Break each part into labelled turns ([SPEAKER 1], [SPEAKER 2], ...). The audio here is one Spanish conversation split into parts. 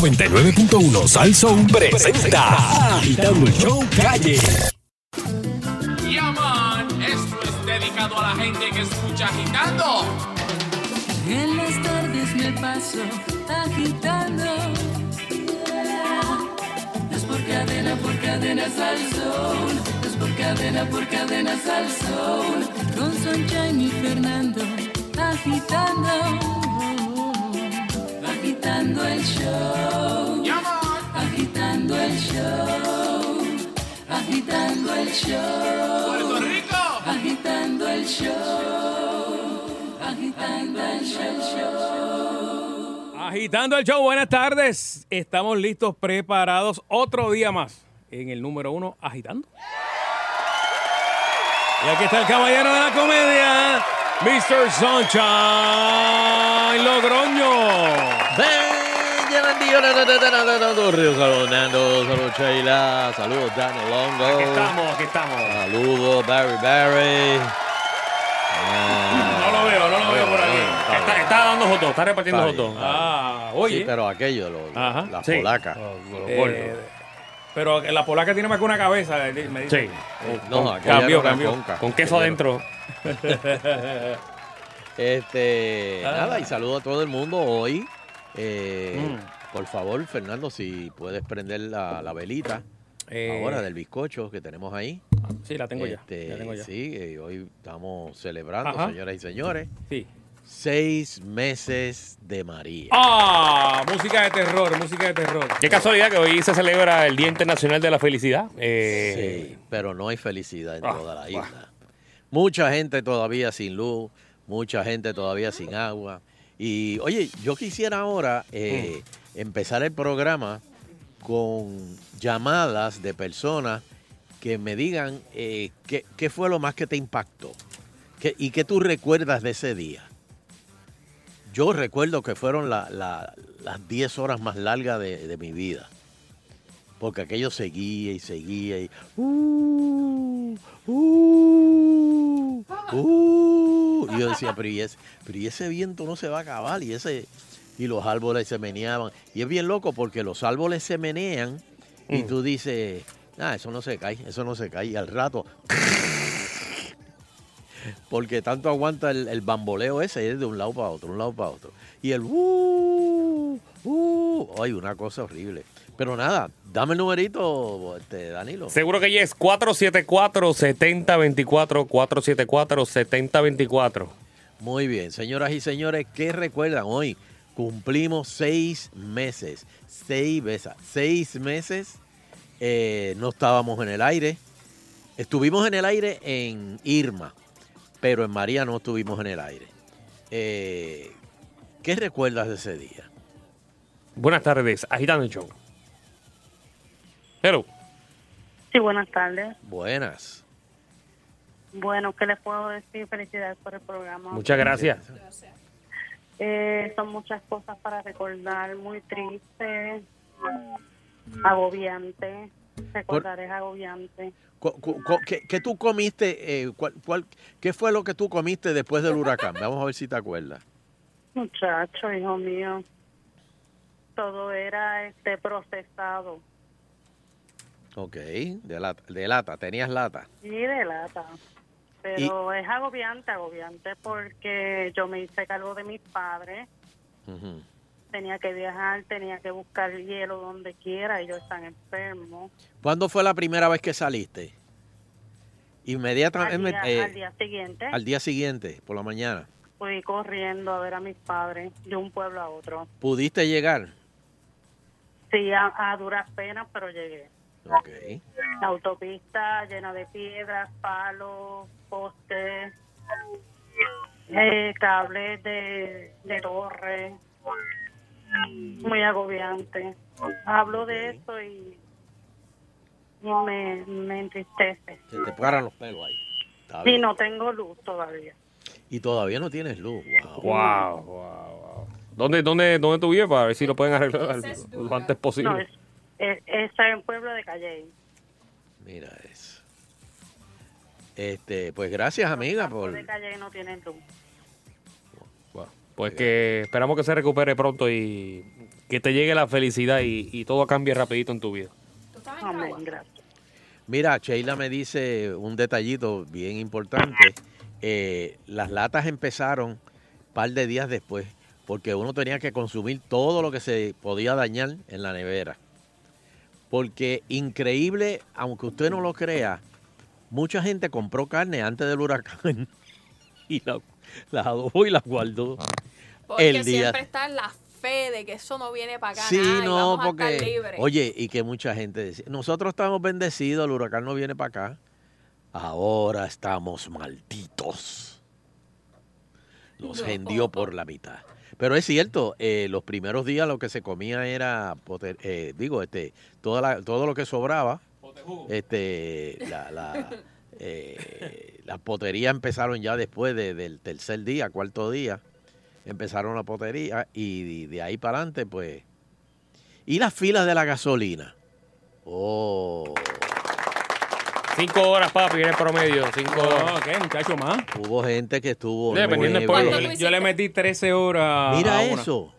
[SPEAKER 1] 99.1 Salson presenta Agitando el Show Calle.
[SPEAKER 2] Yaman, esto es dedicado a la gente que escucha agitando.
[SPEAKER 3] En las tardes me paso agitando. Es por cadena, por cadenas al sol. Es por cadena, por cadenas al sol. Con Sunshine y Fernando agitando. Agitando el show.
[SPEAKER 2] Yaman,
[SPEAKER 3] Agitando el show. Agitando el show.
[SPEAKER 2] Puerto Rico.
[SPEAKER 3] Agitando el show. Agitando el show.
[SPEAKER 4] Agitando el show, buenas tardes. Estamos listos, preparados otro día más en el número uno, agitando. Y aquí está el caballero de la comedia, Mr. Sunshine Logroño.
[SPEAKER 5] Saludos, Fernando, saludos, Sheila, saludos, Dani
[SPEAKER 4] Aquí
[SPEAKER 5] Longo,
[SPEAKER 4] estamos, aquí estamos.
[SPEAKER 5] saludos, Barry Barry.
[SPEAKER 4] No lo veo, no lo veo por aquí.
[SPEAKER 5] Está bien.
[SPEAKER 4] Está, está dando hotón, está repartiendo
[SPEAKER 5] Está bien,
[SPEAKER 4] hotón.
[SPEAKER 5] está bien.
[SPEAKER 4] Ah,
[SPEAKER 5] Sí,
[SPEAKER 4] oye.
[SPEAKER 5] pero aquello, lo-
[SPEAKER 4] Ajá,
[SPEAKER 5] las
[SPEAKER 4] sí.
[SPEAKER 5] polacas.
[SPEAKER 4] eh, pero la polaca tiene más que una cabeza, eh, me dice.
[SPEAKER 6] Sí,
[SPEAKER 5] No, aquella
[SPEAKER 4] cambió,
[SPEAKER 5] era una
[SPEAKER 4] cambió.
[SPEAKER 5] conca.
[SPEAKER 6] con queso
[SPEAKER 5] Aquello era-
[SPEAKER 6] adentro.
[SPEAKER 5] Este,
[SPEAKER 4] eh, Ah.
[SPEAKER 5] nada, y saludo a todo el mundo hoy. Eh,
[SPEAKER 4] Mm.
[SPEAKER 5] Por favor, Fernando, si puedes prender la, la velita
[SPEAKER 4] Eh,
[SPEAKER 5] ahora del bizcocho que tenemos ahí.
[SPEAKER 4] Sí, la tengo
[SPEAKER 5] Este,
[SPEAKER 4] ya. La tengo ya. Sí.
[SPEAKER 5] Sí, eh, hoy estamos celebrando,
[SPEAKER 4] Ajá.
[SPEAKER 5] señoras y señores, seis meses de María.
[SPEAKER 4] Ah, música de terror, música de terror.
[SPEAKER 6] Qué casualidad que hoy se celebra el Día Internacional de la Felicidad. Eh,
[SPEAKER 5] Sí, pero no hay felicidad en
[SPEAKER 6] Ah,
[SPEAKER 5] toda la isla. Mucha gente todavía sin luz, mucha gente todavía sin agua. Y oye, yo quisiera ahora eh,
[SPEAKER 6] Mm.
[SPEAKER 5] empezar el programa con llamadas de personas que me digan eh, qué, qué fue lo más que te impactó ¿Qué- y qué tú recuerdas de ese día. Yo recuerdo que fueron la- la- las 10 horas más largas de, de mi vida. Porque aquello seguía y seguía y. "Uh, uh, uh". Y yo decía, pero y, ese, pero y ese viento no se va a acabar. Y ese. Y los árboles se meneaban. Y es bien loco porque los árboles se menean y tú dices, ah, eso no se cae, eso no se cae. Y al rato. Porque tanto aguanta el, el bamboleo ese, es de un lado para otro, un lado para otro. Y el uh, uh, ay, una cosa horrible. Pero nada, dame el numerito, este, Danilo.
[SPEAKER 6] Seguro que ya es 474-7024, 474-7024.
[SPEAKER 5] Muy bien, señoras y señores, ¿qué recuerdan hoy? Cumplimos seis meses, seis veces, seis meses eh, no estábamos en el aire. Estuvimos en el aire en Irma, pero en María no estuvimos en el aire. Eh, ¿Qué recuerdas de ese día?
[SPEAKER 6] Buenas tardes, agitando el show. Hello.
[SPEAKER 7] Sí, buenas tardes.
[SPEAKER 5] Buenas.
[SPEAKER 7] Bueno, ¿qué les puedo decir? Felicidades por el programa.
[SPEAKER 6] Muchas gracias.
[SPEAKER 7] Eh, son muchas cosas para recordar, muy triste, agobiante. Recordar es agobiante.
[SPEAKER 5] Cu- cu- cu- ¿Qué, qué tú comiste? eh, cuál- cuál- ¿Qué fue lo que tú comiste después del huracán? Vamos a ver si te acuerdas.
[SPEAKER 7] Muchacho, hijo mío, todo era este procesado
[SPEAKER 5] Ok, de lata, de lata tenías lata.
[SPEAKER 7] y de lata. Pero es agobiante, agobiante, porque yo me hice cargo de mis padres.
[SPEAKER 5] Ujú.
[SPEAKER 7] Tenía que viajar, tenía que buscar hielo donde quiera, ellos están enfermos.
[SPEAKER 5] ¿Cuándo fue la primera vez que saliste?
[SPEAKER 7] Al
[SPEAKER 5] Inmediatamente.
[SPEAKER 7] día,
[SPEAKER 5] eh,
[SPEAKER 7] al día siguiente
[SPEAKER 5] al día siguiente, por la mañana.
[SPEAKER 7] fui corriendo a ver a mis padres de un pueblo a otro.
[SPEAKER 5] ¿Pudiste llegar?
[SPEAKER 7] Sí, a, a duras penas, pero llegué.
[SPEAKER 5] Ok.
[SPEAKER 7] La autopista llena de piedras, palos, postes, eh, cables de, de torre. Muy agobiante. Hablo de eso y, y me, me entristece.
[SPEAKER 5] Se te paran los pelos ahí. Está
[SPEAKER 7] Y
[SPEAKER 5] bien.
[SPEAKER 7] no tengo luz todavía.
[SPEAKER 5] Y todavía no tienes luz. Wow.
[SPEAKER 6] Wow, wow, wow. ¿Dónde, dónde, ¿Dónde tú vives para ver si lo pueden arreglar lo antes
[SPEAKER 7] No,
[SPEAKER 6] posible?
[SPEAKER 7] es, es, es en Pueblo de Calle.
[SPEAKER 5] Mira eso. Este, pues gracias, amiga,
[SPEAKER 7] Pueblo
[SPEAKER 5] por.
[SPEAKER 7] de Calle no tienen luz.
[SPEAKER 6] Pues que esperamos que se recupere pronto y que te llegue la felicidad y, y todo cambie rapidito en tu vida.
[SPEAKER 8] ¿Tú estabas en
[SPEAKER 9] Amén,
[SPEAKER 8] Cagua?
[SPEAKER 9] gracias.
[SPEAKER 5] Mira, Sheila me dice un detallito bien importante. Eh, las latas empezaron un par de días después, porque uno tenía que consumir todo lo que se podía dañar en la nevera. Porque increíble, aunque usted no lo crea, mucha gente compró carne antes del huracán y la, la adobó y la guardó.
[SPEAKER 8] Porque
[SPEAKER 5] el día-
[SPEAKER 8] siempre está la fe de que eso no viene para acá.
[SPEAKER 5] Sí,
[SPEAKER 8] nada, y
[SPEAKER 5] no,
[SPEAKER 8] vamos a estar
[SPEAKER 5] porque.
[SPEAKER 8] libres.
[SPEAKER 5] Oye, y que mucha gente decía, nosotros estamos bendecidos, el huracán no viene para acá. Ahora estamos malditos. Los
[SPEAKER 8] No.
[SPEAKER 5] hendió por la mitad. Pero es cierto, eh, los primeros días lo que se comía era, pote- eh, digo, este, toda la- todo lo que sobraba, este, la, la, eh, las poterías empezaron ya después de- del tercer día, cuarto día, empezaron la potería y de ahí para adelante, pues, y las filas de la gasolina. Oh,
[SPEAKER 6] Cinco horas, papi, en el promedio. Cinco horas.
[SPEAKER 4] No, ¿qué, muchacho, más?
[SPEAKER 5] hubo gente que estuvo.
[SPEAKER 4] Pues
[SPEAKER 6] Dependiendo del
[SPEAKER 5] nueve.
[SPEAKER 6] pueblo.
[SPEAKER 8] ¿Cuánto tú
[SPEAKER 4] Yo le
[SPEAKER 8] hiciste?
[SPEAKER 4] metí 13 horas.
[SPEAKER 5] Eh, Mira
[SPEAKER 4] a una.
[SPEAKER 5] eso.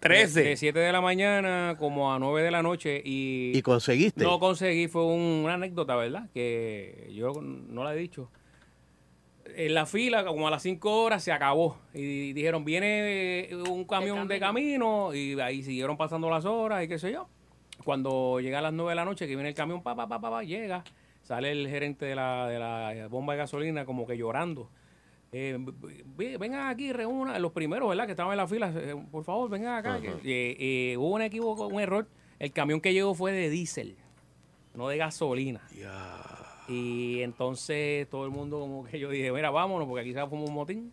[SPEAKER 4] De- De
[SPEAKER 6] Trece.
[SPEAKER 4] 7 de la mañana como a 9 de la noche y,
[SPEAKER 5] Y conseguiste.
[SPEAKER 4] no conseguí. Fue un- una anécdota, ¿verdad? Que yo no la he dicho. En la fila, como a las 5 horas, se acabó. Y dijeron, viene eh, un camión de camino. Y ahí siguieron pasando las horas y qué sé yo. Cuando llega a las 9 de la noche, que viene el camión, pa, pa, pa, pa, pa, llega. Sale el gerente de la, de la bomba de gasolina como que llorando. Eh, v- v- vengan aquí, reúna, los primeros, ¿verdad? Que estaban en la fila, eh, por favor, vengan acá. que, eh, eh, hubo un equivoco, un error. El camión que llegó fue de diésel, no de gasolina. Y entonces todo el mundo como que yo dije, mira, vámonos, porque aquí se fumar un motín.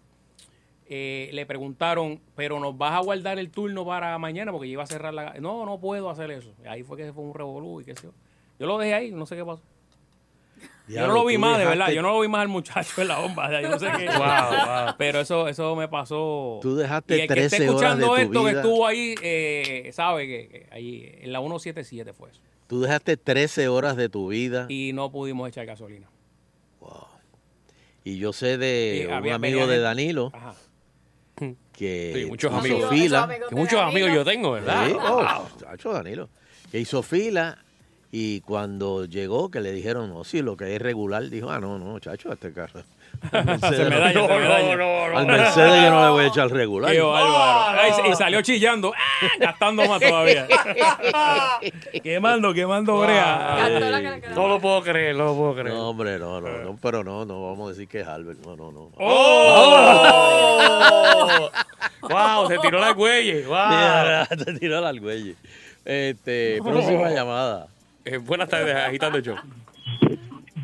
[SPEAKER 4] Eh, le preguntaron, pero nos vas a guardar el turno para mañana porque yo iba a cerrar la... ga-". No, no puedo hacer eso. Ahí fue que fue un revolú y qué sé yo. Yo lo dejé ahí, no sé qué pasó. Yo
[SPEAKER 5] Diablo,
[SPEAKER 4] no lo
[SPEAKER 5] tú
[SPEAKER 4] vi más, de
[SPEAKER 5] dejaste-
[SPEAKER 4] verdad. Yo no lo vi más al muchacho en la bomba. Yo no sé qué.
[SPEAKER 6] Wow, wow.
[SPEAKER 4] Pero eso, eso me pasó.
[SPEAKER 5] Tú dejaste
[SPEAKER 4] Y el que
[SPEAKER 5] 13
[SPEAKER 4] esté
[SPEAKER 5] horas de
[SPEAKER 4] escuchando
[SPEAKER 5] tu
[SPEAKER 4] esto que
[SPEAKER 5] vida.
[SPEAKER 4] estuvo ahí, eh, sabe que, que ahí en la 177 fue eso.
[SPEAKER 5] Tú dejaste 13 horas de tu vida.
[SPEAKER 4] Y no pudimos echar gasolina.
[SPEAKER 5] Y yo sé de
[SPEAKER 4] Y
[SPEAKER 5] un
[SPEAKER 4] había-
[SPEAKER 5] amigo
[SPEAKER 4] venía
[SPEAKER 5] de
[SPEAKER 4] gente-
[SPEAKER 5] Danilo
[SPEAKER 4] Ajá.
[SPEAKER 5] que
[SPEAKER 6] Sí, muchos
[SPEAKER 5] hizo
[SPEAKER 6] amigos.
[SPEAKER 5] fila.
[SPEAKER 6] Que muchos amigos yo tengo, ¿verdad?
[SPEAKER 5] Sí, oh, chacho, Danilo. Que hizo fila y cuando llegó que le dijeron, no, sí, lo que es regular, dijo, ah, no, no, chacho, este carro. Al Mercedes,
[SPEAKER 4] me daña, se me daña.
[SPEAKER 5] al Mercedes yo no le voy a echar regular.
[SPEAKER 4] Qué bárbaro. Ay, y salió chillando, ¡ah! gastando más todavía. quemando, quemando brea.
[SPEAKER 8] Cantó la cara-
[SPEAKER 6] No lo puedo creer, no lo puedo creer. Eh.
[SPEAKER 5] No, hombre, no, no, no, pero no, no vamos a decir que es Albert. No, no, no.
[SPEAKER 6] ¡Oh! ¡Wow! Se tiró la huella. ¡Wow!
[SPEAKER 5] Mira, Te tiró al güey. Este, próxima llamada.
[SPEAKER 6] Eh, buenas tardes, agitando el show.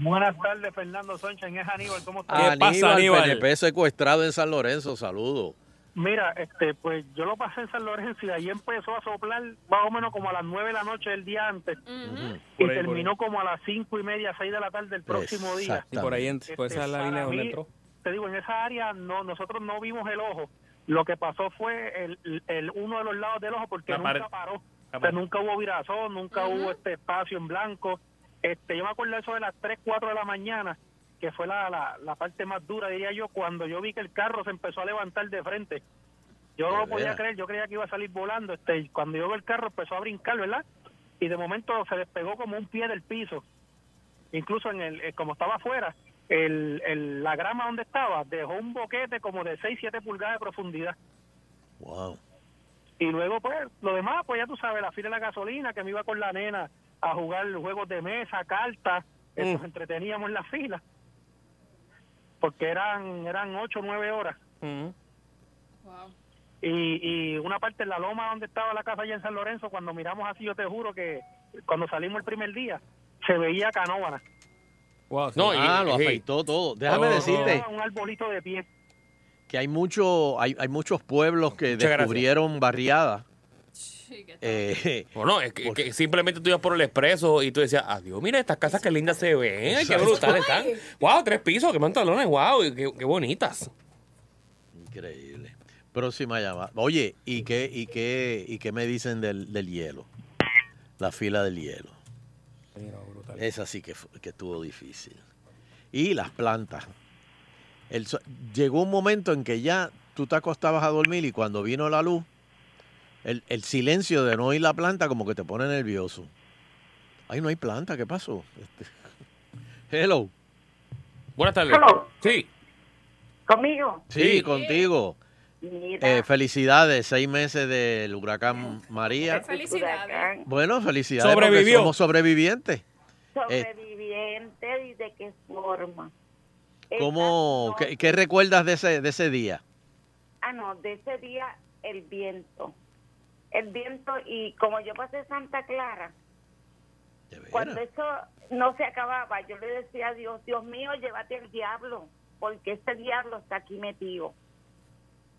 [SPEAKER 10] Buenas tardes, Fernando Sonchan, es Aníbal, ¿cómo estás?
[SPEAKER 4] ¿Qué pasa, Aníbal?
[SPEAKER 5] PNP Ah, secuestrado en San Lorenzo, saludo.
[SPEAKER 10] Mira, este, pues yo lo pasé en San Lorenzo y ahí empezó a soplar más o menos como a las 9 de la noche del día antes y
[SPEAKER 6] Por ahí, por
[SPEAKER 10] terminó como a las cinco y media, 6 de la tarde del próximo día. Este,
[SPEAKER 4] Y por ahí, ent- por esa es la
[SPEAKER 10] Para
[SPEAKER 4] línea donde
[SPEAKER 10] mí,
[SPEAKER 4] entró.
[SPEAKER 10] Te digo, en esa área no, nosotros no vimos el ojo. Lo que pasó fue el, el- uno de los lados del ojo porque
[SPEAKER 6] La
[SPEAKER 10] nunca
[SPEAKER 6] pared.
[SPEAKER 10] paró.
[SPEAKER 6] La
[SPEAKER 10] O sea,
[SPEAKER 6] pared.
[SPEAKER 10] Pues nunca hubo virazón, nunca hubo este espacio en blanco. Este, yo me acuerdo eso de las 3, 4 de la mañana, que fue la, la, la parte más dura, diría yo, cuando yo vi que el carro se empezó a levantar de frente. Yo no
[SPEAKER 5] De
[SPEAKER 10] lo podía
[SPEAKER 5] veras.
[SPEAKER 10] creer, yo creía que iba a salir volando. Este, y cuando yo veo el carro empezó a brincar, ¿verdad? Y de momento se despegó como un pie del piso incluso en el, eh, como estaba afuera, el, el- la grama donde estaba dejó un boquete como de 6, 7 pulgadas de profundidad.
[SPEAKER 5] Wow.
[SPEAKER 10] Y luego, pues, lo demás, pues ya tú sabes, la fila de la gasolina, que me iba con la nena a jugar juegos de mesa, cartas, que nos entreteníamos en la fila. Porque eran, eran 8, 9 horas.
[SPEAKER 4] Ujú.
[SPEAKER 8] Wow.
[SPEAKER 10] Y, y una parte en la loma donde estaba la casa allá en San Lorenzo, cuando miramos así, yo te juro que cuando salimos el primer día, se veía canóvana.
[SPEAKER 4] Wow, sí. Oh.
[SPEAKER 6] No, y-
[SPEAKER 5] Ah, lo
[SPEAKER 6] sí.
[SPEAKER 5] afectó todo. Déjame decirte.
[SPEAKER 10] Un arbolito de pie.
[SPEAKER 5] que hay mucho, hay, hay muchos pueblos que
[SPEAKER 6] Muchas gracias.
[SPEAKER 5] descubrieron barriadas.
[SPEAKER 8] Sí, que-
[SPEAKER 5] eh,
[SPEAKER 6] Bueno, es que, que simplemente tú ibas por el expreso y tú decías, adiós, mira estas casas que lindas se ven, ay, qué brutales están. Wow, tres pisos, qué pantalones, wow, y qué, qué bonitas.
[SPEAKER 5] increíble. Próxima llamada. Oye, ¿y qué, y qué, y qué me dicen del, del hielo? La fila del hielo.
[SPEAKER 4] Sí, no, brutal.
[SPEAKER 5] Esa sí que, fu- que estuvo difícil. Y las plantas. El so- llegó un momento en que ya tú te acostabas a dormir y cuando vino la luz, el, el silencio de no oír la planta como que te pone nervioso. Ay, no hay planta, ¿qué pasó? Este, Hello.
[SPEAKER 6] Buenas tardes.
[SPEAKER 9] Hello.
[SPEAKER 6] Sí.
[SPEAKER 9] Conmigo.
[SPEAKER 5] Sí, contigo.
[SPEAKER 9] Mira.
[SPEAKER 5] Eh, felicidades, seis meses del huracán María.
[SPEAKER 8] Felicidades.
[SPEAKER 5] Bueno, felicidades. porque
[SPEAKER 4] Sobrevivió.
[SPEAKER 5] Somos sobrevivientes. Eh,
[SPEAKER 9] Sobreviviente y de qué forma.
[SPEAKER 5] ¿Cómo,
[SPEAKER 9] Esas
[SPEAKER 5] qué, qué recuerdas de ese, de ese día?
[SPEAKER 9] Ah, no, de ese día el viento. El viento y como yo pasé Santa Clara,
[SPEAKER 5] De veras.
[SPEAKER 9] cuando eso no se acababa, yo le decía a Dios, Dios mío, llévate el diablo, porque este diablo está aquí metido.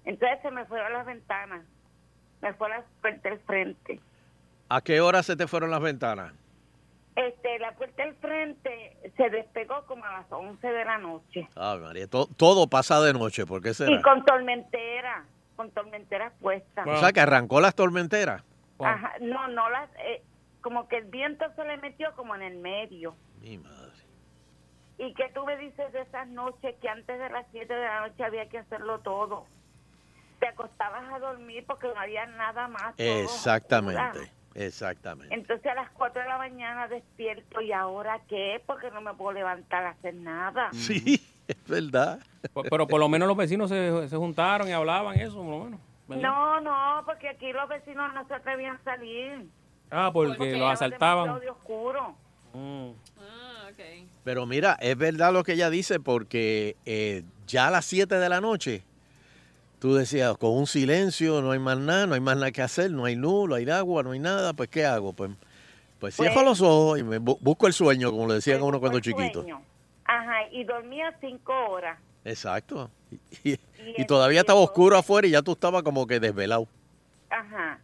[SPEAKER 9] Entonces se me fueron las ventanas, me fue la puerta del frente.
[SPEAKER 5] ¿A qué hora se te fueron las ventanas?
[SPEAKER 9] Este, la puerta del frente se despegó como a las 11 de la noche.
[SPEAKER 5] Ay, María, to- todo pasa de noche, ¿por qué será?
[SPEAKER 9] Y con tormentera, con tormentera puesta.
[SPEAKER 5] O sea, que arrancó las tormenteras.
[SPEAKER 9] Ajá, no, no las, eh, como que el viento se le metió como en el medio.
[SPEAKER 5] Mi madre.
[SPEAKER 9] ¿Y qué tú me dices de esas noches que antes de las 7 de la noche había que hacerlo todo? Te acostabas a dormir porque no había nada más. todo
[SPEAKER 5] Eh.
[SPEAKER 9] oscura.
[SPEAKER 5] Exactamente, exactamente.
[SPEAKER 9] Entonces a las 4 de la mañana despierto y ahora qué, porque no me puedo levantar a hacer
[SPEAKER 5] Mm.
[SPEAKER 9] nada.
[SPEAKER 5] Sí, es verdad.
[SPEAKER 4] Pero, pero por lo menos los vecinos se, se juntaron y hablaban eso, por lo menos. ¿verdad?
[SPEAKER 9] No, no, porque aquí los vecinos no se atrevían a salir.
[SPEAKER 4] Ah, porque los
[SPEAKER 9] era
[SPEAKER 4] asaltaban.
[SPEAKER 9] demasiado de oscuro.
[SPEAKER 4] Mm.
[SPEAKER 8] Ah, ok.
[SPEAKER 5] Pero mira, es verdad lo que ella dice porque eh, ya a las 7 de la noche, tú decías, con un silencio, no hay más nada, no hay más nada que hacer, no hay luz, no hay agua, no hay nada, pues ¿qué hago? Pues, pues cierro los ojos y me bu- busco el sueño, como le decían a uno cuando
[SPEAKER 9] Por
[SPEAKER 5] chiquito.
[SPEAKER 9] sueño. Ajá, y dormía cinco horas.
[SPEAKER 5] Exacto. Y, y- y
[SPEAKER 9] el
[SPEAKER 5] todavía estaba
[SPEAKER 9] tiempo-
[SPEAKER 5] oscuro afuera y ya tú estabas como que desvelado.
[SPEAKER 9] Ajá.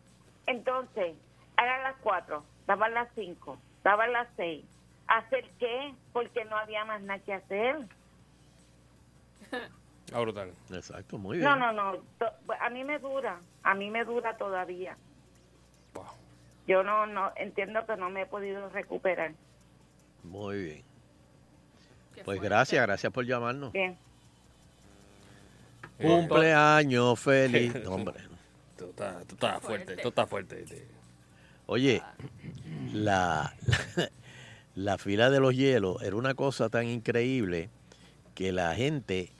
[SPEAKER 9] Entonces, eran las cuatro, daban las cinco, daban las seis. ¿Hacer qué? Porque no había más nada que hacer.
[SPEAKER 6] Ah, brutal.
[SPEAKER 5] Exacto, muy bien.
[SPEAKER 9] No, no, no. to- A mí me dura, a mí me dura todavía. Yo no, no entiendo que no me he podido recuperar.
[SPEAKER 5] Muy bien.
[SPEAKER 8] Qué
[SPEAKER 5] Pues
[SPEAKER 8] fuerte.
[SPEAKER 5] gracias, gracias por llamarnos.
[SPEAKER 9] Bien.
[SPEAKER 5] Cumpleaños feliz. No, hombre.
[SPEAKER 6] Tú estás, tú estás fuerte.
[SPEAKER 8] Fuerte.
[SPEAKER 6] tú estás fuerte.
[SPEAKER 11] este.
[SPEAKER 6] Te-
[SPEAKER 5] Oye, la, la, la fila de los hielos era una cosa tan increíble que la gente,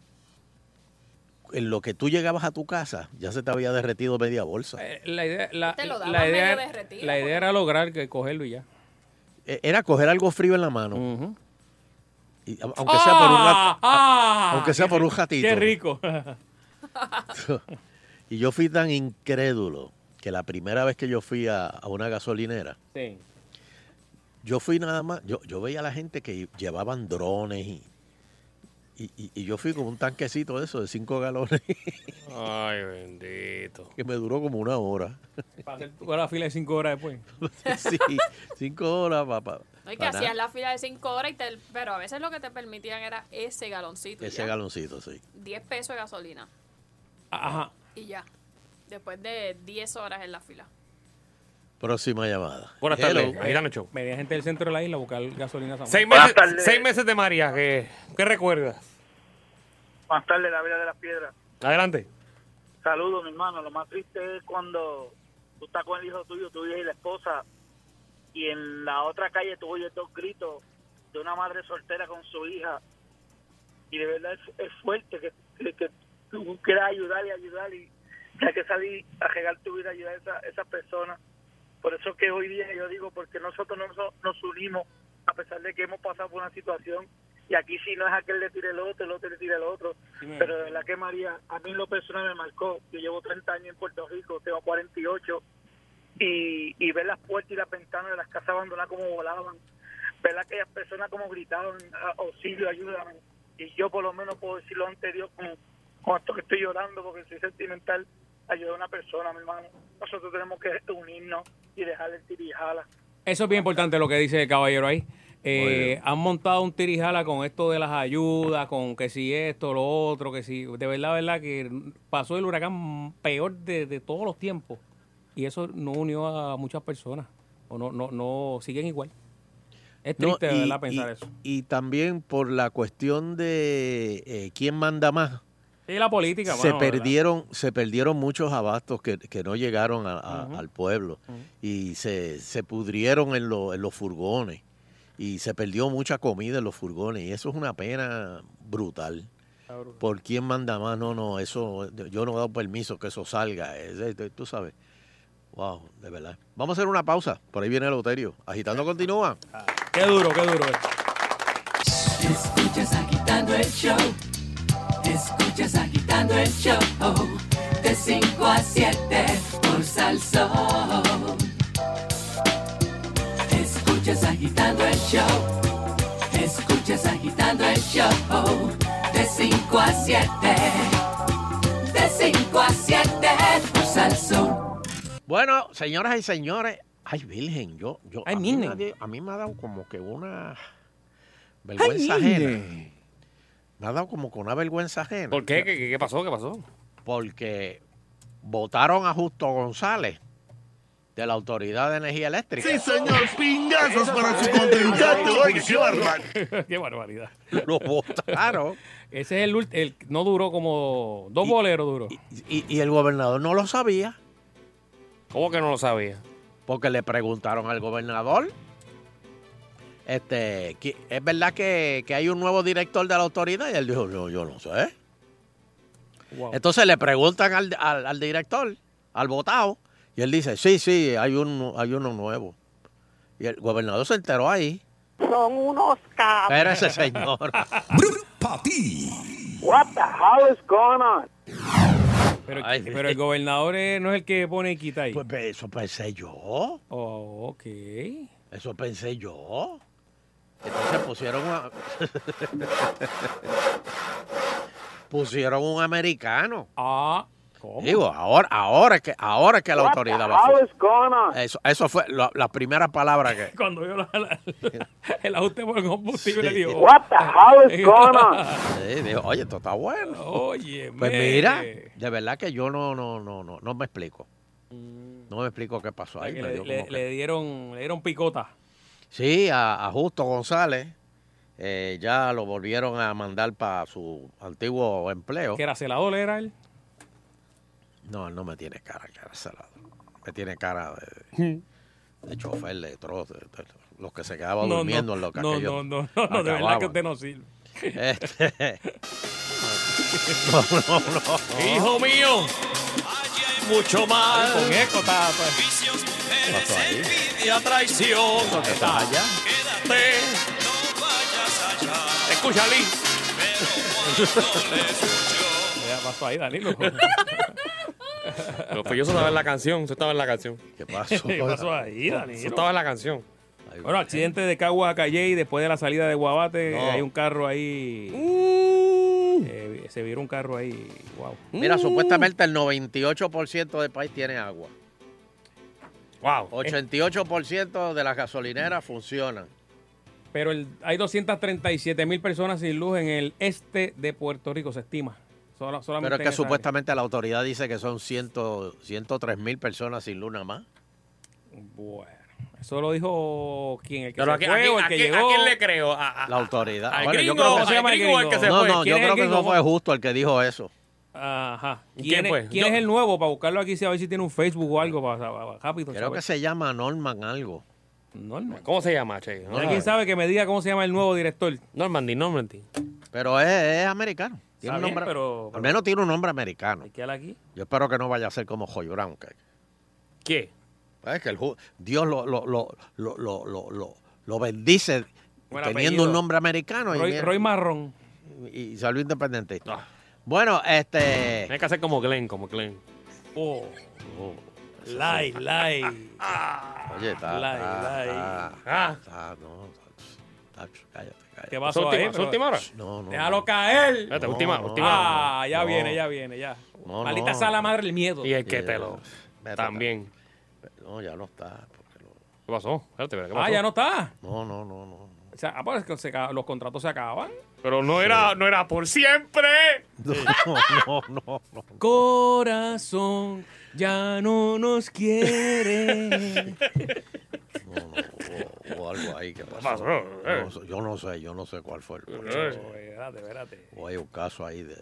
[SPEAKER 5] en lo que tú llegabas a tu casa, ya se te había derretido media bolsa.
[SPEAKER 4] Eh, La idea, la,
[SPEAKER 8] Te lo daban
[SPEAKER 4] la idea,
[SPEAKER 8] medio derretido,
[SPEAKER 4] la idea era lograr que cogerlo y ya.
[SPEAKER 5] Eh, Era coger algo frío en la mano,
[SPEAKER 4] Ujú.
[SPEAKER 5] y a- aunque sea por un
[SPEAKER 4] Ah,
[SPEAKER 5] rato.
[SPEAKER 4] ah,
[SPEAKER 5] aunque sea
[SPEAKER 4] qué
[SPEAKER 5] por un
[SPEAKER 4] rico,
[SPEAKER 5] ratito.
[SPEAKER 4] Qué rico.
[SPEAKER 5] Y yo fui tan incrédulo que la primera vez que yo fui a, a una gasolinera,
[SPEAKER 4] sí.
[SPEAKER 5] yo fui nada más, yo, yo veía a la gente que llevaban drones y, y- y- y yo fui con un tanquecito de eso de 5 galones
[SPEAKER 6] Ay, bendito.
[SPEAKER 5] que me duró como una hora.
[SPEAKER 4] Para hacer toda la fila de cinco horas después.
[SPEAKER 5] sí, cinco horas, papá.
[SPEAKER 8] No, y que
[SPEAKER 5] Para
[SPEAKER 8] hacías
[SPEAKER 5] nada.
[SPEAKER 8] la fila de 5 horas, y te, pero a veces lo que te permitían era ese galoncito. y
[SPEAKER 5] Ese
[SPEAKER 8] ya.
[SPEAKER 5] galoncito, sí.
[SPEAKER 8] 10 pesos de gasolina
[SPEAKER 4] Ajá.
[SPEAKER 8] y ya. Después de 10 horas en la fila.
[SPEAKER 5] Próxima llamada.
[SPEAKER 6] Buenas
[SPEAKER 5] Hello.
[SPEAKER 6] tardes. Ahí dame show.
[SPEAKER 4] Venía gente del centro de la isla a buscar gasolina. a San Juan.
[SPEAKER 6] Seis
[SPEAKER 10] Buenas
[SPEAKER 6] meses,
[SPEAKER 10] tardes.
[SPEAKER 6] seis meses de María. ¿Qué, qué recuerdas?
[SPEAKER 10] Más tarde, la vida de las piedras.
[SPEAKER 6] Adelante.
[SPEAKER 10] Saludos, mi hermano. Lo más triste es cuando tú estás con el hijo tuyo, tú y la esposa, y en la otra calle tú oyes dos gritos de una madre soltera con su hija. Y de verdad es, es fuerte que, que, que tú quieras ayudar y ayudar y que hay que salir a regar tu vida, ayudar a esa, esa persona. Por eso que hoy día yo digo, porque nosotros no so- nos unimos a pesar de que hemos pasado por una situación y aquí si no es aquel le tira el otro, el otro le tira el otro. Pero de verdad que María, a mí en lo personal me marcó. Yo llevo 30 años en Puerto Rico, tengo 48 y, y ver las puertas y las ventanas de las casas abandonadas como volaban, ver a aquellas personas como gritaban, "A- auxilio, ayúdame. Y yo por lo menos puedo decirlo ante Dios con, con esto que estoy llorando, porque soy sentimental, ayudar a una persona, mi hermano. Nosotros tenemos que unirnos y dejar el tirijala.
[SPEAKER 4] Eso es bien importante lo que dice el caballero ahí. Eh, han montado un tirijala con esto de las ayudas, con que si esto, lo otro, que si... De verdad, verdad, que pasó el huracán peor de, de todos los tiempos. Y eso no unió a muchas personas. O no, no, no, siguen igual. Es
[SPEAKER 5] No,
[SPEAKER 4] triste, de
[SPEAKER 5] y-
[SPEAKER 4] verdad, pensar
[SPEAKER 5] y-
[SPEAKER 4] eso.
[SPEAKER 5] Y también por la cuestión de eh, quién manda más.
[SPEAKER 4] Sí, la política,
[SPEAKER 5] se
[SPEAKER 4] mano, ¿verdad?
[SPEAKER 5] perdieron se perdieron muchos abastos que, que no llegaron a- a- al pueblo y se, se pudrieron en, lo- en los furgones y se perdió mucha comida en los furgones y eso es una pena brutal. ¿Por quién manda más? No, no, eso yo no he dado permiso que eso salga. Es- es- tú sabes. Wow, de verdad. Vamos a hacer una pausa. Por ahí viene el Loterio. Agitando continúa.
[SPEAKER 4] Qué duro, qué duro.
[SPEAKER 7] Escuchas agitando el show. Escuchas agitando el show. De 5 a 7 por Salsón. Escuchas agitando el show. Escuchas agitando el show. De 5 a 7. De 5 a 7 por Salsón.
[SPEAKER 5] Bueno, señoras y señores, ay Virgen, yo, yo
[SPEAKER 4] Ay,
[SPEAKER 5] a, mí
[SPEAKER 4] nene.
[SPEAKER 5] nadie- a mí me ha dado como que una vergüenza ajena. Me ha dado como que una vergüenza ajena.
[SPEAKER 6] ¿Por qué? ¿Qué, qué- qué pasó? ¿Qué pasó?
[SPEAKER 5] Porque votaron a Justo González de la Autoridad de Energía Eléctrica.
[SPEAKER 1] señor, pingazos para su contrincante. Oye, qué barbaridad.
[SPEAKER 4] qué barbaridad.
[SPEAKER 5] Lo votaron.
[SPEAKER 4] Ese es el, ult- el no duró como dos
[SPEAKER 5] Y-
[SPEAKER 4] boleros duró.
[SPEAKER 5] Y, y el gobernador no lo sabía
[SPEAKER 6] ¿Cómo que no lo sabía?
[SPEAKER 5] porque le preguntaron al gobernador. Este, ¿qui- ¿Es verdad que, que hay un nuevo director de la autoridad? Y él dijo, no, yo no sé.
[SPEAKER 4] Wow.
[SPEAKER 5] Entonces le preguntan al, al- al director, al votado, y él dice, sí, sí, hay, un, hay uno nuevo. Y el gobernador se enteró ahí.
[SPEAKER 9] Son unos
[SPEAKER 6] Ah,
[SPEAKER 9] cabros.
[SPEAKER 5] Era
[SPEAKER 6] pues.
[SPEAKER 5] ese señor.
[SPEAKER 3] para ti.
[SPEAKER 10] What the hell is going on?
[SPEAKER 4] Pero,
[SPEAKER 5] Ay.
[SPEAKER 4] pero el gobernador eh, no es el que pone y quita ahí.
[SPEAKER 5] Pues pe- eso pensé yo.
[SPEAKER 4] Oh, ok. Qué
[SPEAKER 5] Eso pensé yo. Entonces pusieron a... pusieron un americano.
[SPEAKER 4] Ah, ¿cómo?
[SPEAKER 5] Digo, ahora, ahora es que, ahora es que la autoridad va a...
[SPEAKER 10] is going on?
[SPEAKER 5] Eso, eso fue la, la primera palabra que...
[SPEAKER 4] Cuando yo la- la- la- el ajuste por el combustible le digo.
[SPEAKER 10] the hell
[SPEAKER 5] Sí, dijo, oye, esto está bueno.
[SPEAKER 4] Oye,
[SPEAKER 5] Pues
[SPEAKER 4] mire.
[SPEAKER 5] mira, de verdad que yo no, no, no, no, no me explico. No me explico qué pasó
[SPEAKER 4] O sea,
[SPEAKER 5] ahí.
[SPEAKER 4] que
[SPEAKER 5] me
[SPEAKER 4] le,
[SPEAKER 5] dio
[SPEAKER 4] le-
[SPEAKER 5] como que-
[SPEAKER 4] le dieron, le dieron picota.
[SPEAKER 5] Sí, a, a Justo González eh, ya lo volvieron a mandar para su antiguo empleo.
[SPEAKER 4] Que era celador, era él.
[SPEAKER 5] No, él no me tiene cara que era salado. Me tiene cara de, de chofer, de trozo, de- de- los que se quedaban durmiendo en lo que
[SPEAKER 4] no,
[SPEAKER 5] aquellos
[SPEAKER 4] no, no, no, no, de verdad
[SPEAKER 5] acababan.
[SPEAKER 4] que usted no sirve.
[SPEAKER 5] Este- No, no, no.
[SPEAKER 6] ¡Hijo mío! Mucho mal
[SPEAKER 4] Con eco está. pues. está-
[SPEAKER 5] Pasó ahí.
[SPEAKER 6] y a traición.
[SPEAKER 5] ¿Estás allá?
[SPEAKER 6] Quédate. Escucha, Lee.
[SPEAKER 4] Ya pasó ahí, Danilo.
[SPEAKER 6] Pero pues yo eso estaba en la canción. Eso estaba en la canción.
[SPEAKER 5] ¿Qué pasó?
[SPEAKER 4] ¿Qué pasó ahí, Danilo?
[SPEAKER 6] Eso estaba en la canción.
[SPEAKER 5] Ay,
[SPEAKER 4] Bueno, accidente de Caguas a Calle y después de la salida de Guabate,
[SPEAKER 5] No. Uh.
[SPEAKER 4] hay un carro ahí. Eh, se viró un carro ahí. Uh. Wow.
[SPEAKER 5] Mira, supuestamente el 98% del país tiene agua.
[SPEAKER 6] Wow.
[SPEAKER 5] 88% de las
[SPEAKER 4] Mm.
[SPEAKER 5] gasolineras funcionan.
[SPEAKER 4] Pero el- hay 237 mil personas sin luz en el este de Puerto Rico, se estima. Solo- solamente
[SPEAKER 5] Pero es
[SPEAKER 4] en
[SPEAKER 5] que
[SPEAKER 4] esa área.
[SPEAKER 5] supuestamente la autoridad dice que son 100, 103 mil personas sin luna más.
[SPEAKER 4] Bueno, eso lo dijo quien, el que
[SPEAKER 6] Pero
[SPEAKER 4] se
[SPEAKER 6] a, qué-
[SPEAKER 4] fue,
[SPEAKER 6] a
[SPEAKER 4] o
[SPEAKER 6] quién-
[SPEAKER 4] el
[SPEAKER 6] a
[SPEAKER 4] que
[SPEAKER 6] quién- a
[SPEAKER 4] llegó.
[SPEAKER 6] quién le creo? A- a-
[SPEAKER 5] La autoridad.
[SPEAKER 6] ¿Al
[SPEAKER 5] Bueno, yo
[SPEAKER 6] gringo?
[SPEAKER 5] creo
[SPEAKER 4] ¿Cómo se
[SPEAKER 5] que,
[SPEAKER 4] llama
[SPEAKER 6] ¿Al
[SPEAKER 4] el
[SPEAKER 6] gringo o el
[SPEAKER 4] gringo?
[SPEAKER 6] que se
[SPEAKER 5] no,
[SPEAKER 6] fue?
[SPEAKER 5] no,
[SPEAKER 4] ¿Quién
[SPEAKER 5] yo
[SPEAKER 4] es
[SPEAKER 5] creo
[SPEAKER 4] el
[SPEAKER 5] que no
[SPEAKER 4] gringo?
[SPEAKER 5] fue justo el que dijo eso.
[SPEAKER 4] Ajá. ¿Quién,
[SPEAKER 6] ¿Quién
[SPEAKER 4] es-
[SPEAKER 6] fue?
[SPEAKER 4] quién
[SPEAKER 6] Yo-
[SPEAKER 4] es el nuevo? Para buscarlo aquí, si a ver si tiene un Facebook o algo. Para, para- para- rápido.
[SPEAKER 5] Creo que
[SPEAKER 4] saber.
[SPEAKER 5] se llama Norman algo.
[SPEAKER 4] Norman.
[SPEAKER 6] ¿Cómo se llama, Che? No,
[SPEAKER 4] ¿Alguien sabe que me diga cómo se llama el nuevo director?
[SPEAKER 6] Normandy, Normandy.
[SPEAKER 5] Pero es, es americano. Tiene un
[SPEAKER 4] Está bien,
[SPEAKER 5] nombre-
[SPEAKER 4] pero-
[SPEAKER 5] Al menos tiene un nombre americano.
[SPEAKER 4] Hay que hablar aquí.
[SPEAKER 5] Yo espero que no vaya a ser como Joy Brown. Que,
[SPEAKER 6] ¿Qué?
[SPEAKER 5] es que el ju- Dios lo, lo, lo, lo, lo, lo- lo- lo bendice
[SPEAKER 4] Buen
[SPEAKER 5] teniendo
[SPEAKER 4] apellido.
[SPEAKER 5] un nombre americano. y
[SPEAKER 4] Roy,
[SPEAKER 5] mira-
[SPEAKER 4] Roy Marrón.
[SPEAKER 5] y salió independentista.
[SPEAKER 6] Ah.
[SPEAKER 5] Bueno, este.
[SPEAKER 6] Tienes que hacer como Glenn, como Glenn.
[SPEAKER 4] Oh. Lai, lai.
[SPEAKER 5] Oye, está.
[SPEAKER 4] Lai, lai.
[SPEAKER 5] está-
[SPEAKER 6] Ah.
[SPEAKER 5] está- no, está- está- cállate, cállate.
[SPEAKER 4] ¿Qué
[SPEAKER 6] ¿Es
[SPEAKER 4] pasó
[SPEAKER 6] última,
[SPEAKER 4] ahí?
[SPEAKER 6] es
[SPEAKER 4] Pero-
[SPEAKER 6] última hora?
[SPEAKER 5] No, no.
[SPEAKER 4] ¡Déjalo
[SPEAKER 5] no.
[SPEAKER 4] caer!
[SPEAKER 6] Espérate,
[SPEAKER 5] No,
[SPEAKER 6] última,
[SPEAKER 5] no.
[SPEAKER 6] última.
[SPEAKER 4] Ah, ya
[SPEAKER 5] No.
[SPEAKER 4] viene, ya viene, ya.
[SPEAKER 5] No,
[SPEAKER 4] Maldita
[SPEAKER 5] no.
[SPEAKER 4] sea la madre el miedo.
[SPEAKER 6] Y el que te lo...
[SPEAKER 5] Vete,
[SPEAKER 6] También.
[SPEAKER 5] No, ya no está. porque lo-
[SPEAKER 6] ¿Qué pasó? Espérate, espérate, ¿qué pasó?
[SPEAKER 4] Ah, ya no está.
[SPEAKER 5] No, no, no, no.
[SPEAKER 4] O sea, ah, pues, es que se acaba- los contratos se acaban.
[SPEAKER 6] Pero no era, no era por siempre.
[SPEAKER 5] No, no, no, no, no.
[SPEAKER 4] Corazón, ya no nos quiere.
[SPEAKER 5] no, no, O, o algo ahí que pasó.
[SPEAKER 6] pasó? Eh.
[SPEAKER 5] No sé, yo no sé, yo no sé cuál fue el.
[SPEAKER 4] espérate, espérate.
[SPEAKER 5] O hay un caso ahí de.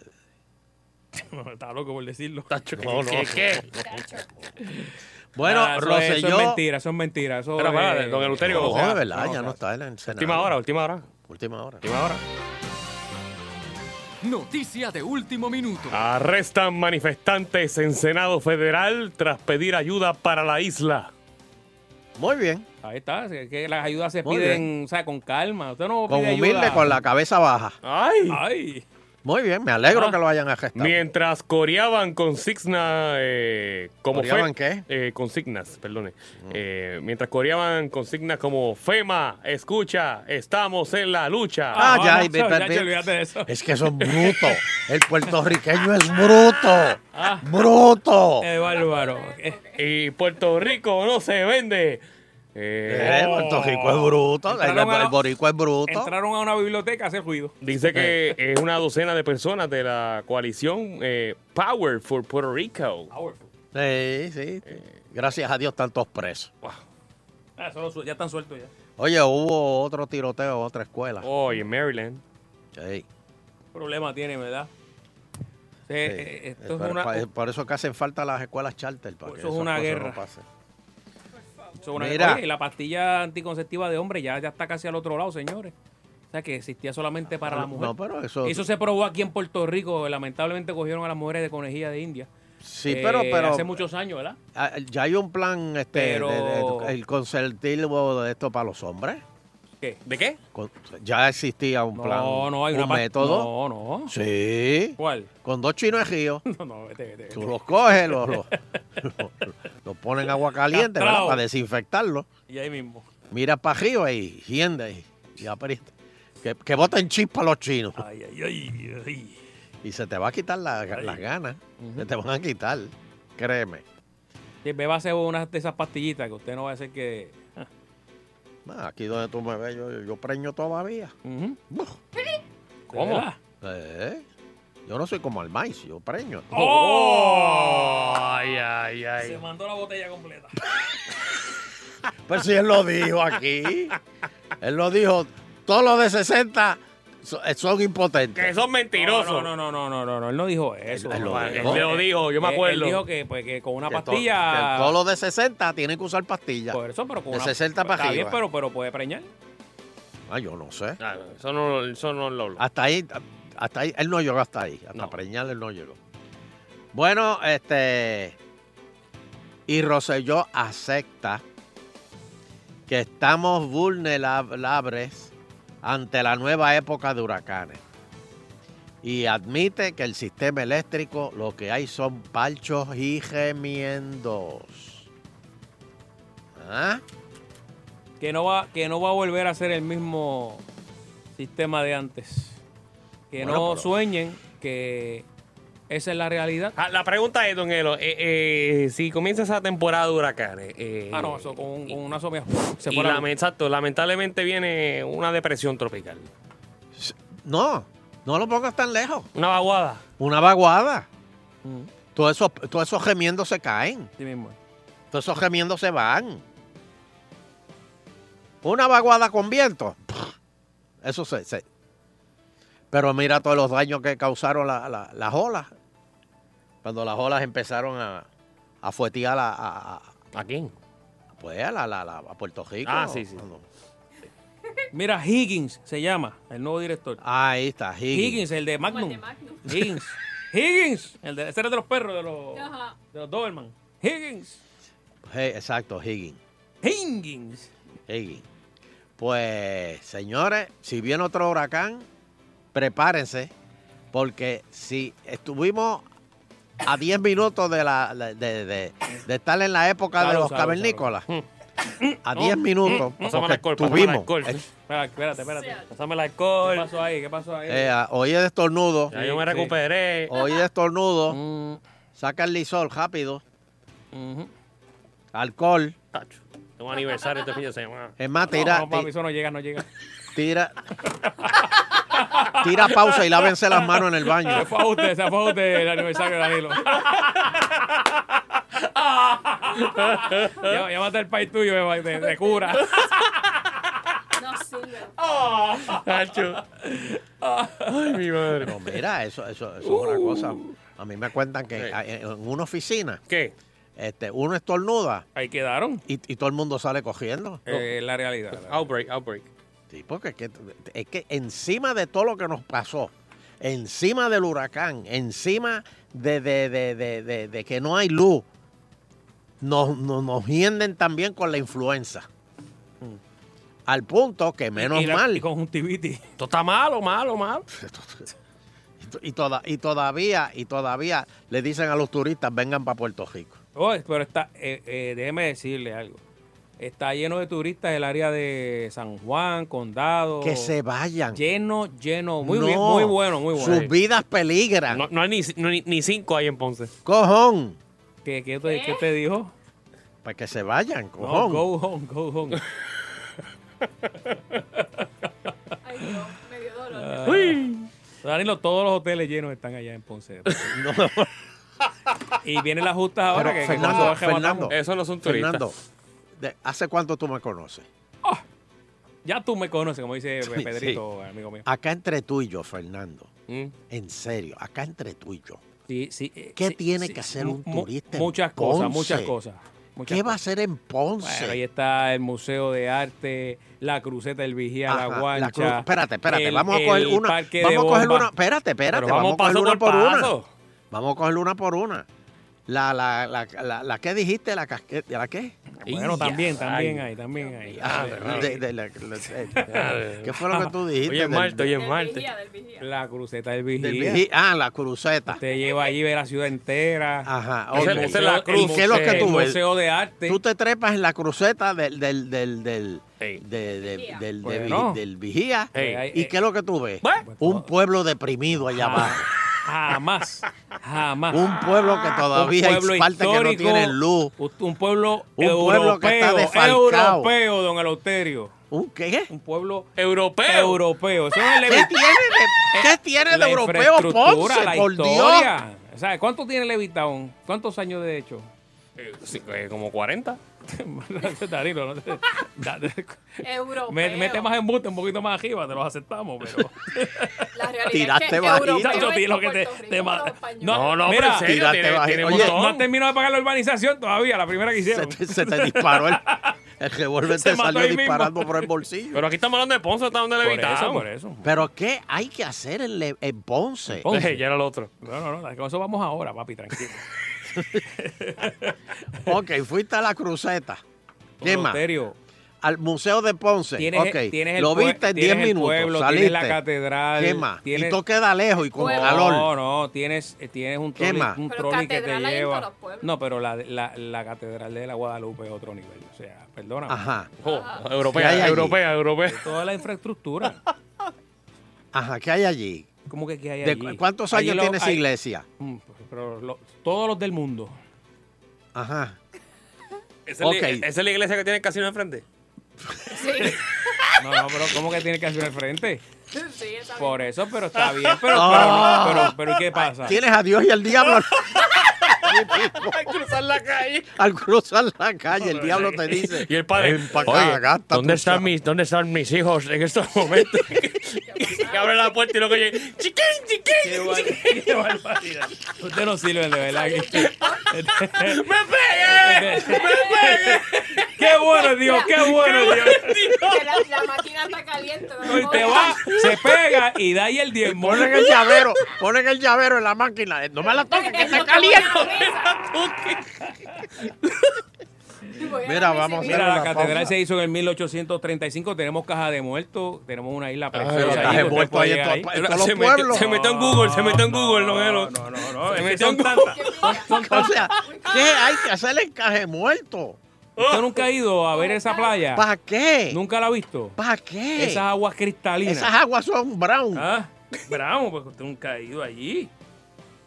[SPEAKER 4] No, estaba loco por decirlo.
[SPEAKER 6] No, no. ¿Qué, qué?
[SPEAKER 5] Bueno,
[SPEAKER 4] Nada, Ah, eso, es- eso
[SPEAKER 5] Rosselló-
[SPEAKER 4] es mentira, eso es mentira. Eso
[SPEAKER 6] Espera, espera,
[SPEAKER 4] es-
[SPEAKER 6] don Eleuterio,
[SPEAKER 5] No,
[SPEAKER 6] o sea,
[SPEAKER 5] de verdad, ya no está en el Senado.
[SPEAKER 6] Última hora, última hora.
[SPEAKER 5] Última hora.
[SPEAKER 6] Última hora.
[SPEAKER 3] Noticia de último minuto.
[SPEAKER 4] Ah.
[SPEAKER 6] Arrestan manifestantes en Senado Federal tras pedir ayuda para la isla.
[SPEAKER 5] Muy bien.
[SPEAKER 4] Ahí está, es que las ayudas se
[SPEAKER 5] Muy
[SPEAKER 4] piden, o sea, con calma. Usted no
[SPEAKER 5] Con
[SPEAKER 4] pide
[SPEAKER 5] humilde,
[SPEAKER 4] ayuda.
[SPEAKER 5] con la cabeza baja.
[SPEAKER 6] ¡Ay!
[SPEAKER 4] Ay,
[SPEAKER 5] Muy bien, me alegro
[SPEAKER 6] Ah.
[SPEAKER 5] que lo hayan arrestado.
[SPEAKER 6] Mientras coreaban consigna eh, como
[SPEAKER 5] ¿Coreaban qué?
[SPEAKER 6] eh, consignas, perdone. Eh, mientras coreaban consignas como FEMA, escucha, estamos en la lucha.
[SPEAKER 5] Ah, ya,
[SPEAKER 4] vamos,
[SPEAKER 5] y-
[SPEAKER 4] ya,
[SPEAKER 5] per-
[SPEAKER 4] ya, olvídate de eso.
[SPEAKER 5] Es que son brutos. El puertorriqueño es bruto.
[SPEAKER 4] Ah.
[SPEAKER 5] Bruto.
[SPEAKER 4] qué bárbaro. Eh,
[SPEAKER 6] Y Puerto Rico no se vende. Eh,
[SPEAKER 5] Eh, Puerto Rico es bruto. El,
[SPEAKER 4] Entraron a-
[SPEAKER 5] el boricua es bruto.
[SPEAKER 4] Entraron a una biblioteca a hacer ruido.
[SPEAKER 6] Dice que
[SPEAKER 5] Eh.
[SPEAKER 6] es una docena de personas de la coalición eh, Power for Puerto Rico. Eh.
[SPEAKER 5] Sí, sí. Gracias a Dios tantos presos.
[SPEAKER 4] Ah, eso lo su- ya están sueltos ya.
[SPEAKER 5] Oye, hubo otro tiroteo en otra escuela.
[SPEAKER 6] Oh, y en Maryland.
[SPEAKER 4] Eh,
[SPEAKER 5] Sí.
[SPEAKER 4] Problema tiene, ¿verdad? Eh,
[SPEAKER 5] Sí.
[SPEAKER 4] eh, esto es
[SPEAKER 5] Pero
[SPEAKER 4] una,
[SPEAKER 5] pa-
[SPEAKER 4] esto
[SPEAKER 5] por eso es que hacen falta las escuelas charter. Para
[SPEAKER 4] Eso
[SPEAKER 5] que
[SPEAKER 4] es
[SPEAKER 5] esas
[SPEAKER 4] una
[SPEAKER 5] cosas
[SPEAKER 4] guerra.
[SPEAKER 5] no pasen.
[SPEAKER 4] es una-
[SPEAKER 5] Mira.
[SPEAKER 4] oye, la pastilla anticonceptiva de hombre ya, ya está casi al otro lado, señores. O sea, que existía solamente para la mujer.
[SPEAKER 5] No, pero eso.
[SPEAKER 4] Eso se probó aquí en Puerto Rico. Lamentablemente cogieron a las mujeres de conejilla de India.
[SPEAKER 5] sí,
[SPEAKER 4] Eh,
[SPEAKER 5] pero. pero
[SPEAKER 4] Hace muchos años, ¿verdad?
[SPEAKER 5] ah, Ya hay un plan, este,
[SPEAKER 4] Pero-
[SPEAKER 5] de- de- el concertivo de esto para los hombres.
[SPEAKER 4] ¿Qué?
[SPEAKER 6] ¿De qué?
[SPEAKER 5] Con- Ya existía un plan.
[SPEAKER 4] No, no, hay
[SPEAKER 5] un
[SPEAKER 4] una pa-
[SPEAKER 5] método.
[SPEAKER 4] No, no.
[SPEAKER 5] Sí.
[SPEAKER 4] ¿Cuál?
[SPEAKER 5] Con dos chinos ejíos.
[SPEAKER 4] No, no, vete, vete. vete.
[SPEAKER 5] Tú los coges, los, los, los- los ponen en agua caliente ¿verdad?
[SPEAKER 4] Castrao.
[SPEAKER 5] para desinfectarlo.
[SPEAKER 4] Y ahí mismo.
[SPEAKER 5] Mira para arriba y hiende y, y aprieta. Que, que boten chispa los chinos.
[SPEAKER 4] Ay, ay, ay, ay.
[SPEAKER 5] Y se te va a quitar la- las ganas. Se te van a quitar. Créeme.
[SPEAKER 4] Sí, Beba hace unas de esas pastillitas que usted no va a decir que.
[SPEAKER 5] No, aquí donde tú me ves, yo, yo- yo preño todavía.
[SPEAKER 4] Ujú.
[SPEAKER 5] Buf.
[SPEAKER 4] ¿Cómo?
[SPEAKER 6] ¿Verdad?
[SPEAKER 5] Eh, yo no soy como el maíz, yo preño.
[SPEAKER 6] ¡Oh! Ay, ay,
[SPEAKER 4] Se
[SPEAKER 6] ay.
[SPEAKER 4] mandó la botella completa.
[SPEAKER 5] Pues si él lo dijo aquí. él lo dijo. Todos los de 60 so- eh, son impotentes.
[SPEAKER 6] Que son mentirosos.
[SPEAKER 4] No, no, no, no, no, no, no, él no dijo eso.
[SPEAKER 5] Él- él lo
[SPEAKER 4] mamá.
[SPEAKER 5] dijo.
[SPEAKER 6] Él lo dijo, yo me
[SPEAKER 4] Él-
[SPEAKER 6] acuerdo.
[SPEAKER 4] Él dijo que, pues, que con una
[SPEAKER 5] Que to-
[SPEAKER 4] pastilla.
[SPEAKER 5] que todos los de 60 tienen que usar pastillas.
[SPEAKER 4] Por eso, pero con
[SPEAKER 5] de
[SPEAKER 4] una.
[SPEAKER 5] 60 para
[SPEAKER 4] Está bien,
[SPEAKER 5] arriba.
[SPEAKER 4] pero, pero puede preñar.
[SPEAKER 5] Ah, yo no sé.
[SPEAKER 6] Ah, no, Eso no, eso no lo hablo.
[SPEAKER 5] Hasta ahí, hasta ahí, él no llegó hasta ahí. Hasta
[SPEAKER 6] No.
[SPEAKER 5] preñar él no llegó. Bueno, este. Y Rosselló acepta que estamos vulnerables ante la nueva época de huracanes. Y admite que el sistema eléctrico lo que hay son palchos y gemiendos. ¿Ah?
[SPEAKER 4] Que no va, que no va a volver a ser el mismo sistema de antes. Que
[SPEAKER 5] Bueno,
[SPEAKER 4] no
[SPEAKER 5] pero-
[SPEAKER 4] sueñen que esa es la realidad.
[SPEAKER 6] Ah, La pregunta es, don Elo, eh, eh, si comienza esa temporada de huracanes. eh,
[SPEAKER 4] Ah, no, eso con, un-
[SPEAKER 6] y-
[SPEAKER 4] con una somia. Se
[SPEAKER 6] y
[SPEAKER 4] fue la
[SPEAKER 6] lame-
[SPEAKER 4] luz.
[SPEAKER 6] exacto, lamentablemente viene una depresión tropical.
[SPEAKER 5] No, no lo pongas tan lejos.
[SPEAKER 6] Una vaguada.
[SPEAKER 5] Una vaguada.
[SPEAKER 4] Mm,
[SPEAKER 5] Todos esos, todos esos gemiendos se caen.
[SPEAKER 4] sí mismo.
[SPEAKER 5] Todos esos gemiendos se van. Una vaguada con viento. pff, Eso se, se- Pero mira todos los daños que causaron la- la- las olas. Cuando las olas empezaron a, a fuetear a, a- a-
[SPEAKER 6] ¿A quién?
[SPEAKER 5] pues, a la- la- la- a Puerto Rico.
[SPEAKER 6] Ah, sí, sí.
[SPEAKER 5] Cuando-
[SPEAKER 4] Mira, Higgins se llama, el nuevo director.
[SPEAKER 5] Ah, Ahí está, Higgins.
[SPEAKER 4] Higgins, el de
[SPEAKER 8] Como el
[SPEAKER 4] Magnum.
[SPEAKER 8] de Magnum.
[SPEAKER 4] Higgins. Higgins. El de, ese era de los perros, de los,
[SPEAKER 8] Ajá.
[SPEAKER 4] de los Doberman. Higgins.
[SPEAKER 5] Hey, exacto, Higgins.
[SPEAKER 4] Higgins.
[SPEAKER 5] Higgins. Pues, señores, si viene otro huracán, prepárense, porque si estuvimos a 10 minutos de, la, de, de- de- de estar en la época de
[SPEAKER 4] Salud,
[SPEAKER 5] los
[SPEAKER 4] salud,
[SPEAKER 5] cavernícolas,
[SPEAKER 6] Mm.
[SPEAKER 5] a 10
[SPEAKER 4] Mm,
[SPEAKER 5] minutos,
[SPEAKER 6] Pásame el
[SPEAKER 5] porque
[SPEAKER 6] alcohol, pásame el
[SPEAKER 5] estuvimos.
[SPEAKER 6] alcohol.
[SPEAKER 4] Espérate, espérate, espérate.
[SPEAKER 8] Sí.
[SPEAKER 6] Pásame el
[SPEAKER 4] ¿Qué
[SPEAKER 6] alcohol.
[SPEAKER 4] pasó ahí? ¿Qué pasó ahí?
[SPEAKER 5] Eh, ah, oí de estornudo,
[SPEAKER 6] Ya yo me
[SPEAKER 4] Sí, sí.
[SPEAKER 6] recuperé.
[SPEAKER 5] oí de estornudo,
[SPEAKER 4] Mm,
[SPEAKER 5] saca el lisol rápido,
[SPEAKER 4] ujú.
[SPEAKER 5] alcohol,
[SPEAKER 6] Tacho, Tengo aniversario este fin de semana.
[SPEAKER 5] es más,
[SPEAKER 4] No,
[SPEAKER 5] tira,
[SPEAKER 4] no, papi, eso no llega, no llega.
[SPEAKER 5] tira, tira pausa y lávense las manos en el
[SPEAKER 4] Se
[SPEAKER 5] baño.
[SPEAKER 4] fue a usted, se fue a usted el aniversario de Danilo. Ya- Llámate al país tuyo de, de- de cura.
[SPEAKER 8] No sirve.
[SPEAKER 4] Ah.
[SPEAKER 6] Tacho. Ay, mi madre.
[SPEAKER 4] Uh.
[SPEAKER 5] Pero mira, eso, eso, eso es una cosa. A mí me cuentan que
[SPEAKER 6] Sí.
[SPEAKER 5] a- en una oficina.
[SPEAKER 6] ¿Qué?
[SPEAKER 5] Este, uno estornuda.
[SPEAKER 4] Ahí quedaron.
[SPEAKER 5] Y, y todo el mundo sale cogiendo.
[SPEAKER 4] Eh, la realidad. la realidad.
[SPEAKER 6] Outbreak, outbreak.
[SPEAKER 5] Sí, porque es que, es que encima de todo lo que nos pasó, encima del huracán, encima de, de- de- de- de- de que no hay luz, nos, nos, nos hienden también con la influenza. Al punto que menos
[SPEAKER 4] Y la-
[SPEAKER 5] mal.
[SPEAKER 4] Y conjuntivitis.
[SPEAKER 6] Esto está malo, malo, malo.
[SPEAKER 5] Y, toda, y todavía, y todavía le dicen a los turistas, vengan para Puerto Rico.
[SPEAKER 4] Oh, pero está, eh, eh, déjeme decirle algo. Está lleno de turistas el área de San Juan, Condado.
[SPEAKER 5] Que se vayan.
[SPEAKER 4] Lleno, lleno. Oh. Muy,
[SPEAKER 5] No.
[SPEAKER 4] bien, muy bueno, muy bueno.
[SPEAKER 5] Sus vidas peligran.
[SPEAKER 6] No, no hay ni, no hay ni cinco ahí en Ponce.
[SPEAKER 5] Cojón.
[SPEAKER 4] ¿Qué, qué te, qué te dijo?
[SPEAKER 5] Para que se vayan,
[SPEAKER 4] No,
[SPEAKER 5] cojón.
[SPEAKER 4] go home, go home.
[SPEAKER 8] Ay, Dios, me dio dolor.
[SPEAKER 4] Ah. Danilo, todos los hoteles llenos están allá en Ponce. y vienen las justas ahora
[SPEAKER 5] Pero,
[SPEAKER 4] que, que
[SPEAKER 5] Fernando,
[SPEAKER 4] cuando baje
[SPEAKER 5] Fernando.
[SPEAKER 4] matamos.
[SPEAKER 6] Eso no son turistas.
[SPEAKER 5] Fernando, ¿de- ¿hace cuánto tú me conoces?
[SPEAKER 4] Ya tú me conoces, como dice
[SPEAKER 5] Sí,
[SPEAKER 4] Pedrito, amigo mío.
[SPEAKER 5] Acá entre tú y yo, Fernando.
[SPEAKER 6] Mm.
[SPEAKER 5] En serio, acá entre tú y yo.
[SPEAKER 4] Sí, sí, eh,
[SPEAKER 5] ¿Qué
[SPEAKER 4] sí,
[SPEAKER 5] tiene
[SPEAKER 4] sí,
[SPEAKER 5] que hacer
[SPEAKER 4] mu-
[SPEAKER 5] un
[SPEAKER 4] mu-
[SPEAKER 5] turista en
[SPEAKER 4] Muchas cosas, muchas
[SPEAKER 5] Ponce?
[SPEAKER 4] cosas. muchas
[SPEAKER 5] ¿Qué va a
[SPEAKER 4] cosas.
[SPEAKER 5] hacer en Ponce?
[SPEAKER 4] Bueno, ahí está el Museo de Arte, la cruceta del Vigía,
[SPEAKER 5] Ajá,
[SPEAKER 4] la
[SPEAKER 5] la
[SPEAKER 4] guancha.
[SPEAKER 5] cruz- espérate, espérate,
[SPEAKER 4] el-
[SPEAKER 5] vamos a coger
[SPEAKER 4] el
[SPEAKER 5] una.
[SPEAKER 4] parque de
[SPEAKER 5] Vamos a coger
[SPEAKER 4] bomba.
[SPEAKER 5] una. Espérate, espérate,
[SPEAKER 6] Pero
[SPEAKER 5] vamos,
[SPEAKER 6] vamos
[SPEAKER 5] a coger
[SPEAKER 6] paso
[SPEAKER 5] una
[SPEAKER 6] por
[SPEAKER 5] por, una.
[SPEAKER 6] paso.
[SPEAKER 5] Vamos a coger una por una. La, la, la, la, la que dijiste, la casque- ¿la qué?
[SPEAKER 4] Bueno, también, también
[SPEAKER 6] Ay,
[SPEAKER 4] hay, también hay.
[SPEAKER 5] Ah, De- de- la- la- eh, ¿Qué fue lo que tú dijiste?
[SPEAKER 6] Oye,
[SPEAKER 5] del-
[SPEAKER 6] Marte, oye,
[SPEAKER 8] Del vigía,
[SPEAKER 6] Marte.
[SPEAKER 8] del vigía.
[SPEAKER 4] La cruceta del
[SPEAKER 5] del
[SPEAKER 4] Vigía.
[SPEAKER 5] Vigí- ah, la cruceta.
[SPEAKER 4] Te lleva allí, ve la ciudad entera.
[SPEAKER 5] Ajá,
[SPEAKER 6] Esa-
[SPEAKER 5] ok.
[SPEAKER 6] esa es la cruz.
[SPEAKER 5] ¿Y qué es lo que
[SPEAKER 4] El
[SPEAKER 5] tú ves?
[SPEAKER 4] Museo de Arte.
[SPEAKER 5] Tú te trepas en la cruceta del, del, del, del,
[SPEAKER 6] Ey.
[SPEAKER 5] de- de-
[SPEAKER 8] Vigía.
[SPEAKER 5] del- de-
[SPEAKER 4] Bueno.
[SPEAKER 5] del vigía.
[SPEAKER 6] Ey.
[SPEAKER 4] Ay,
[SPEAKER 5] ¿Y
[SPEAKER 4] eh, Ah.
[SPEAKER 5] qué es lo que tú ves?
[SPEAKER 6] Bueno.
[SPEAKER 5] Un pueblo deprimido allá abajo.
[SPEAKER 4] Jamás, jamás.
[SPEAKER 5] Un pueblo que todavía
[SPEAKER 4] Un
[SPEAKER 5] hay partes que no tienen luz.
[SPEAKER 4] un- Un pueblo
[SPEAKER 5] Un
[SPEAKER 4] europeo,
[SPEAKER 5] pueblo que está desfalcado.
[SPEAKER 4] europeo, don Eleuterio.
[SPEAKER 5] ¿Un qué?
[SPEAKER 4] Un pueblo
[SPEAKER 6] Europeo.
[SPEAKER 4] europeo. Eso es Eh,
[SPEAKER 5] ¿Qué tiene de, qué tiene de europeo Ponce? Por Dios.
[SPEAKER 4] Dios. ¿Sabes cuánto tiene Levitown? ¿Cuántos años de hecho?
[SPEAKER 6] Eh, sí, eh, como 40.
[SPEAKER 4] Danilo, no te- da-
[SPEAKER 8] Europeo.
[SPEAKER 4] me- Mete más embuste un poquito más arriba, te los aceptamos, pero.
[SPEAKER 8] La realidad
[SPEAKER 5] Tiraste
[SPEAKER 8] es que
[SPEAKER 5] bajito.
[SPEAKER 8] europeo
[SPEAKER 4] Chacho,
[SPEAKER 8] es
[SPEAKER 4] di
[SPEAKER 8] como
[SPEAKER 4] lo que te-
[SPEAKER 8] Puerto
[SPEAKER 4] te
[SPEAKER 8] Rico,
[SPEAKER 4] ma-
[SPEAKER 8] los españoles.
[SPEAKER 4] No, no,
[SPEAKER 6] pero en
[SPEAKER 4] pero
[SPEAKER 6] serio,
[SPEAKER 5] tírate
[SPEAKER 6] tiene,
[SPEAKER 5] bajo.
[SPEAKER 6] tiene
[SPEAKER 5] Oye,
[SPEAKER 4] no
[SPEAKER 6] montón.
[SPEAKER 4] han terminado de pagar la urbanización todavía, la primera que
[SPEAKER 5] Se
[SPEAKER 4] hicieron.
[SPEAKER 5] te, se te disparó el, el revólver,
[SPEAKER 4] Se
[SPEAKER 5] te
[SPEAKER 4] mató
[SPEAKER 5] salió
[SPEAKER 4] ahí mismo.
[SPEAKER 5] disparando por el bolsillo.
[SPEAKER 6] Pero aquí estamos hablando de Ponce, estamos hablando de
[SPEAKER 4] Por eso,
[SPEAKER 6] Levittown.
[SPEAKER 4] por eso.
[SPEAKER 5] Pero ¿qué hay que hacer en, Le- en Ponce?
[SPEAKER 4] Ponce.
[SPEAKER 6] Eh, ya era el otro.
[SPEAKER 4] No, no, no, con eso vamos ahora, papi, tranquilo.
[SPEAKER 5] Ok, fuiste a la cruceta. ¿Qué
[SPEAKER 4] Don
[SPEAKER 5] más?
[SPEAKER 4] Eleuterio,
[SPEAKER 5] Al Museo de Ponce.
[SPEAKER 4] Tienes,
[SPEAKER 5] ok,
[SPEAKER 4] tienes el
[SPEAKER 5] lo
[SPEAKER 4] pue-
[SPEAKER 5] viste en
[SPEAKER 4] tienes
[SPEAKER 5] 10
[SPEAKER 4] el
[SPEAKER 5] minutos.
[SPEAKER 4] pueblo,
[SPEAKER 5] saliste.
[SPEAKER 4] tienes la catedral,
[SPEAKER 5] ¿Qué más?
[SPEAKER 4] tienes-
[SPEAKER 5] Y tú queda lejos y con
[SPEAKER 8] Pueblo.
[SPEAKER 5] calor.
[SPEAKER 4] No, no, tienes, eh, tienes un
[SPEAKER 5] ¿Qué
[SPEAKER 4] trolley,
[SPEAKER 5] más?
[SPEAKER 4] un
[SPEAKER 8] Pero
[SPEAKER 4] trolley que te
[SPEAKER 8] catedral hay en
[SPEAKER 4] lleva.
[SPEAKER 8] todos los pueblos.
[SPEAKER 4] No, pero la, la, la catedral de la Guadalupe es otro nivel. O sea, perdóname.
[SPEAKER 5] Ajá,
[SPEAKER 6] Oh,
[SPEAKER 8] Ah.
[SPEAKER 5] Sí, hay
[SPEAKER 6] europea,
[SPEAKER 5] allí.
[SPEAKER 6] europea, europea.
[SPEAKER 4] Ah. Toda la infraestructura.
[SPEAKER 5] ajá, ¿qué hay allí?
[SPEAKER 4] ¿Cómo que qué hay
[SPEAKER 5] ¿De
[SPEAKER 4] allí?
[SPEAKER 5] cu- ¿Cuántos
[SPEAKER 4] Allí
[SPEAKER 5] años
[SPEAKER 4] lo-
[SPEAKER 5] tiene esa
[SPEAKER 4] hay-
[SPEAKER 5] iglesia?
[SPEAKER 4] Mm, pero lo- todos los del mundo.
[SPEAKER 5] Ajá.
[SPEAKER 6] Esa es, la-
[SPEAKER 5] Ok.
[SPEAKER 6] esa es la iglesia que tiene el casino enfrente.
[SPEAKER 8] Sí,
[SPEAKER 4] No, no, pero ¿cómo que tiene que hacer al frente?
[SPEAKER 8] sí, esa
[SPEAKER 4] Por eso, pero está bien, pero,
[SPEAKER 5] Ah.
[SPEAKER 4] pero, pero, pero, ¿qué pasa?
[SPEAKER 5] Tienes a Dios y al diablo
[SPEAKER 6] Hay que cruzar la calle.
[SPEAKER 5] al cruzar la calle. El diablo te dice.
[SPEAKER 6] Y el padre.
[SPEAKER 5] "Ven pa' acá,
[SPEAKER 6] "Oye,
[SPEAKER 5] gasta
[SPEAKER 6] ¿dónde,
[SPEAKER 5] tu
[SPEAKER 6] están
[SPEAKER 5] chavo".
[SPEAKER 6] mis, ¿Dónde están mis hijos en estos momentos? que abre la puerta y luego llega. ¡Chiquín,
[SPEAKER 4] Qué
[SPEAKER 6] chiquín!
[SPEAKER 4] bar- qué barbaridad. Ustedes no sirven de verdad.
[SPEAKER 6] ¡Me pegué!
[SPEAKER 4] Qué bueno, Dios, qué bueno, Dios.
[SPEAKER 8] Que la, la máquina está caliente. no
[SPEAKER 4] Y te
[SPEAKER 8] jodas.
[SPEAKER 4] va, se pega y da ahí el diezmo.
[SPEAKER 5] Ponen el llavero, ponen el llavero en la máquina. Eh, No me la toques, que está caliente.
[SPEAKER 8] Voy a
[SPEAKER 5] Mira,
[SPEAKER 8] la
[SPEAKER 5] vamos a
[SPEAKER 8] piscina.
[SPEAKER 4] Mira, la
[SPEAKER 5] Una
[SPEAKER 4] catedral
[SPEAKER 5] pausa.
[SPEAKER 4] se hizo en el 1835. Tenemos caja de muertos, tenemos una isla
[SPEAKER 5] Ah, pero
[SPEAKER 4] preciosa.
[SPEAKER 5] caja
[SPEAKER 4] allí
[SPEAKER 5] de
[SPEAKER 4] que usted
[SPEAKER 5] muertos
[SPEAKER 4] puede
[SPEAKER 5] ahí en
[SPEAKER 4] llegar
[SPEAKER 5] todas
[SPEAKER 4] ahí.
[SPEAKER 5] partes. todos
[SPEAKER 6] se,
[SPEAKER 5] los
[SPEAKER 6] metió,
[SPEAKER 5] pueblos.
[SPEAKER 6] se metió en Google, se metió en Google, no,
[SPEAKER 4] No,
[SPEAKER 6] no,
[SPEAKER 4] no, no, no,
[SPEAKER 6] Se
[SPEAKER 4] es que
[SPEAKER 6] metió
[SPEAKER 4] son
[SPEAKER 6] en Google.
[SPEAKER 4] tantas. son- son
[SPEAKER 5] O
[SPEAKER 4] tantas.
[SPEAKER 5] sea, ¿qué hay que hacer en caje muerto?
[SPEAKER 4] ¿Usted nunca ha ido a ver esa playa?
[SPEAKER 5] ¿Para qué?
[SPEAKER 4] ¿Nunca la ha visto?
[SPEAKER 5] ¿Para qué?
[SPEAKER 4] Esas aguas cristalinas.
[SPEAKER 5] Esas aguas son brown.
[SPEAKER 4] Ah, bravo, porque usted nunca ha ido allí.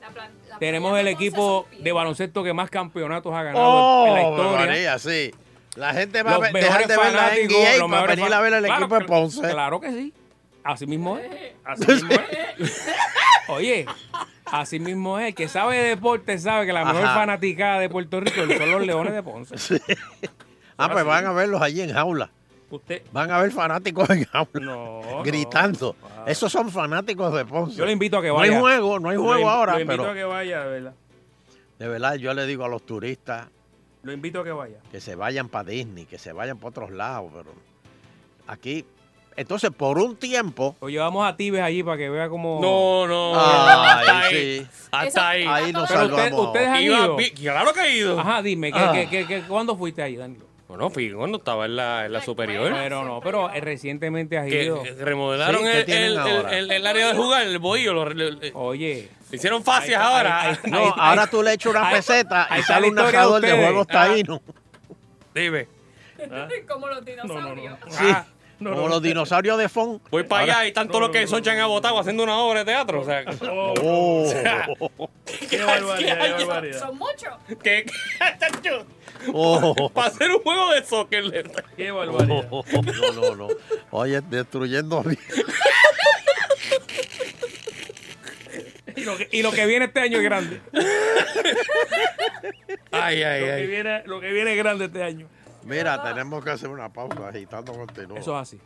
[SPEAKER 8] La plan- la
[SPEAKER 4] Tenemos
[SPEAKER 8] playa
[SPEAKER 4] el
[SPEAKER 8] de Ponce
[SPEAKER 4] equipo
[SPEAKER 8] son piedras.
[SPEAKER 4] de baloncesto que más campeonatos ha ganado
[SPEAKER 5] Oh,
[SPEAKER 4] en la historia.
[SPEAKER 5] María, sí. La gente va a
[SPEAKER 4] Los
[SPEAKER 5] ver-
[SPEAKER 4] mejores
[SPEAKER 5] dejar de ver la
[SPEAKER 4] fanáticos,
[SPEAKER 5] NBA
[SPEAKER 4] los
[SPEAKER 5] para
[SPEAKER 4] mejores
[SPEAKER 5] venir
[SPEAKER 4] fan-
[SPEAKER 5] a ver el
[SPEAKER 4] Claro,
[SPEAKER 5] equipo de
[SPEAKER 4] cl-
[SPEAKER 5] Ponce.
[SPEAKER 4] Claro que sí. Así mismo es. Así mismo es. Oye, así mismo es. El que sabe de deporte sabe que la mejor
[SPEAKER 5] Ajá.
[SPEAKER 4] Ah, fanaticada de Puerto Rico son los Leones de Ponce.
[SPEAKER 5] Ah, pues van a verlos allí en jaula.
[SPEAKER 4] Usted,
[SPEAKER 5] Van a haber fanáticos en aula
[SPEAKER 4] No,
[SPEAKER 5] gritando. Esos son fanáticos de Ponce.
[SPEAKER 4] yo le invito a que
[SPEAKER 5] No
[SPEAKER 4] vaya.
[SPEAKER 5] hay juego, no hay
[SPEAKER 4] Lo
[SPEAKER 5] juego
[SPEAKER 4] in-
[SPEAKER 5] ahora,
[SPEAKER 4] Lo invito
[SPEAKER 5] pero
[SPEAKER 4] a que vaya, de verdad.
[SPEAKER 5] de verdad yo le digo a los turistas
[SPEAKER 4] Lo invito a que vaya.
[SPEAKER 5] que se vayan para Disney, que se vayan para otros lados, pero aquí. Entonces, por un tiempo.
[SPEAKER 4] Lo llevamos a Tibes allí para que vea cómo.
[SPEAKER 6] No, no. hasta
[SPEAKER 5] Ay,
[SPEAKER 6] ahí.
[SPEAKER 5] sí.
[SPEAKER 6] Hasta ahí.
[SPEAKER 5] Ahí nos
[SPEAKER 4] Pero usted-
[SPEAKER 5] salvamos.
[SPEAKER 4] ustedes han
[SPEAKER 6] Iba
[SPEAKER 4] ido.
[SPEAKER 6] vi- claro que he ido.
[SPEAKER 4] Ajá, dime, ¿qué,
[SPEAKER 6] Ah.
[SPEAKER 4] qué- qué- qué- cuándo fuiste ahí, Danilo?
[SPEAKER 6] Bueno, fui cuando estaba en la, en la superior.
[SPEAKER 4] Pero no, pero eh, recientemente has
[SPEAKER 6] Que
[SPEAKER 4] ido.
[SPEAKER 6] remodelaron
[SPEAKER 5] Sí, ¿qué
[SPEAKER 6] el,
[SPEAKER 5] tienen
[SPEAKER 6] el-
[SPEAKER 5] ahora?
[SPEAKER 6] el- el área de jugar, el bohío. Lo, lo- eh, lo-
[SPEAKER 4] Oye.
[SPEAKER 6] hicieron fases ahora.
[SPEAKER 5] No, ahora tú le echas una
[SPEAKER 4] Ahí-
[SPEAKER 5] peseta
[SPEAKER 4] ahí
[SPEAKER 5] y
[SPEAKER 4] está
[SPEAKER 5] sale
[SPEAKER 4] la
[SPEAKER 5] un
[SPEAKER 4] historia de
[SPEAKER 5] narrador de
[SPEAKER 4] ustedes.
[SPEAKER 5] juegos
[SPEAKER 4] Ah.
[SPEAKER 5] taínos.
[SPEAKER 6] Ah, Dime. Ah,
[SPEAKER 8] Como los dinosaurios.
[SPEAKER 5] Sí. como los dinosaurios de Fon.
[SPEAKER 6] Voy para allá y están todos los que son chan abotados haciendo una obra de teatro. O sea,
[SPEAKER 5] Oh.
[SPEAKER 4] Qué barbaridad, qué barbaridad.
[SPEAKER 8] Son muchos.
[SPEAKER 6] que. Tacho,
[SPEAKER 5] Oh.
[SPEAKER 6] Para hacer un juego de soccer.
[SPEAKER 4] Qué barbaridad.
[SPEAKER 5] No, no, no. Oye, destruyendo a mí.
[SPEAKER 4] Y lo, que, y lo que viene este año es grande.
[SPEAKER 6] Ay, ay,
[SPEAKER 4] Lo que
[SPEAKER 6] ay.
[SPEAKER 4] viene, lo que viene es grande este año.
[SPEAKER 5] Mira, tenemos que hacer una pausa. Agitando continúa.
[SPEAKER 4] Eso es así.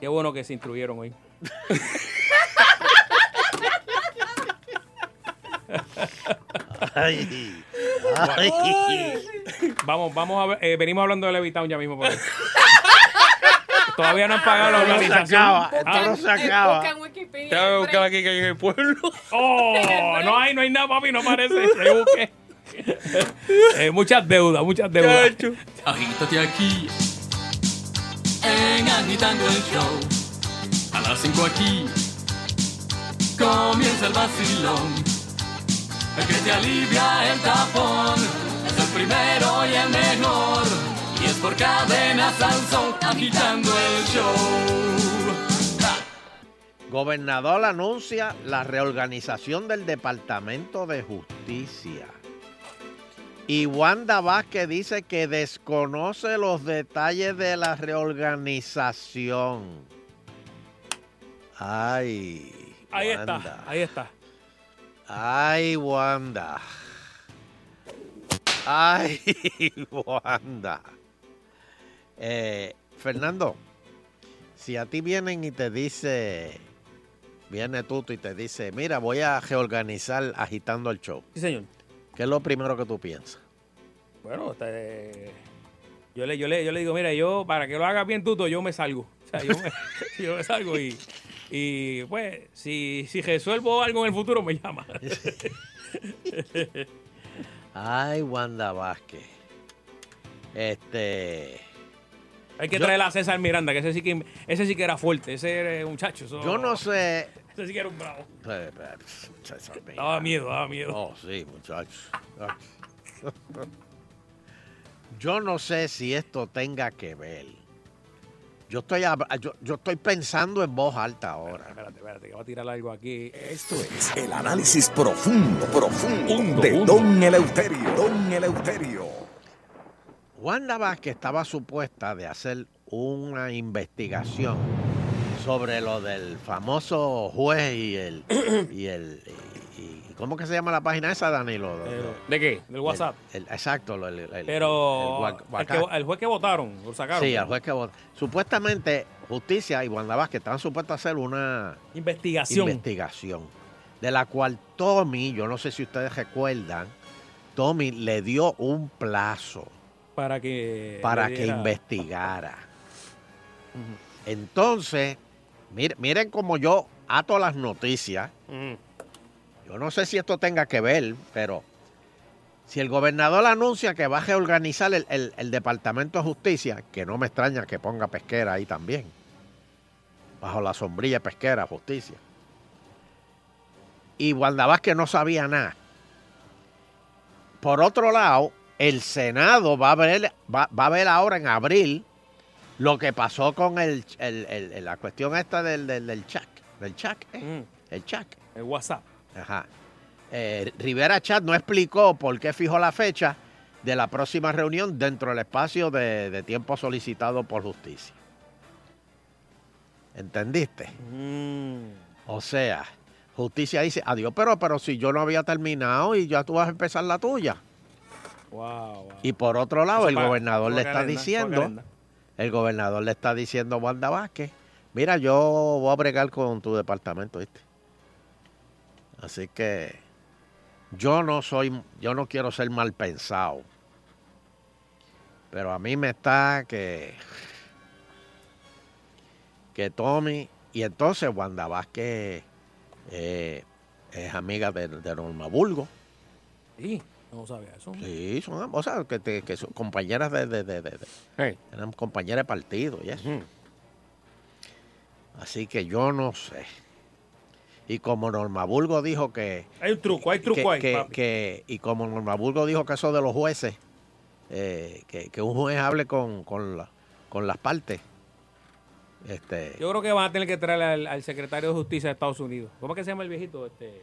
[SPEAKER 4] Qué bueno que se instruyeron hoy.
[SPEAKER 5] Ay. Ay.
[SPEAKER 4] Vamos, vamos a ver. eh, venimos hablando de Levitown ya mismo. por ahí. Todavía no han pagado la
[SPEAKER 5] Esto no se
[SPEAKER 4] organización.
[SPEAKER 5] acaba. Esto no se acaba.
[SPEAKER 8] Buscan Wikipedia.
[SPEAKER 6] Te voy a buscar
[SPEAKER 8] hombre.
[SPEAKER 6] aquí que hay en el pueblo.
[SPEAKER 4] Oh, no hay, no hay nada, papi, no parece. Se busque. Eh, muchas deudas, muchas deudas.
[SPEAKER 6] Tacho.
[SPEAKER 3] Agítate aquí. En Agitando el Show. A las 5 aquí. Comienza el vacilón. El que te alivia el tapón. Es el primero y el mejor. Y es por cadena Sansón. Agitando el show.
[SPEAKER 5] Gobernador anuncia la reorganización del Departamento de Justicia. Y Wanda Vázquez dice que desconoce los detalles de la reorganización. Ay.
[SPEAKER 4] Ahí
[SPEAKER 5] Wanda.
[SPEAKER 4] está, ahí está.
[SPEAKER 5] Ay, Wanda. Ay, Wanda. Eh, Fernando, si a ti vienen y te dice, viene Tuto y te dice, mira, voy a reorganizar agitando el show.
[SPEAKER 4] Sí, señor.
[SPEAKER 5] ¿Qué es lo primero que tú piensas?
[SPEAKER 4] Bueno, está, eh, yo, le, yo, le, yo le digo, mira, yo para que lo haga bien tuto, yo me salgo. O sea, yo me, yo me salgo y, y, pues si, si resuelvo algo en el futuro me llama.
[SPEAKER 5] Ay, Wanda Vázquez. Este,
[SPEAKER 4] Hay que
[SPEAKER 5] Yo-
[SPEAKER 4] traer a César Miranda, que ese sí que, ese sí que era fuerte, ese era un chacho. eso-
[SPEAKER 5] yo no sé.
[SPEAKER 4] Ese sí que era un bravo.
[SPEAKER 5] Pues,
[SPEAKER 4] Daba
[SPEAKER 5] Ah,
[SPEAKER 4] miedo, daba miedo.
[SPEAKER 5] Oh, sí, muchachos. Yo no sé si esto tenga que ver. Yo estoy, hab- yo, yo estoy pensando en voz alta ahora.
[SPEAKER 4] Espérate, espérate, que va a tirar algo aquí.
[SPEAKER 3] Esto es el análisis profundo, profundo
[SPEAKER 6] Hundo,
[SPEAKER 3] de
[SPEAKER 6] hundo.
[SPEAKER 3] Don Eleuterio. Don Eleuterio.
[SPEAKER 5] Wanda Vázquez estaba supuesta de hacer una investigación sobre lo del famoso juez y el... y el y- y- ¿Cómo que se llama la página esa, Danilo?
[SPEAKER 4] Eh,
[SPEAKER 6] ¿De qué?
[SPEAKER 4] Del WhatsApp.
[SPEAKER 5] El- el- exacto. lo- el- el- el
[SPEAKER 4] Pero el,
[SPEAKER 5] guac- guacá.
[SPEAKER 4] que- el juez que votaron, lo sacaron.
[SPEAKER 5] Sí, al juez que vota. Supuestamente, Justicia y Wanda Vázquez estaban supuestos a hacer una
[SPEAKER 4] Investigación.
[SPEAKER 5] investigación, de la cual Tommy, yo no sé si ustedes recuerdan, Tommy le dio un plazo
[SPEAKER 4] para que.
[SPEAKER 5] para
[SPEAKER 4] le
[SPEAKER 5] que
[SPEAKER 4] diera-
[SPEAKER 5] investigara. Entonces, mir- miren como yo ato las noticias. Yo no sé si esto tenga que ver, pero si el gobernador anuncia que va a reorganizar el, el- el Departamento de Justicia, que no me extraña que ponga pesquera ahí también, bajo la sombrilla pesquera, justicia. Y Wanda Vázquez no sabía nada. Por otro lado, el Senado va a ver, va, va a ver ahora en abril lo que pasó con el, el- el- la cuestión esta del, del, del chat. Del chat,
[SPEAKER 4] Mm,
[SPEAKER 5] El chat.
[SPEAKER 4] el WhatsApp.
[SPEAKER 5] Ajá. Eh, Rivera Chat no explicó por qué fijó la fecha de la próxima reunión dentro del espacio de, de tiempo solicitado por justicia. ¿Entendiste?
[SPEAKER 4] Mm.
[SPEAKER 5] O sea, justicia dice, adiós, pero, pero si yo no había terminado y ya tú vas a empezar la tuya.
[SPEAKER 4] Wow, wow.
[SPEAKER 5] Y por otro lado,
[SPEAKER 4] Eso
[SPEAKER 5] el
[SPEAKER 4] para-
[SPEAKER 5] gobernador
[SPEAKER 4] para
[SPEAKER 5] le
[SPEAKER 4] que
[SPEAKER 5] está
[SPEAKER 4] arenda, para que
[SPEAKER 5] diciendo,
[SPEAKER 4] arenda.
[SPEAKER 5] el gobernador le está diciendo a Wanda Vázquez, mira, yo voy a bregar con tu departamento, ¿viste? Así que yo no soy, yo no quiero ser mal pensado. Pero a mí me está que que Tommy y entonces Wanda Vázquez eh, es amiga de, de Norma Bulgo.
[SPEAKER 4] Sí, no sabía eso.
[SPEAKER 5] Sí, son, am- o sea, que, te- que son compañeras de, de- de- de- de- eran compañeras de partido y eso. Así que yo no sé. Y como Norma Bulgo dijo que
[SPEAKER 4] Hay un truco, hay truco
[SPEAKER 5] que-
[SPEAKER 4] ahí.
[SPEAKER 5] que-
[SPEAKER 4] papi.
[SPEAKER 5] que- y como Norma Burgo dijo que eso de los jueces, eh, que, que un juez hable con, con, la- con las partes. Este,
[SPEAKER 4] Yo creo que van a tener que traer al, al secretario de Justicia de Estados Unidos. ¿Cómo es que se llama el viejito? Este,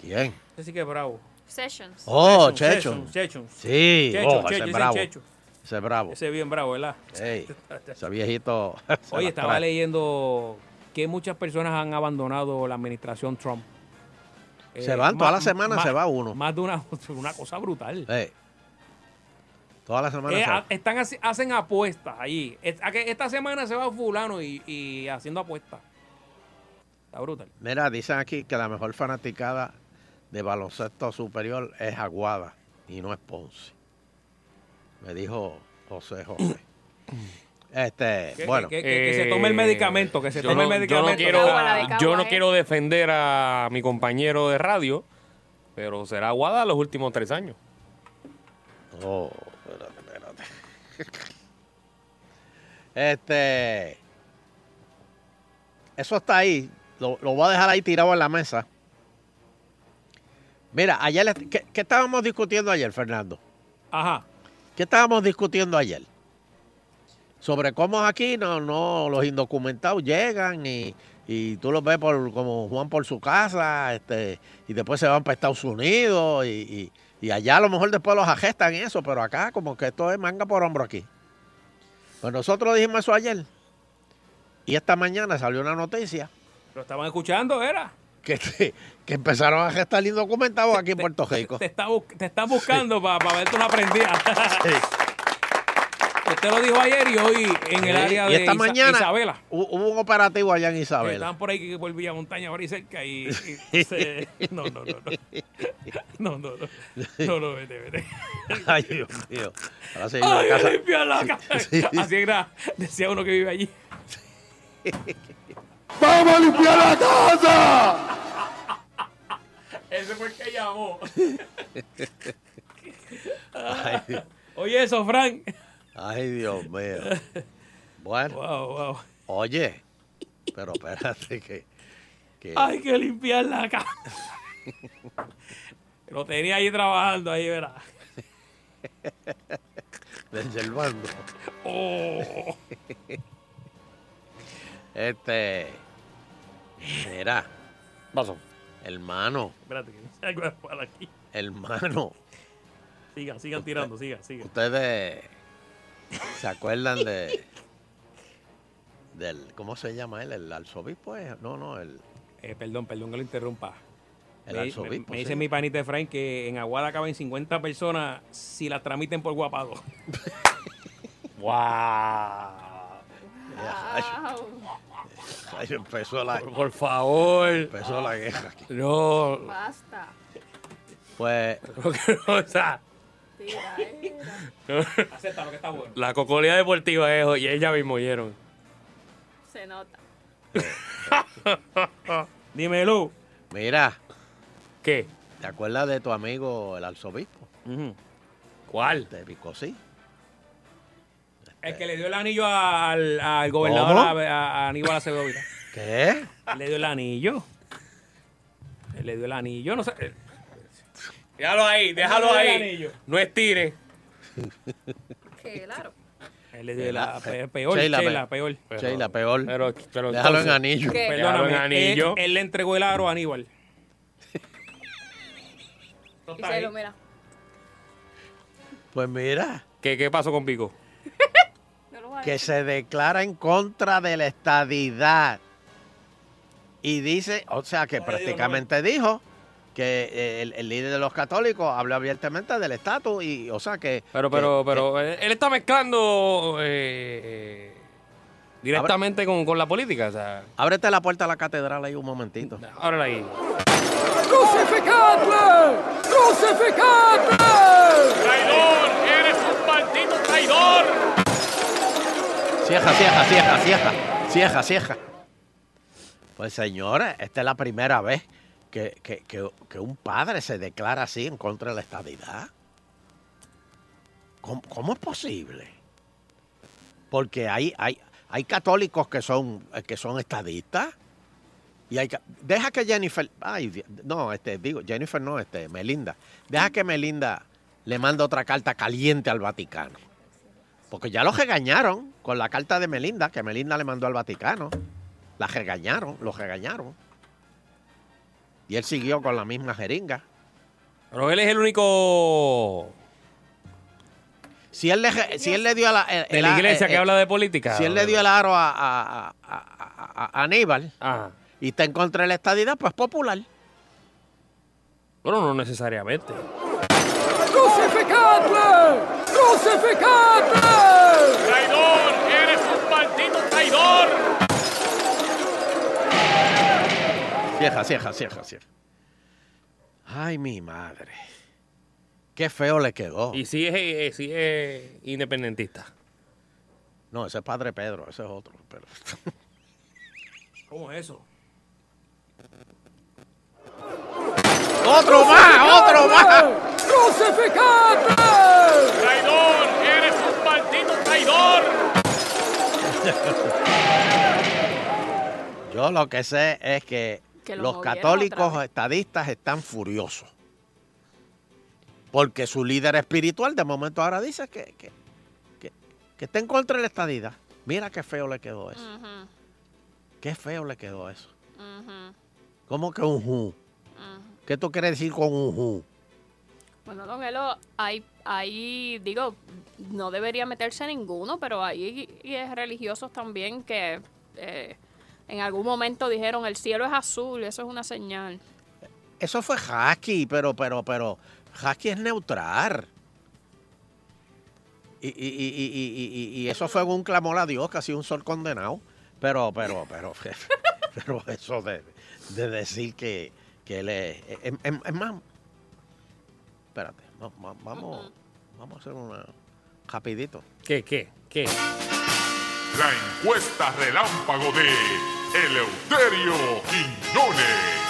[SPEAKER 5] ¿Quién?
[SPEAKER 4] ese sí que es bravo.
[SPEAKER 8] Sessions.
[SPEAKER 5] Oh, Checho.
[SPEAKER 4] Sessions, Sessions.
[SPEAKER 5] Sí,
[SPEAKER 4] Checho,
[SPEAKER 5] oh,
[SPEAKER 4] Checho,
[SPEAKER 5] ese es
[SPEAKER 4] dicen
[SPEAKER 5] bravo.
[SPEAKER 4] Checho.
[SPEAKER 5] Ese es bravo.
[SPEAKER 4] Ese Este es bien bravo, ¿verdad?
[SPEAKER 5] Ey, ese viejito. se
[SPEAKER 4] Oye,
[SPEAKER 5] las
[SPEAKER 4] estaba
[SPEAKER 5] trae.
[SPEAKER 4] leyendo que muchas personas han abandonado la administración Trump.
[SPEAKER 5] Se
[SPEAKER 4] Eh,
[SPEAKER 5] van, todas
[SPEAKER 4] ma-
[SPEAKER 5] las semanas
[SPEAKER 4] ma-
[SPEAKER 5] se va uno. Eh,
[SPEAKER 4] Más de una, una cosa brutal.
[SPEAKER 5] Ey. Todas las semanas
[SPEAKER 4] Eh,
[SPEAKER 5] se
[SPEAKER 4] a-
[SPEAKER 5] va.
[SPEAKER 4] están haci- hacen apuestas allí. Es- a que Esta semana se va fulano y, y haciendo apuestas. Está brutal.
[SPEAKER 5] Mira, dicen aquí que la mejor fanaticada de baloncesto superior es Aguada y no es Ponce. Me dijo José José. Este,
[SPEAKER 4] Que-
[SPEAKER 5] bueno.
[SPEAKER 4] que- que- que se tome el medicamento, que se
[SPEAKER 6] Eh, yo
[SPEAKER 4] tome
[SPEAKER 6] no-
[SPEAKER 4] el medicamento.
[SPEAKER 6] Yo no, quiero,
[SPEAKER 4] Agua, la de
[SPEAKER 6] yo
[SPEAKER 4] Cagua,
[SPEAKER 6] no
[SPEAKER 4] eh.
[SPEAKER 6] quiero defender a mi compañero de radio, pero será Guada los últimos tres años.
[SPEAKER 5] Oh, espérate, espérate. Este. Eso está ahí. Lo, lo voy a dejar ahí tirado en la mesa. Mira, ayer. est- ¿qué, qué estábamos discutiendo ayer, Fernando?
[SPEAKER 4] Ajá.
[SPEAKER 5] ¿Qué estábamos discutiendo ayer? Sobre cómo aquí no, no, los indocumentados llegan y, y tú los ves por, como Juan por su casa, este, y después se van para Estados Unidos y, y- y allá a lo mejor después los agestan y eso, pero acá como que esto es manga por hombro aquí. Pues nosotros dijimos eso ayer. Y esta mañana salió una noticia
[SPEAKER 4] Lo estaban escuchando, era.
[SPEAKER 5] que, que empezaron a agestar indocumentados aquí en Puerto Rico.
[SPEAKER 4] Te, está bu- te están buscando para verte una prendida. Usted lo dijo ayer y hoy en el
[SPEAKER 5] Sí,
[SPEAKER 4] área
[SPEAKER 5] y
[SPEAKER 4] de
[SPEAKER 5] esta
[SPEAKER 4] Isa-
[SPEAKER 5] mañana
[SPEAKER 4] Isabela.
[SPEAKER 5] hu- Hubo un operativo allá en
[SPEAKER 4] Que
[SPEAKER 5] Isabela.
[SPEAKER 4] Estaban por ahí que por Villa Montaña ahora y cerca y, y se- no, no, no, no. No, no, no. No, no, vete, vete.
[SPEAKER 5] Ay, Dios mío. Ahora se
[SPEAKER 4] Ay,
[SPEAKER 5] la
[SPEAKER 4] a
[SPEAKER 5] casa.
[SPEAKER 4] limpiar la casa.
[SPEAKER 5] Sí.
[SPEAKER 4] Así era, decía uno que vive allí.
[SPEAKER 1] ¡Vamos a limpiar la casa!
[SPEAKER 4] Ese fue el que llamó.
[SPEAKER 5] Ay, Dios.
[SPEAKER 4] Oye, eso, Frank.
[SPEAKER 5] Ay, Dios mío. Bueno. Oye, pero espérate que. que-
[SPEAKER 4] Hay que limpiar la casa. Lo tenía ahí trabajando, ahí verá.
[SPEAKER 5] Reservando.
[SPEAKER 4] Oh.
[SPEAKER 5] Este. Mira.
[SPEAKER 6] Paso.
[SPEAKER 5] Hermano,
[SPEAKER 4] Espérate, que me salgo de por aquí.
[SPEAKER 5] hermano.
[SPEAKER 4] Sigan, sigan tirando, sigan, sigan.
[SPEAKER 5] Ustedes. ¿Se acuerdan de. Del, ¿Cómo se llama él? ¿El arzobispo? es? No, no, el.
[SPEAKER 4] Eh, perdón, perdón que lo interrumpa.
[SPEAKER 5] El
[SPEAKER 4] me,
[SPEAKER 5] arzobispo,
[SPEAKER 4] me- me
[SPEAKER 5] sí.
[SPEAKER 4] dice mi panita Efraín que en Aguada caben 50 personas si las tramiten por guapado.
[SPEAKER 6] ¡Wow!
[SPEAKER 5] Ay, empezó la.
[SPEAKER 6] Por favor.
[SPEAKER 5] Empezó la guerra aquí.
[SPEAKER 6] No.
[SPEAKER 8] Basta.
[SPEAKER 5] Pues.
[SPEAKER 6] o sea,
[SPEAKER 8] Tira, era.
[SPEAKER 4] Acepta lo que está bueno.
[SPEAKER 6] la cocolía deportiva es y ella mismo oyeron.
[SPEAKER 8] Se nota.
[SPEAKER 4] Dímelo.
[SPEAKER 5] Mira,
[SPEAKER 6] ¿Qué?
[SPEAKER 5] ¿te acuerdas de tu amigo el arzobispo?
[SPEAKER 6] ¿Cuál?
[SPEAKER 5] De Picosí.
[SPEAKER 4] El que le dio el anillo al, al gobernador,
[SPEAKER 5] ¿Cómo?
[SPEAKER 4] a, a- a Aníbal Acevedo Vilá.
[SPEAKER 5] ¿Qué?
[SPEAKER 4] Le dio el anillo. Él Le dio el anillo, no sé. eh,
[SPEAKER 6] Déjalo ahí, déjalo
[SPEAKER 4] Déjale el
[SPEAKER 6] ahí.
[SPEAKER 4] anillo.
[SPEAKER 6] No estire.
[SPEAKER 8] Qué aro.
[SPEAKER 4] Él le dio la, pe- peor,
[SPEAKER 5] Sheila,
[SPEAKER 4] Sheila,
[SPEAKER 5] eh, pe-
[SPEAKER 4] peor.
[SPEAKER 5] Sheila, peor.
[SPEAKER 6] Pero, pero
[SPEAKER 5] Déjalo en
[SPEAKER 6] entonces-
[SPEAKER 5] anillo.
[SPEAKER 8] ¿Qué?
[SPEAKER 6] Déjalo en
[SPEAKER 4] Perdóname,
[SPEAKER 6] anillo.
[SPEAKER 4] Él, él le entregó el aro a Aníbal.
[SPEAKER 8] Y
[SPEAKER 4] No está
[SPEAKER 8] se
[SPEAKER 4] ahí.
[SPEAKER 8] lo mira.
[SPEAKER 5] Pues mira,
[SPEAKER 6] ¿Qué, ¿Qué pasó con Pico?
[SPEAKER 8] No lo voy a
[SPEAKER 5] que
[SPEAKER 8] decir.
[SPEAKER 5] se declara en contra de la estadidad. Y dice, o sea, que
[SPEAKER 4] No le digo,
[SPEAKER 5] prácticamente dijo que eh, el, el líder de los católicos habló abiertamente del estatus y, o sea, que...
[SPEAKER 6] Pero,
[SPEAKER 5] que-
[SPEAKER 6] pero, pero, eh, él está mezclando eh, eh, Directamente con, con la política. O sea,
[SPEAKER 5] Ábrete la puerta a la catedral ahí un momentito.
[SPEAKER 6] ahora ahí.
[SPEAKER 3] ¡Crucificadle! ¡Crucificadle!
[SPEAKER 2] ¡Traidor! ¡Eres un maldito traidor!
[SPEAKER 5] Cieja, cieja, cieja, cieja, cieja, cieja. Pues señores, esta es la primera vez que, que- que- que un padre se declara así en contra de la estadidad. ¿Cómo, cómo es posible? Porque hay, hay, hay católicos que son, eh, que son estadistas. Y hay, ca- deja que Jennifer, ay, di- no, este, digo, Jennifer no, este, Melinda. Deja que Melinda le mande otra carta caliente al Vaticano. Porque ya los regañaron con la carta de Melinda, que Melinda le mandó al Vaticano. La regañaron, los regañaron. Y él siguió con la misma jeringa.
[SPEAKER 6] Pero él es el único
[SPEAKER 5] Si él le, re- si él le dio Eh, la, el-
[SPEAKER 6] de
[SPEAKER 5] el-
[SPEAKER 6] la iglesia
[SPEAKER 5] el-
[SPEAKER 6] que
[SPEAKER 5] el-
[SPEAKER 6] habla de política.
[SPEAKER 5] Si él le dio el aro a, a- a- a- a- a Aníbal y está en contra de la estadidad, pues popular.
[SPEAKER 6] Bueno, no necesariamente.
[SPEAKER 3] ¡Crucificadle! ¡Crucificadle!
[SPEAKER 2] ¡Traidor! ¡Eres un maldito traidor!
[SPEAKER 5] Cieja, cieja, cieja, cieja. Ay, mi madre. Qué feo le quedó.
[SPEAKER 6] Y sí es, eh, sí es independentista.
[SPEAKER 5] No, ese es Padre Pedro, ese es otro. pero-
[SPEAKER 4] ¿Cómo es eso?
[SPEAKER 5] ¡Otro más! ¡Otro más!
[SPEAKER 3] ¡Crucificadle!
[SPEAKER 2] ¡Traidor! ¡Eres un maldito traidor!
[SPEAKER 5] Yo lo que sé es que,
[SPEAKER 8] Que lo
[SPEAKER 5] los
[SPEAKER 8] movieron otra
[SPEAKER 5] católicos
[SPEAKER 8] vez.
[SPEAKER 5] estadistas están furiosos. Porque su líder espiritual de momento ahora dice que, que, que- que está en contra de la estadidad. Mira qué feo le quedó eso.
[SPEAKER 8] Ujú,
[SPEAKER 5] Qué feo le quedó eso.
[SPEAKER 8] ujú,
[SPEAKER 5] ¿Cómo que un ju?
[SPEAKER 8] ujú.
[SPEAKER 5] ¿Qué tú quieres decir con un ju?
[SPEAKER 8] Bueno, don Elo, hay, hay, digo, no debería meterse ninguno, pero hay eh, religiosos también que eh, en algún momento dijeron el cielo es azul, eso es una señal.
[SPEAKER 5] Eso fue Haki, pero, pero, pero, Haki es neutral. Y, y- y- y- y- y- y eso fue un clamor a Dios, casi un sol condenado. Pero, pero, pero, pero eso de, de decir que, que él es, es- es- es más. Espérate, va- va- vamos, vamos a hacer una. Rapidito.
[SPEAKER 6] ¿Qué, qué, qué?
[SPEAKER 12] La encuesta relámpago de Eleuterio Quiñones.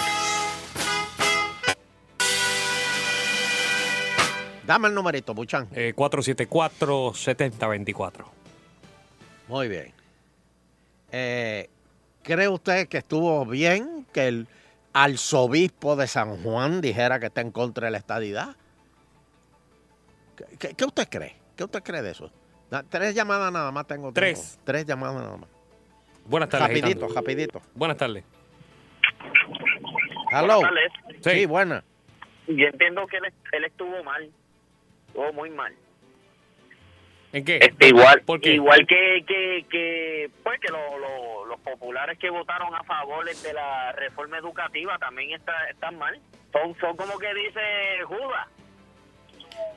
[SPEAKER 5] Dame el numerito, Buchan.
[SPEAKER 6] Eh, 474-7024.
[SPEAKER 5] Muy bien. Eh, ¿Cree usted que estuvo bien que el arzobispo de San Juan dijera que está en contra de la estadidad? ¿Qué, qué- qué usted cree? ¿Qué usted cree de eso? Na- tres llamadas nada más tengo. tiempo.
[SPEAKER 6] Tres.
[SPEAKER 5] Tres llamadas nada más.
[SPEAKER 6] Buenas tardes.
[SPEAKER 5] rapidito,
[SPEAKER 6] Gaitán.
[SPEAKER 5] rapidito.
[SPEAKER 6] Buenas tardes.
[SPEAKER 5] Hello.
[SPEAKER 13] Buenas tardes.
[SPEAKER 5] Sí, buena.
[SPEAKER 13] Yo entiendo que él, él estuvo mal, estuvo muy mal.
[SPEAKER 6] ¿En qué?
[SPEAKER 13] Este, igual
[SPEAKER 6] ¿Por qué?
[SPEAKER 13] igual que, que, que, pues, que lo- lo- los populares que votaron a favor de la reforma educativa también está- están mal. Son, son como que dice Judas.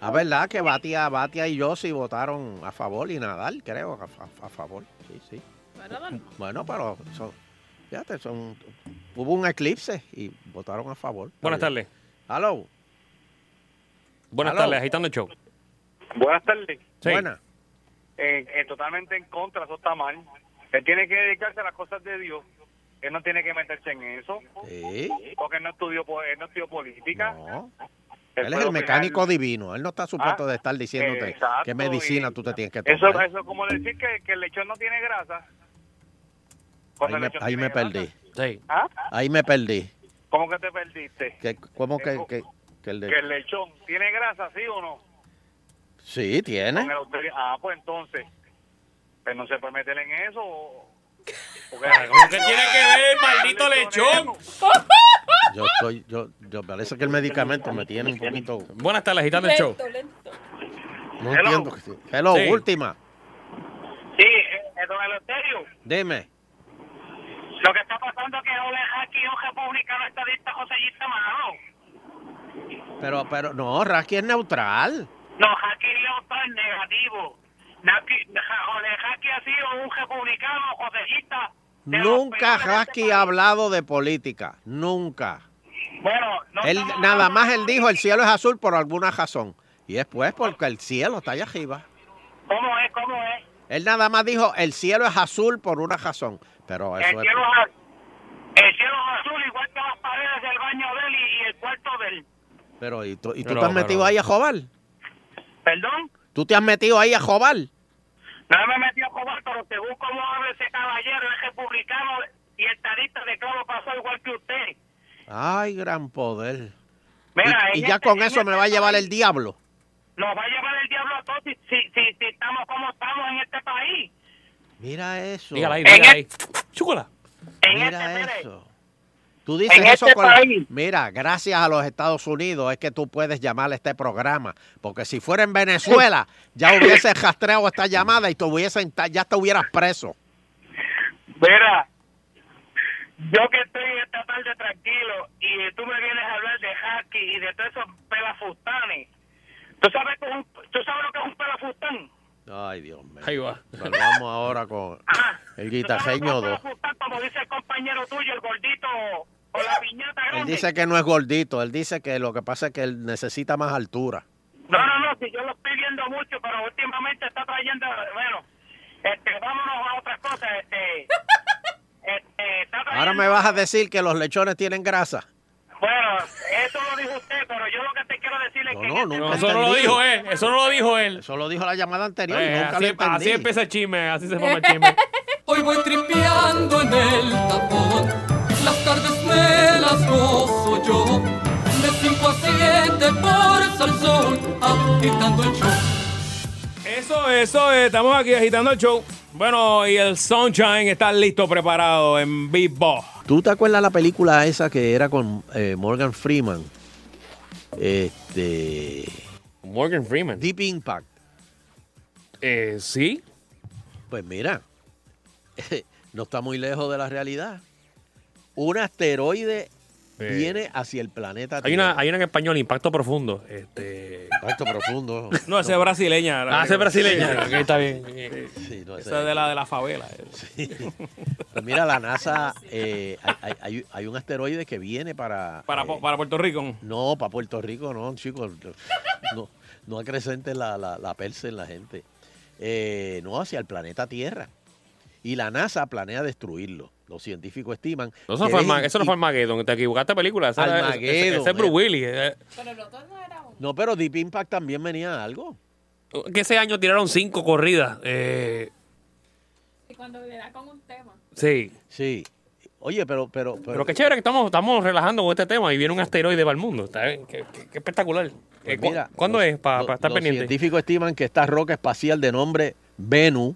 [SPEAKER 5] La Ah, verdad que Batia, Batia y Yossi votaron a favor y Nadal, creo, a, a- a favor. Sí, sí. Bueno, pero son, fíjate, son, hubo un eclipse y votaron a favor.
[SPEAKER 6] Buenas tardes.
[SPEAKER 5] Hello.
[SPEAKER 6] Buenas
[SPEAKER 5] Aló.
[SPEAKER 6] tardes, agitando el show.
[SPEAKER 14] Buenas tardes.
[SPEAKER 6] Sí.
[SPEAKER 5] Buena.
[SPEAKER 14] Eh, eh, totalmente en contra, eso está mal. Él tiene que dedicarse a las cosas de Dios. Él no tiene que meterse en eso. Eh,
[SPEAKER 5] Sí.
[SPEAKER 14] Porque él no estudió, po- él no estudió política.
[SPEAKER 5] No.
[SPEAKER 14] Él
[SPEAKER 5] Él es
[SPEAKER 14] puede
[SPEAKER 5] el mecánico
[SPEAKER 14] opinar.
[SPEAKER 5] divino. Él no está supuesto
[SPEAKER 14] Ah,
[SPEAKER 5] de estar diciéndote
[SPEAKER 14] exacto,
[SPEAKER 5] qué medicina tú te tienes que
[SPEAKER 14] Eso
[SPEAKER 5] tomar.
[SPEAKER 14] eso es como decir que, que el lechón no tiene grasa.
[SPEAKER 5] ahí
[SPEAKER 14] Cuando el
[SPEAKER 5] me,
[SPEAKER 14] lechón
[SPEAKER 5] ahí
[SPEAKER 14] tiene
[SPEAKER 5] me
[SPEAKER 14] grasa.
[SPEAKER 5] perdí.
[SPEAKER 6] Sí.
[SPEAKER 14] ¿Ah?
[SPEAKER 5] Ahí me perdí.
[SPEAKER 14] ¿Cómo que te perdiste?
[SPEAKER 5] Que, ¿Cómo que, que, que el de-
[SPEAKER 14] Que el lechón tiene grasa, ¿sí o no?
[SPEAKER 5] Sí, tiene.
[SPEAKER 14] Con el autor- Ah, pues entonces. Pues no se puede meter en eso. o- Porque lo
[SPEAKER 6] ¿Qué tiene Ah, que ver el maldito lechón?
[SPEAKER 5] Yo estoy, yo, yo parece que el medicamento me tiene un poquito.
[SPEAKER 6] Buenas tardes, agitando el show.
[SPEAKER 5] No entiendo. que sí. Hello,
[SPEAKER 6] Sí.
[SPEAKER 5] última.
[SPEAKER 13] Sí, eh, don Eleuterio,
[SPEAKER 5] Dime.
[SPEAKER 13] lo que está pasando es que Ole aquí un republicano estadista josellista malo.
[SPEAKER 5] Pero, pero, no, Raki es neutral.
[SPEAKER 13] No, Jackie Leoto es negativo. Naki- Ja- Jorge Jackie ha sido
[SPEAKER 14] un republicano cotellista.
[SPEAKER 5] Nunca Rasky ha hablado de política, nunca.
[SPEAKER 14] Bueno, no
[SPEAKER 5] Él,
[SPEAKER 14] estamos
[SPEAKER 5] nada
[SPEAKER 14] hablando
[SPEAKER 5] más
[SPEAKER 14] de
[SPEAKER 5] él dijo el cielo es azul por alguna razón. Y es pues porque el cielo está allá arriba.
[SPEAKER 14] ¿Cómo es? ¿Cómo es?
[SPEAKER 5] Él nada más dijo el cielo es azul por una razón. Pero
[SPEAKER 14] El
[SPEAKER 5] eso es.
[SPEAKER 14] cielo, es azul- el cielo es azul, igual que las paredes del baño de él y, y el cuarto del.
[SPEAKER 5] Pero, ¿y tú, y tú
[SPEAKER 14] Pero,
[SPEAKER 5] te has
[SPEAKER 14] pero-
[SPEAKER 5] metido ahí a jobar?
[SPEAKER 14] ¿Perdón?
[SPEAKER 5] ¿Tú te has metido ahí a jobar?
[SPEAKER 14] No me metí a cobar, pero según cómo habla ese caballero, es republicano y el tarista de clavo pasó igual que usted.
[SPEAKER 5] Ay, gran poder.
[SPEAKER 14] Mira,
[SPEAKER 5] y y
[SPEAKER 14] en
[SPEAKER 5] ya
[SPEAKER 14] este-
[SPEAKER 5] con
[SPEAKER 14] en
[SPEAKER 5] eso me
[SPEAKER 14] este
[SPEAKER 5] va a llevar
[SPEAKER 14] país-
[SPEAKER 5] el diablo.
[SPEAKER 14] Nos va a llevar el diablo a todos si, si, si, si estamos como estamos en este país.
[SPEAKER 5] Mira eso.
[SPEAKER 6] Dígala ahí, dígala
[SPEAKER 14] e-
[SPEAKER 6] ahí. Chúcala.
[SPEAKER 5] Mira eso. Tú dices
[SPEAKER 14] este en
[SPEAKER 5] eso
[SPEAKER 14] este
[SPEAKER 5] con la-
[SPEAKER 14] país.
[SPEAKER 5] Mira, gracias a los Estados Unidos es que tú puedes llamar a este programa. Porque si fuera en Venezuela, ya hubiese rastreado esta llamada y te hubiesen, ta- ya te hubieras preso.
[SPEAKER 14] Mira, yo que estoy esta tarde tranquilo y tú me vienes a hablar de haki y de todos esos pelafustanes. ¿Tú sabes, qué es un- ¿Tú sabes lo que es un pelafustán?
[SPEAKER 5] Ay, Dios mío.
[SPEAKER 6] Ahí va.
[SPEAKER 5] Nos vamos ahora con
[SPEAKER 14] Ah,
[SPEAKER 5] el guitarreño 2.
[SPEAKER 14] Pelafustán, como dice el compañero tuyo, el gordito o la piñata grande.
[SPEAKER 5] Él dice que no es gordito, él dice que lo que pasa es que él necesita más altura.
[SPEAKER 14] No, no, no, si yo lo estoy viendo mucho, pero últimamente está trayendo, bueno, este, vámonos a otras cosas, este, este, está trayendo,
[SPEAKER 5] Ahora me vas a decir que los lechones tienen grasa.
[SPEAKER 14] bueno, eso lo dijo usted, pero yo lo que te quiero decir es que...
[SPEAKER 5] No, nunca
[SPEAKER 6] eso no lo
[SPEAKER 5] entendí.
[SPEAKER 6] dijo él, eso no lo dijo él.
[SPEAKER 5] Eso lo dijo la llamada anterior.
[SPEAKER 6] Eh,
[SPEAKER 5] nunca
[SPEAKER 6] así,
[SPEAKER 5] lo entendí.
[SPEAKER 6] así empieza el chisme, así se forma el chisme.
[SPEAKER 3] Hoy voy tripeando en el tapón, las tardes me las gozo yo, de 5 a 7 por Salsón, agitando el show.
[SPEAKER 4] Eso, eso, eh, estamos aquí agitando el show. Bueno, y el Sunshine está listo, preparado en vivo.
[SPEAKER 5] ¿Tú te acuerdas la película esa que era con eh, Morgan Freeman? Este.
[SPEAKER 6] Morgan Freeman.
[SPEAKER 5] Deep Impact.
[SPEAKER 6] Eh, sí.
[SPEAKER 5] Pues mira, no está muy lejos de la realidad. Un asteroide
[SPEAKER 6] Eh.
[SPEAKER 5] viene hacia el planeta
[SPEAKER 6] Hay una, hay una en español, Impacto Profundo. Este...
[SPEAKER 5] Impacto Profundo.
[SPEAKER 4] No, esa es brasileña.
[SPEAKER 6] Ah, esa es brasileña.
[SPEAKER 4] Sí.
[SPEAKER 6] Ok, está bien.
[SPEAKER 5] Sí, no,
[SPEAKER 4] Esa es de la de la favela. eh.
[SPEAKER 5] Pues mira, la NASA, eh, hay- hay, hay- hay un asteroide que viene para...
[SPEAKER 4] Para,
[SPEAKER 5] eh,
[SPEAKER 4] Pu- para Puerto Rico.
[SPEAKER 5] No, para Puerto Rico no, chicos. No, no acrecente la, la, la persa en la gente. Eh, no, hacia el planeta Tierra. Y la NASA planea destruirlo. Los científicos estiman...
[SPEAKER 6] No, eso, no
[SPEAKER 5] que
[SPEAKER 6] fue
[SPEAKER 5] dejen-
[SPEAKER 6] Armag- eso no fue Armageddon, te equivocaste de película. Esa era- ese- ese-
[SPEAKER 5] Armageddon,
[SPEAKER 6] ese es Bruce
[SPEAKER 5] eh.
[SPEAKER 6] Willis. eh.
[SPEAKER 5] No, pero Deep Impact también venía algo.
[SPEAKER 6] Que ese año tiraron cinco corridas. eh,
[SPEAKER 8] Y cuando le da con un tema.
[SPEAKER 6] sí.
[SPEAKER 5] Sí. pues Oye, pero... Pero, pero,
[SPEAKER 6] Pero qué chévere que estamos, estamos relajando con este tema y viene un asteroide para el mundo. Está bien, qué, qué- qué espectacular. Eh,
[SPEAKER 5] Pues
[SPEAKER 6] ¿cu-
[SPEAKER 5] mira,
[SPEAKER 6] ¿Cuándo es? Para
[SPEAKER 5] lo-
[SPEAKER 6] estar
[SPEAKER 5] los
[SPEAKER 6] pendiente.
[SPEAKER 5] científicos estiman que esta roca espacial de nombre Venus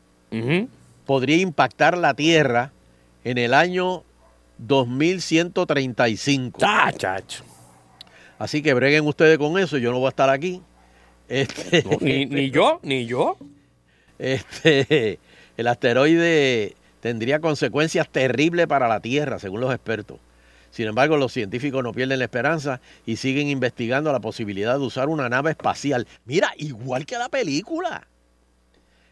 [SPEAKER 5] podría impactar la Tierra en el año 2135. Así que breguen ustedes con eso, yo no voy a estar aquí. Este,
[SPEAKER 6] No, ni, ni yo, ni yo.
[SPEAKER 5] Este, el asteroide tendría consecuencias terribles para la Tierra, según los expertos. Sin embargo, los científicos no pierden la esperanza y siguen investigando la posibilidad de usar una nave espacial. Mira, igual que la película.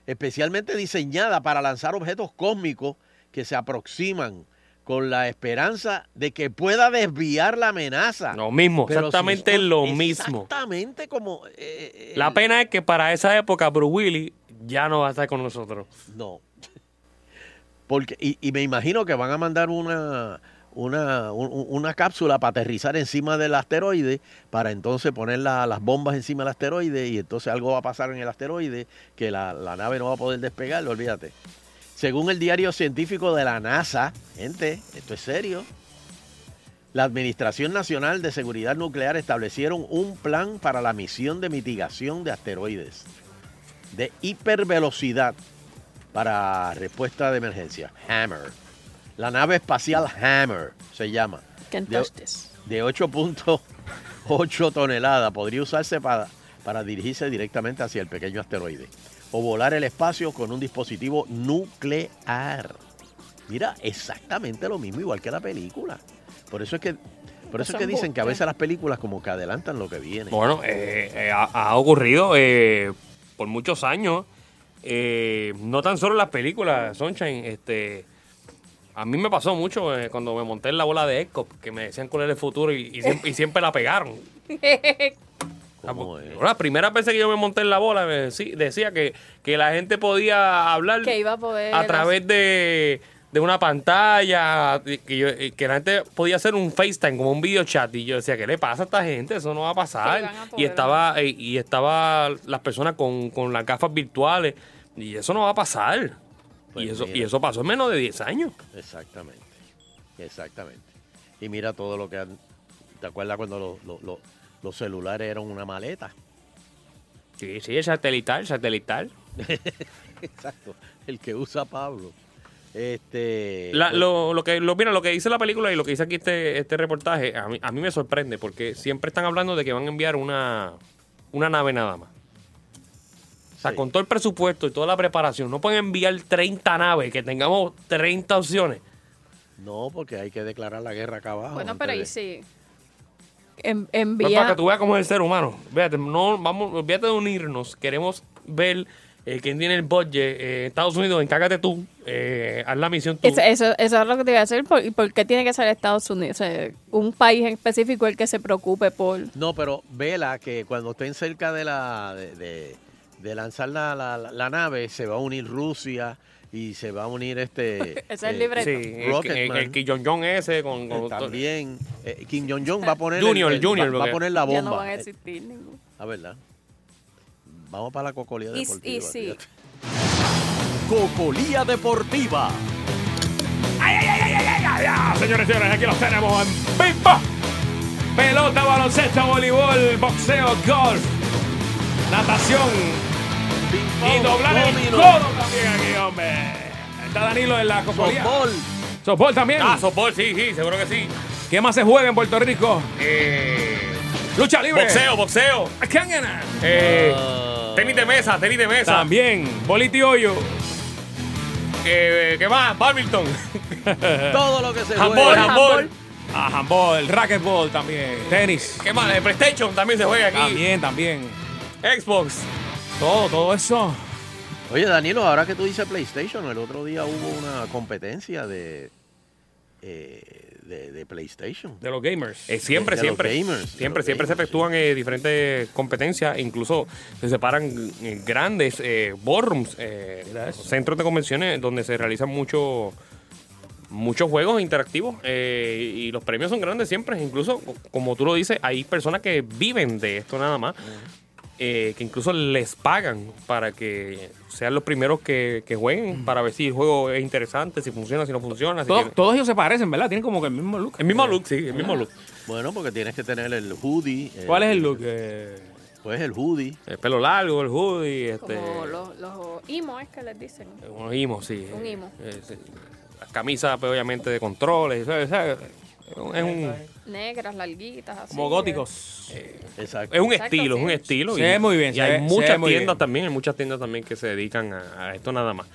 [SPEAKER 5] Especialmente diseñada para lanzar objetos cósmicos que se aproximan con la esperanza de que pueda desviar la amenaza.
[SPEAKER 6] Lo mismo,
[SPEAKER 5] Pero si
[SPEAKER 6] exactamente
[SPEAKER 5] esto-
[SPEAKER 6] lo mismo.
[SPEAKER 5] Exactamente como... eh, eh,
[SPEAKER 6] La pena es que para esa época Bruce Willis ya no va a estar con nosotros.
[SPEAKER 5] No. Porque, y, y me imagino que van a mandar una, una, un- un- una cápsula para aterrizar encima del asteroide, para entonces poner la- las bombas encima del asteroide, y entonces algo va a pasar en el asteroide, que la, la nave no va a poder despegar, olvídate. Según el diario científico de la NASA, gente, esto es serio, la Administración Nacional de Seguridad Nuclear establecieron un plan para la misión de mitigación de asteroides de hipervelocidad para respuesta de emergencia. Hammer. La nave espacial Hammer se llama.
[SPEAKER 8] Que
[SPEAKER 5] De, de 8.8 toneladas. Podría usarse para, para dirigirse directamente hacia el pequeño asteroide. O volar el espacio con un dispositivo nuclear. Mira, exactamente lo mismo, igual que la película. Por eso es que, por eso es que dicen que a veces las películas como que adelantan lo que viene.
[SPEAKER 6] Bueno, eh, eh, ha, ha ocurrido eh, por eh, muchos años. eh, no tan solo en las películas, Sunshine, este, a mí me pasó mucho eh, cuando me monté en la bola de ECOP, que me decían cuál era el futuro y, y siem- y siempre, la pegaron. Bueno, Las primeras veces que yo me monté en la bola, me decí- decía que, que la gente podía hablar
[SPEAKER 8] que iba a poder.
[SPEAKER 6] a través de, de una pantalla, y que, yo- y que la gente podía hacer un FaceTime, como un video chat. Y yo decía, ¿qué le pasa a esta gente? Eso no va a
[SPEAKER 8] Que
[SPEAKER 6] pasar.
[SPEAKER 8] van a poder
[SPEAKER 6] Y estaba, y, y estaba las personas con, con las gafas virtuales. Y eso no va a pasar. y, eso, y
[SPEAKER 5] mira.
[SPEAKER 6] eso pasó en menos de 10 años.
[SPEAKER 5] Exactamente. Exactamente. Y mira todo lo que han. ¿Te acuerdas cuando lo- lo- lo- los celulares eran una maleta?
[SPEAKER 6] Sí, sí, el satelital, satelital.
[SPEAKER 5] Exacto. El que usa Pablo. Este.
[SPEAKER 6] La-
[SPEAKER 5] pues,
[SPEAKER 6] lo, lo que lo, mira lo que dice la película y lo que dice aquí este, este reportaje a mí, a mí me sorprende porque siempre están hablando de que van a enviar una una nave nada más o sea con todo el presupuesto y toda la preparación no pueden enviar 30 naves que tengamos 30 opciones
[SPEAKER 5] No, porque hay que declarar la guerra acá abajo.
[SPEAKER 8] Bueno,
[SPEAKER 5] antes
[SPEAKER 8] pero
[SPEAKER 5] de-
[SPEAKER 8] ahí sí. En-
[SPEAKER 6] Pero Pues para
[SPEAKER 8] envía.
[SPEAKER 6] que tú veas cómo es el ser humano Véate, no vamos olvídate de unirnos queremos ver eh, quién tiene el budget eh, Estados Unidos encárgate tú eh, haz la misión tú
[SPEAKER 8] Eso, eso, eso es lo que te iba a decir. ¿Por, y por qué tiene que ser Estados Unidos? O sea, un país en específico el que se preocupe por.
[SPEAKER 5] No, pero vela que cuando estén cerca de la de, de- de lanzar la, la- la- la nave, se va a unir Rusia y se va a unir este.
[SPEAKER 8] es el libreto.
[SPEAKER 6] Sí, el- el, el Kim Jong-un ese con, con-
[SPEAKER 5] También. eh, Kim Jong-un va a poner. el-
[SPEAKER 6] Junior,
[SPEAKER 5] el-
[SPEAKER 6] Junior,
[SPEAKER 5] va- va,
[SPEAKER 6] porque-
[SPEAKER 5] a poner la bomba.
[SPEAKER 8] Ya no van a existir ningún.
[SPEAKER 5] Ah, ¿verdad? Vamos para la cocolía
[SPEAKER 8] Y- y
[SPEAKER 5] deportiva.
[SPEAKER 8] sí.
[SPEAKER 5] fíjate. Cocolía deportiva.
[SPEAKER 6] Ya, Ah, señores y señores, aquí los tenemos en pipa. Pelota, baloncesto, voleibol, boxeo, golf, natación y doblar el
[SPEAKER 3] domino.
[SPEAKER 6] codo también aquí, hombre. Está Danilo en la cocolía.
[SPEAKER 5] Softball.
[SPEAKER 4] Softball también.
[SPEAKER 6] Ah, softball, sí, sí, seguro que sí.
[SPEAKER 4] ¿Qué más se juega en Puerto Rico?
[SPEAKER 6] Eh,
[SPEAKER 4] Lucha libre.
[SPEAKER 6] Boxeo, boxeo.
[SPEAKER 4] ¿Quién gana?
[SPEAKER 6] Eh,
[SPEAKER 5] Ah.
[SPEAKER 6] tenis de mesa, tenis de mesa.
[SPEAKER 4] También. Boliti hoyo.
[SPEAKER 6] Eh, ¿Qué más? Badminton.
[SPEAKER 5] Todo lo que se
[SPEAKER 6] Handball,
[SPEAKER 5] juega.
[SPEAKER 6] handball.
[SPEAKER 4] Ah, handball, racquetball también. Tenis.
[SPEAKER 6] ¿Qué más? El PlayStation también se juega aquí.
[SPEAKER 4] También, también.
[SPEAKER 6] Xbox.
[SPEAKER 4] Todo, todo eso.
[SPEAKER 5] Oye, Danilo, ahora que tú dices PlayStation, el otro día hubo una competencia de, eh, de, de PlayStation.
[SPEAKER 4] De los gamers.
[SPEAKER 6] Eh, siempre,
[SPEAKER 5] De- de los
[SPEAKER 6] siempre.
[SPEAKER 5] gamers, de
[SPEAKER 6] siempre,
[SPEAKER 5] los
[SPEAKER 6] siempre se efectúan eh, diferentes competencias. Incluso se separan eh, grandes eh, ballrooms, eh, centros de convenciones donde se realizan muchos muchos juegos interactivos eh, y los premios son grandes siempre. Incluso, co- como tú lo dices, hay personas que viven de esto nada más. eh, que incluso les pagan para que sean los primeros que, que jueguen, para ver si el juego es interesante, si funciona, si no funciona. si
[SPEAKER 4] Todo-
[SPEAKER 6] tiene-
[SPEAKER 4] todos ellos se parecen, ¿verdad? Tienen como que el mismo look. Ah.
[SPEAKER 6] El mismo look, sí, el mismo look.
[SPEAKER 5] Bueno, porque tienes que tener el hoodie. eh,
[SPEAKER 4] ¿Cuál es el look? Eh,
[SPEAKER 5] Pues el hoodie.
[SPEAKER 6] El pelo largo, el hoodie, este.
[SPEAKER 8] Como los, los imos es que les dicen.
[SPEAKER 6] Unos imos, sí.
[SPEAKER 8] Un imo.
[SPEAKER 6] Eh, sí. Las camisas, pues, obviamente, de controles. ¿sabes? ¿sabes? Es un, es un-
[SPEAKER 8] Negras, larguitas, así. eh,
[SPEAKER 4] como góticos.
[SPEAKER 5] eh, Exacto.
[SPEAKER 6] es un
[SPEAKER 8] Exacto,
[SPEAKER 6] estilo, es
[SPEAKER 8] sí.
[SPEAKER 6] un estilo.
[SPEAKER 4] Se ve muy bien,
[SPEAKER 6] y
[SPEAKER 4] se
[SPEAKER 6] hay
[SPEAKER 4] ve- se
[SPEAKER 6] muchas
[SPEAKER 4] ve muy
[SPEAKER 6] tiendas
[SPEAKER 4] bien.
[SPEAKER 6] también, hay muchas tiendas también que se dedican a, a esto nada más.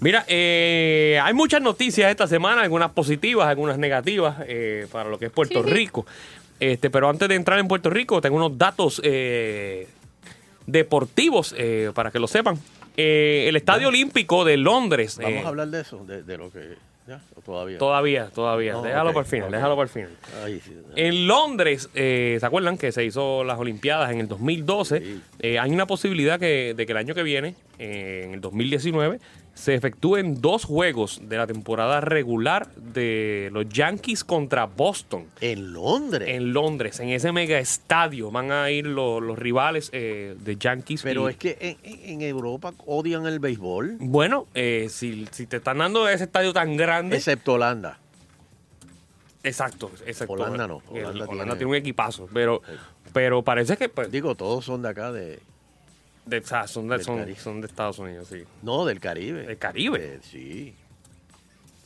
[SPEAKER 6] Mira, eh, hay muchas noticias esta semana, algunas positivas, algunas negativas eh, para lo que es Puerto Rico. Este, pero antes de entrar en Puerto Rico, tengo unos datos eh, deportivos eh, para que lo sepan. Eh, el Estadio Olímpico de Londres. eh,
[SPEAKER 5] Vamos a hablar de eso, de, de lo que. ¿Ya? ¿O todavía?
[SPEAKER 6] Todavía, todavía.
[SPEAKER 5] No,
[SPEAKER 6] déjalo
[SPEAKER 5] ok,
[SPEAKER 6] para el final,
[SPEAKER 5] ok.
[SPEAKER 6] déjalo para el final.
[SPEAKER 5] Ay, sí.
[SPEAKER 6] En Londres, eh, ¿se acuerdan que se hizo las Olimpiadas en el 2012? Eh, hay una posibilidad que, de que el año que viene, eh, en el 2019, se efectúen dos juegos de la temporada regular de los Yankees contra Boston.
[SPEAKER 5] En Londres.
[SPEAKER 6] En Londres, en ese mega estadio van a ir lo- los rivales eh, de Yankees.
[SPEAKER 5] Pero
[SPEAKER 6] y-
[SPEAKER 5] es que en, en- en Europa odian el béisbol,
[SPEAKER 6] Bueno, eh, si, si te están dando ese estadio tan grande...
[SPEAKER 5] excepto Holanda.
[SPEAKER 6] Exacto, exacto.
[SPEAKER 5] Holanda no,
[SPEAKER 6] El-
[SPEAKER 5] Holanda
[SPEAKER 6] Holanda,
[SPEAKER 5] tiene-
[SPEAKER 6] tiene... un equipazo, pero, pero parece que pues,
[SPEAKER 5] Digo, todos son de acá, de
[SPEAKER 6] de, o sea, son, de,
[SPEAKER 5] Del
[SPEAKER 6] son,
[SPEAKER 5] Caribe.
[SPEAKER 6] son de Estados Unidos, sí.
[SPEAKER 5] no, del Caribe.
[SPEAKER 6] Del Caribe.
[SPEAKER 5] De- sí.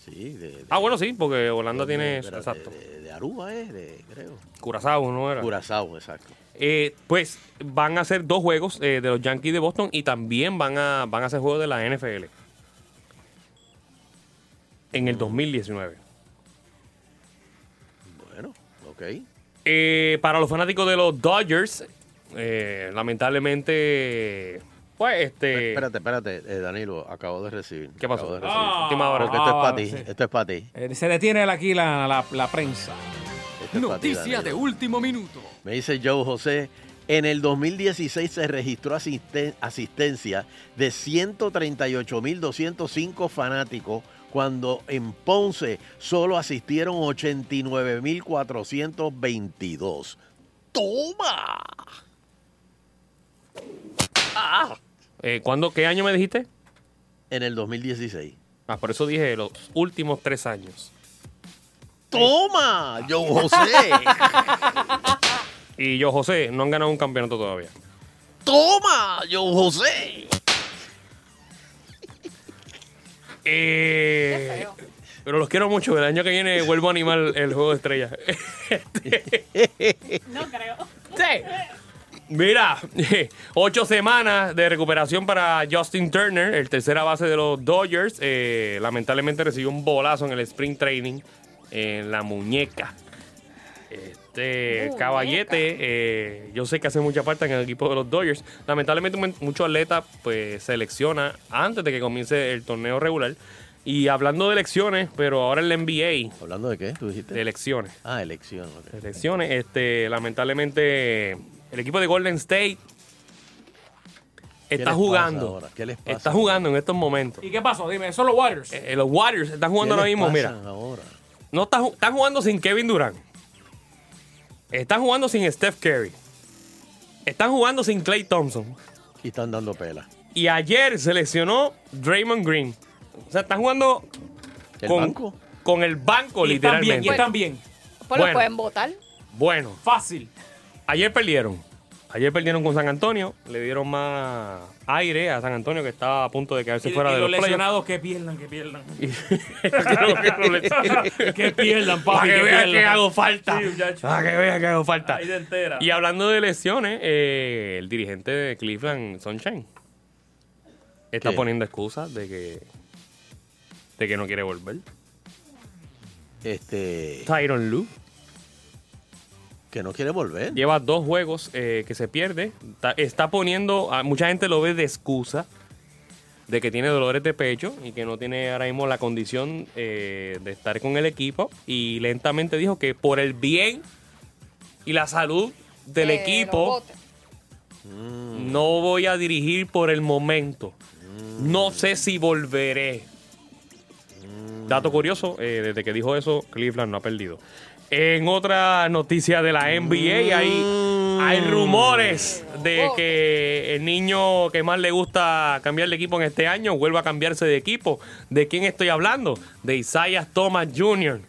[SPEAKER 5] Sí, de, de-
[SPEAKER 6] Ah, bueno, sí, porque Holanda
[SPEAKER 5] ¿dónde
[SPEAKER 6] tiene...
[SPEAKER 5] era?
[SPEAKER 6] exacto.
[SPEAKER 5] De, de- de Aruba es, de, creo.
[SPEAKER 6] Curazao, ¿no era?
[SPEAKER 5] Curazao, exacto.
[SPEAKER 6] Eh, pues van a hacer dos juegos eh, de los Yankees de Boston y también van a, van a hacer juegos de la NFL. En
[SPEAKER 5] Mm.
[SPEAKER 6] el 2019.
[SPEAKER 5] Bueno, ok.
[SPEAKER 6] Eh, para los fanáticos de los Dodgers, eh, lamentablemente Pues este.
[SPEAKER 5] Espérate, espérate, eh, Danilo, acabo de recibir.
[SPEAKER 6] ¿Qué pasó?
[SPEAKER 5] Acabo de
[SPEAKER 6] Ah, última hora.
[SPEAKER 5] Porque esto es
[SPEAKER 4] Ah,
[SPEAKER 5] para ti,
[SPEAKER 4] sí.
[SPEAKER 5] esto es para ti.
[SPEAKER 4] Eh, se detiene aquí la, la- la prensa.
[SPEAKER 5] Esto es para ti, Danilo.
[SPEAKER 3] de último minuto.
[SPEAKER 5] Me dice Joe José, en el 2016 se registró asisten- asistencia de 138.205 fanáticos, cuando en Ponce solo asistieron 89.422. ¡Toma!
[SPEAKER 6] Eh, ¿cuándo, ¿Qué año me dijiste?
[SPEAKER 5] En el 2016.
[SPEAKER 6] Ah, por eso dije los últimos tres años.
[SPEAKER 5] ¡Toma! Joe José.
[SPEAKER 6] Y yo, José, no han ganado un campeonato todavía.
[SPEAKER 5] ¡Toma! Joe José.
[SPEAKER 6] Eh, pero los quiero mucho. El año que viene vuelvo a animar el juego de estrellas.
[SPEAKER 8] No creo.
[SPEAKER 6] Mira, ocho semanas de recuperación para Justin Turner, el tercera base de los Dodgers. Eh, lamentablemente recibió un bolazo en el sprint training en la muñeca. Este
[SPEAKER 15] Muñeca.
[SPEAKER 6] caballete, eh, yo sé que hace mucha parte en el equipo de los Dodgers. Lamentablemente mu- muchos atletas pues se lesiona antes de que comience el torneo regular. Y hablando de elecciones, pero ahora en la NBA.
[SPEAKER 5] ¿Hablando de qué? ¿Tú dijiste?
[SPEAKER 6] De elecciones
[SPEAKER 5] Ah, elección. ok.
[SPEAKER 6] elecciones. Este, lamentablemente, el equipo de Golden State
[SPEAKER 5] ¿Qué les
[SPEAKER 6] está
[SPEAKER 5] pasa
[SPEAKER 6] jugando.
[SPEAKER 5] ahora? ¿Qué les pasa?
[SPEAKER 6] Está jugando en estos momentos.
[SPEAKER 4] ¿Y qué pasó? Dime, son los Warriors.
[SPEAKER 6] Eh, los Warriors están jugando
[SPEAKER 5] ¿Qué
[SPEAKER 6] ahora
[SPEAKER 5] les
[SPEAKER 6] mismo, mira.
[SPEAKER 5] pasan ahora?
[SPEAKER 6] No está ju- están jugando sin Kevin Durant. Están jugando sin Steph Curry. Están jugando sin Clay Thompson.
[SPEAKER 5] Y están dando pela.
[SPEAKER 6] Y ayer se lesionó Draymond Green. O sea, están jugando
[SPEAKER 5] ¿El
[SPEAKER 6] con,
[SPEAKER 5] banco?
[SPEAKER 6] con el banco,
[SPEAKER 4] Y están bien,
[SPEAKER 6] literalmente.
[SPEAKER 4] y están bien.
[SPEAKER 8] Pues lo
[SPEAKER 6] Bueno.
[SPEAKER 8] pueden votar.
[SPEAKER 6] Bueno.
[SPEAKER 4] Fácil.
[SPEAKER 6] Ayer perdieron. Ayer perdieron con San Antonio. Le dieron más aire a San Antonio que estaba a punto de quedarse
[SPEAKER 4] y,
[SPEAKER 6] fuera
[SPEAKER 4] y
[SPEAKER 6] de
[SPEAKER 4] los
[SPEAKER 6] los playoffs.
[SPEAKER 4] lesionados que pierdan, que pierdan.
[SPEAKER 6] que
[SPEAKER 4] que pierdan, papi.
[SPEAKER 6] Para que vea que
[SPEAKER 4] pierdan.
[SPEAKER 6] hago falta.
[SPEAKER 4] Sí, muchacho.
[SPEAKER 6] Para que vea que hago falta.
[SPEAKER 4] Ahí de entera.
[SPEAKER 6] Y hablando de lesiones, eh, el dirigente de Cleveland, Sunshine, está
[SPEAKER 5] ¿Qué?
[SPEAKER 6] poniendo excusas de que, de que no quiere volver.
[SPEAKER 5] Este,
[SPEAKER 6] Tyron Lue.
[SPEAKER 5] que no quiere volver.
[SPEAKER 6] Lleva dos juegos eh, que se pierde. Está, está poniendo, a, mucha gente lo ve de excusa de que tiene dolores de pecho y que no tiene ahora mismo la condición eh, de estar con el equipo. Y lentamente dijo que por el bien y la salud del
[SPEAKER 15] Que lo
[SPEAKER 6] equipo,
[SPEAKER 15] voten.
[SPEAKER 6] no voy a dirigir por el momento. No sé si volveré. Dato curioso, eh, desde que dijo eso, Cleveland no ha perdido. En otra noticia de la NBA hay, hay rumores de que el niño que más le gusta cambiar de equipo en este año vuelva a cambiarse de equipo. ¿De quién estoy hablando? De Isaiah Thomas Jr.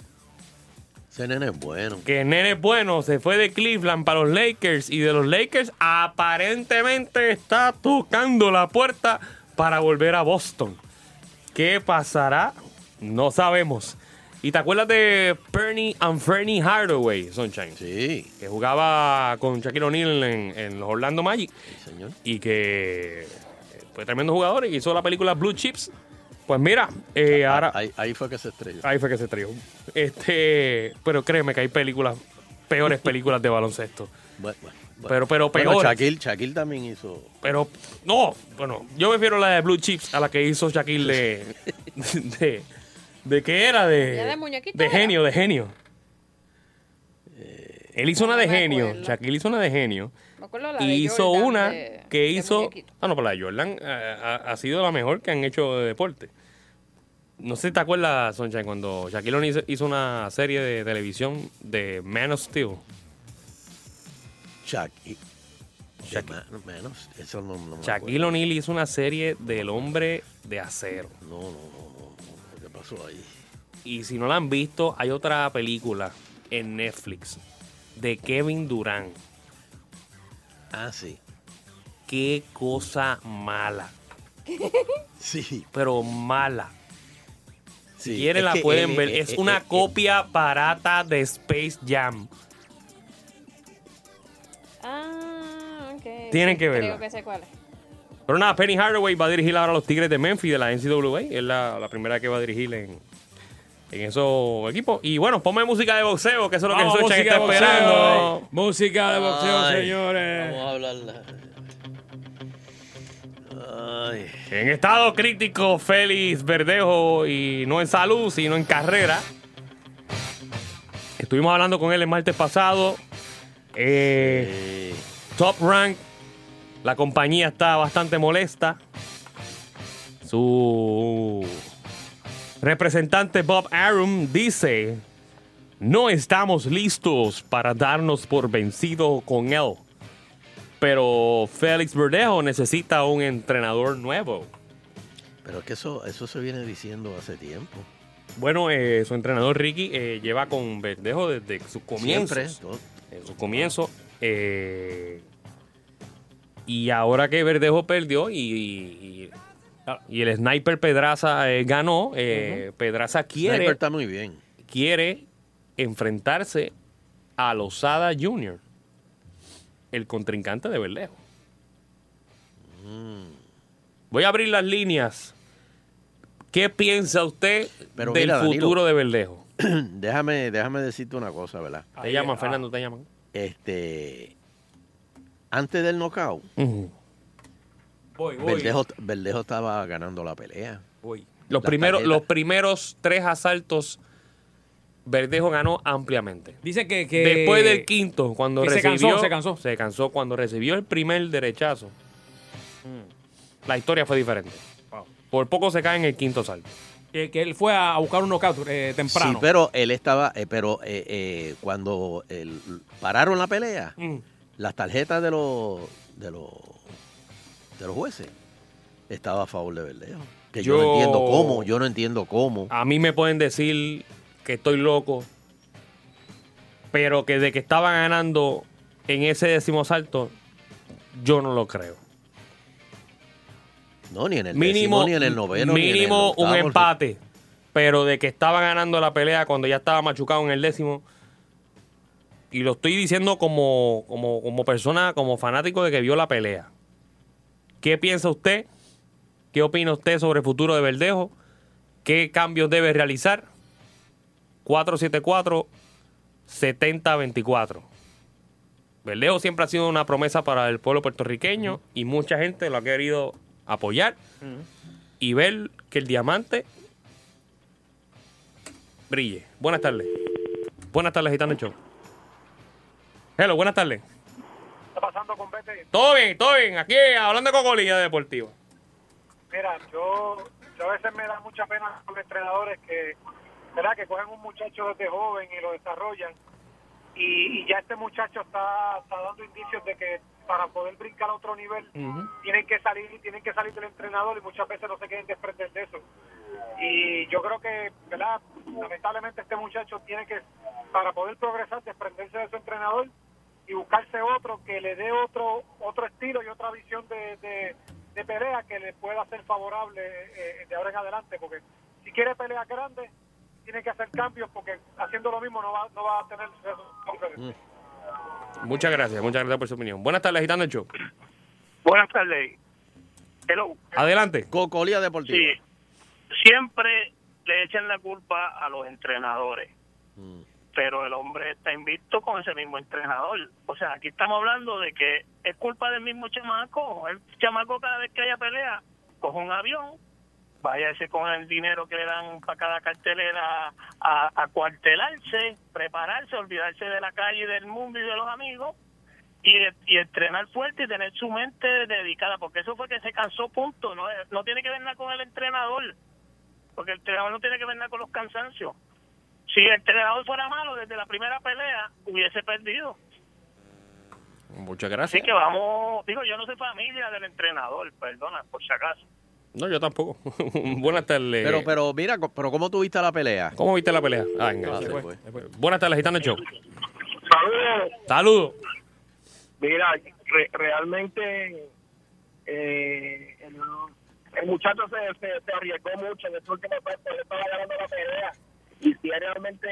[SPEAKER 5] Ese nene es bueno.
[SPEAKER 6] Que el nene es bueno, se fue de Cleveland para los Lakers y de los Lakers aparentemente está tocando la puerta para volver a Boston. ¿Qué pasará? No sabemos. ¿Y te acuerdas de Bernie and Fernie Hardaway, Sunshine?
[SPEAKER 5] Sí.
[SPEAKER 6] Que jugaba con Shaquille O'Neal en, en los Orlando Magic.
[SPEAKER 5] señor.
[SPEAKER 6] Y que fue tremendo jugador y que hizo la película Blue Chips. Pues mira, eh, ahora...
[SPEAKER 5] Ah, Ahí, ahí fue que se estrelló.
[SPEAKER 6] Ahí fue que se trió. Este, pero créeme que hay películas, peores películas de baloncesto.
[SPEAKER 5] Bueno, bueno, bueno.
[SPEAKER 6] Pero, pero
[SPEAKER 5] Bueno,
[SPEAKER 6] peores.
[SPEAKER 5] Shaquille, Shaquille también hizo.
[SPEAKER 6] Pero, no, bueno, yo prefiero la de Blue Chips a la que hizo Shaquille de. de, de que era
[SPEAKER 8] Ya de
[SPEAKER 6] de.
[SPEAKER 8] muñequito
[SPEAKER 6] eh, De
[SPEAKER 8] era.
[SPEAKER 6] genio, de genio.
[SPEAKER 5] Eh,
[SPEAKER 6] Él hizo una de
[SPEAKER 8] me
[SPEAKER 6] genio.
[SPEAKER 8] acuerdo.
[SPEAKER 6] Shaquille hizo una de genio.
[SPEAKER 8] Me acuerdo la
[SPEAKER 6] y
[SPEAKER 8] de
[SPEAKER 6] hizo
[SPEAKER 8] Jordan,
[SPEAKER 6] una
[SPEAKER 8] de-
[SPEAKER 6] que hizo. Ah, no, pero la de Jordan eh, ha, ha sido la mejor que han hecho de deporte. No sé si te acuerdas, Sunshine, cuando Shaquille O'Neal hizo, hizo una serie de televisión de Man of Steel.
[SPEAKER 5] Shaquille. De ma- menos, eso no, no me
[SPEAKER 6] Shaquille O'Neal hizo una serie del hombre de acero.
[SPEAKER 5] No, no, no, no. ¿Qué pasó ahí?
[SPEAKER 6] Y si no la han visto, hay otra película en Netflix de Kevin Durant.
[SPEAKER 5] Ah, sí.
[SPEAKER 6] Qué cosa mala.
[SPEAKER 5] Sí.
[SPEAKER 6] Pero mala. Si
[SPEAKER 5] Sí,
[SPEAKER 6] quieren
[SPEAKER 5] es
[SPEAKER 6] la
[SPEAKER 5] que
[SPEAKER 6] pueden
[SPEAKER 5] él-
[SPEAKER 6] ver.
[SPEAKER 5] eh,
[SPEAKER 6] es
[SPEAKER 5] eh,
[SPEAKER 6] una
[SPEAKER 5] eh,
[SPEAKER 6] copia barata de Space Jam.
[SPEAKER 8] Ah, ok.
[SPEAKER 6] Tienen que verla.
[SPEAKER 8] Creo que sé cuál es.
[SPEAKER 6] Pero nada, Penny Hardaway va a dirigir ahora a los Tigres de Memphis de la NCAA. Es la, la primera que va a dirigir en, en esos equipos. Y bueno, ponme música de boxeo, que eso es lo que el
[SPEAKER 4] Vamos,
[SPEAKER 6] Sunshine está
[SPEAKER 4] música de boxeo,
[SPEAKER 6] esperando.
[SPEAKER 4] Música de boxeo,
[SPEAKER 5] Ay,
[SPEAKER 4] señores.
[SPEAKER 5] Vamos a hablarla. Felicidades.
[SPEAKER 6] En estado crítico, Félix Verdejo, y no en salud, sino en carrera. Estuvimos hablando con él el martes pasado. Eh, Top Rank, la compañía está bastante molesta. Su representante Bob Arum dice, no estamos listos para darnos por vencido con él. Pero Félix Verdejo necesita un entrenador nuevo.
[SPEAKER 5] Pero es que eso, eso se viene diciendo hace tiempo.
[SPEAKER 6] Bueno, eh, su entrenador Ricky eh, lleva con Verdejo desde sus comienzos.
[SPEAKER 5] Siempre.
[SPEAKER 6] Desde sus comienzos. eh, y ahora que Verdejo perdió y, y- y el sniper Pedraza eh, ganó, eh, Pedraza quiere,
[SPEAKER 5] Sniper está muy bien.
[SPEAKER 6] quiere enfrentarse a Lozada Jr., el contrincante de Verdejo.
[SPEAKER 5] Mm.
[SPEAKER 6] Voy a abrir las líneas. ¿Qué piensa usted
[SPEAKER 5] Pero
[SPEAKER 6] del
[SPEAKER 5] mira, Danilo.
[SPEAKER 6] futuro de Verdejo?
[SPEAKER 5] déjame, déjame decirte una cosa, ¿verdad?
[SPEAKER 6] Te llaman, Fernando, te llaman.
[SPEAKER 5] Este, antes del knockout,
[SPEAKER 6] Voy,
[SPEAKER 5] Verdejo, Verdejo estaba ganando la pelea.
[SPEAKER 6] Los,
[SPEAKER 5] La
[SPEAKER 6] primeros,
[SPEAKER 5] tarjeta.
[SPEAKER 6] los primeros tres asaltos, Verdejo ganó ampliamente.
[SPEAKER 4] Dice que, que-
[SPEAKER 6] Después del quinto, cuando
[SPEAKER 4] que se
[SPEAKER 6] recibió.
[SPEAKER 4] cansó, se cansó.
[SPEAKER 6] se cansó. cuando recibió el primer derechazo.
[SPEAKER 4] Mm,
[SPEAKER 6] La historia fue diferente. Por poco se cae en el quinto asalto.
[SPEAKER 4] que, que él fue a a buscar un knockout eh, temprano.
[SPEAKER 5] Sí, pero él estaba, eh, pero eh, eh, cuando el- pararon la pelea,
[SPEAKER 4] Mm.
[SPEAKER 5] las tarjetas de los de los de los jueces estaba a favor de Verdejo. Que yo, no
[SPEAKER 6] Yo- Ah.
[SPEAKER 5] entiendo cómo, yo no entiendo cómo.
[SPEAKER 6] A mí me pueden decir que estoy loco, pero que de que estaba ganando en ese décimo asalto, yo no lo creo.
[SPEAKER 5] No, ni en el
[SPEAKER 6] mínimo,
[SPEAKER 5] décimo, ni en el noveno, ni en el
[SPEAKER 6] mínimo
[SPEAKER 5] octavo.
[SPEAKER 6] un empate. Pero de que estaba ganando la pelea cuando ya estaba machucado en el décimo. Y lo estoy diciendo como, como, como persona, como fanático de que vio la pelea. ¿Qué piensa usted? ¿Qué opina usted sobre el futuro de Verdejo? ¿Qué cambios debe realizar? 474-7024. Verdejo siempre ha sido una promesa para el pueblo puertorriqueño y mucha gente lo ha querido apoyar y ver que el diamante brille. Buenas tardes. Buenas tardes, Gitano Show. Hello, buenas tardes.
[SPEAKER 10] está pasando con Vete?
[SPEAKER 6] Todo bien, todo bien. Aquí hablando con Colilla Deportiva.
[SPEAKER 10] Mira, yo, yo a veces me da mucha pena con los entrenadores que, ¿verdad? que cogen un muchacho desde joven y lo desarrollan y, y ya este muchacho está, está dando indicios de que para poder brincar a otro nivel tienen que salir tienen que salir del entrenador y muchas veces no se quieren desprender de eso. Y yo creo que, ¿verdad? lamentablemente este muchacho tiene que, para poder progresar, desprenderse de su entrenador y buscarse otro que le dé otro otro estilo y otra visión de, de, de pelea que le pueda ser favorable eh, de ahora en adelante. Porque si quiere peleas grandes, tiene que hacer cambios porque haciendo lo mismo no va, no va a tener resultados.
[SPEAKER 6] Muchas gracias, muchas gracias por su opinión. Buenas tardes, Gitano Show.
[SPEAKER 15] Buenas tardes. Hello.
[SPEAKER 6] Adelante.
[SPEAKER 5] Cocolía Deportiva.
[SPEAKER 15] Sí. Siempre le echan la culpa a los entrenadores. Pero el hombre está invicto con ese mismo entrenador. O sea, aquí estamos hablando de que es culpa del mismo chamaco. El chamaco cada vez que haya pelea, coge un avión, váyase con el dinero que le dan para cada cartelera a, a cuartelarse, prepararse, olvidarse de la calle, del mundo y de los amigos y, y entrenar fuerte y tener su mente dedicada, porque eso fue que se cansó, punto. No, no tiene que ver nada con el entrenador, porque el entrenador no tiene que ver nada con los cansancios. Si el entrenador fuera malo desde la primera pelea, hubiese perdido.
[SPEAKER 6] Muchas
[SPEAKER 15] Así
[SPEAKER 6] gracias.
[SPEAKER 15] que vamos, digo, yo no soy familia del entrenador, perdona, por si acaso.
[SPEAKER 6] No, yo tampoco. Buenas tardes.
[SPEAKER 5] Pero, pero mira, co- pero ¿cómo tuviste la pelea?
[SPEAKER 6] ¿Cómo viste la pelea? Ah, venga.
[SPEAKER 5] Ah, se fue,
[SPEAKER 6] Buenas tardes, Gitano Show.
[SPEAKER 16] Saludos.
[SPEAKER 6] Saludos.
[SPEAKER 16] Mira, re- realmente eh, el, el muchacho se, se, se arriesgó mucho en esta última parte, él estaba ganando la pelea. Y si él realmente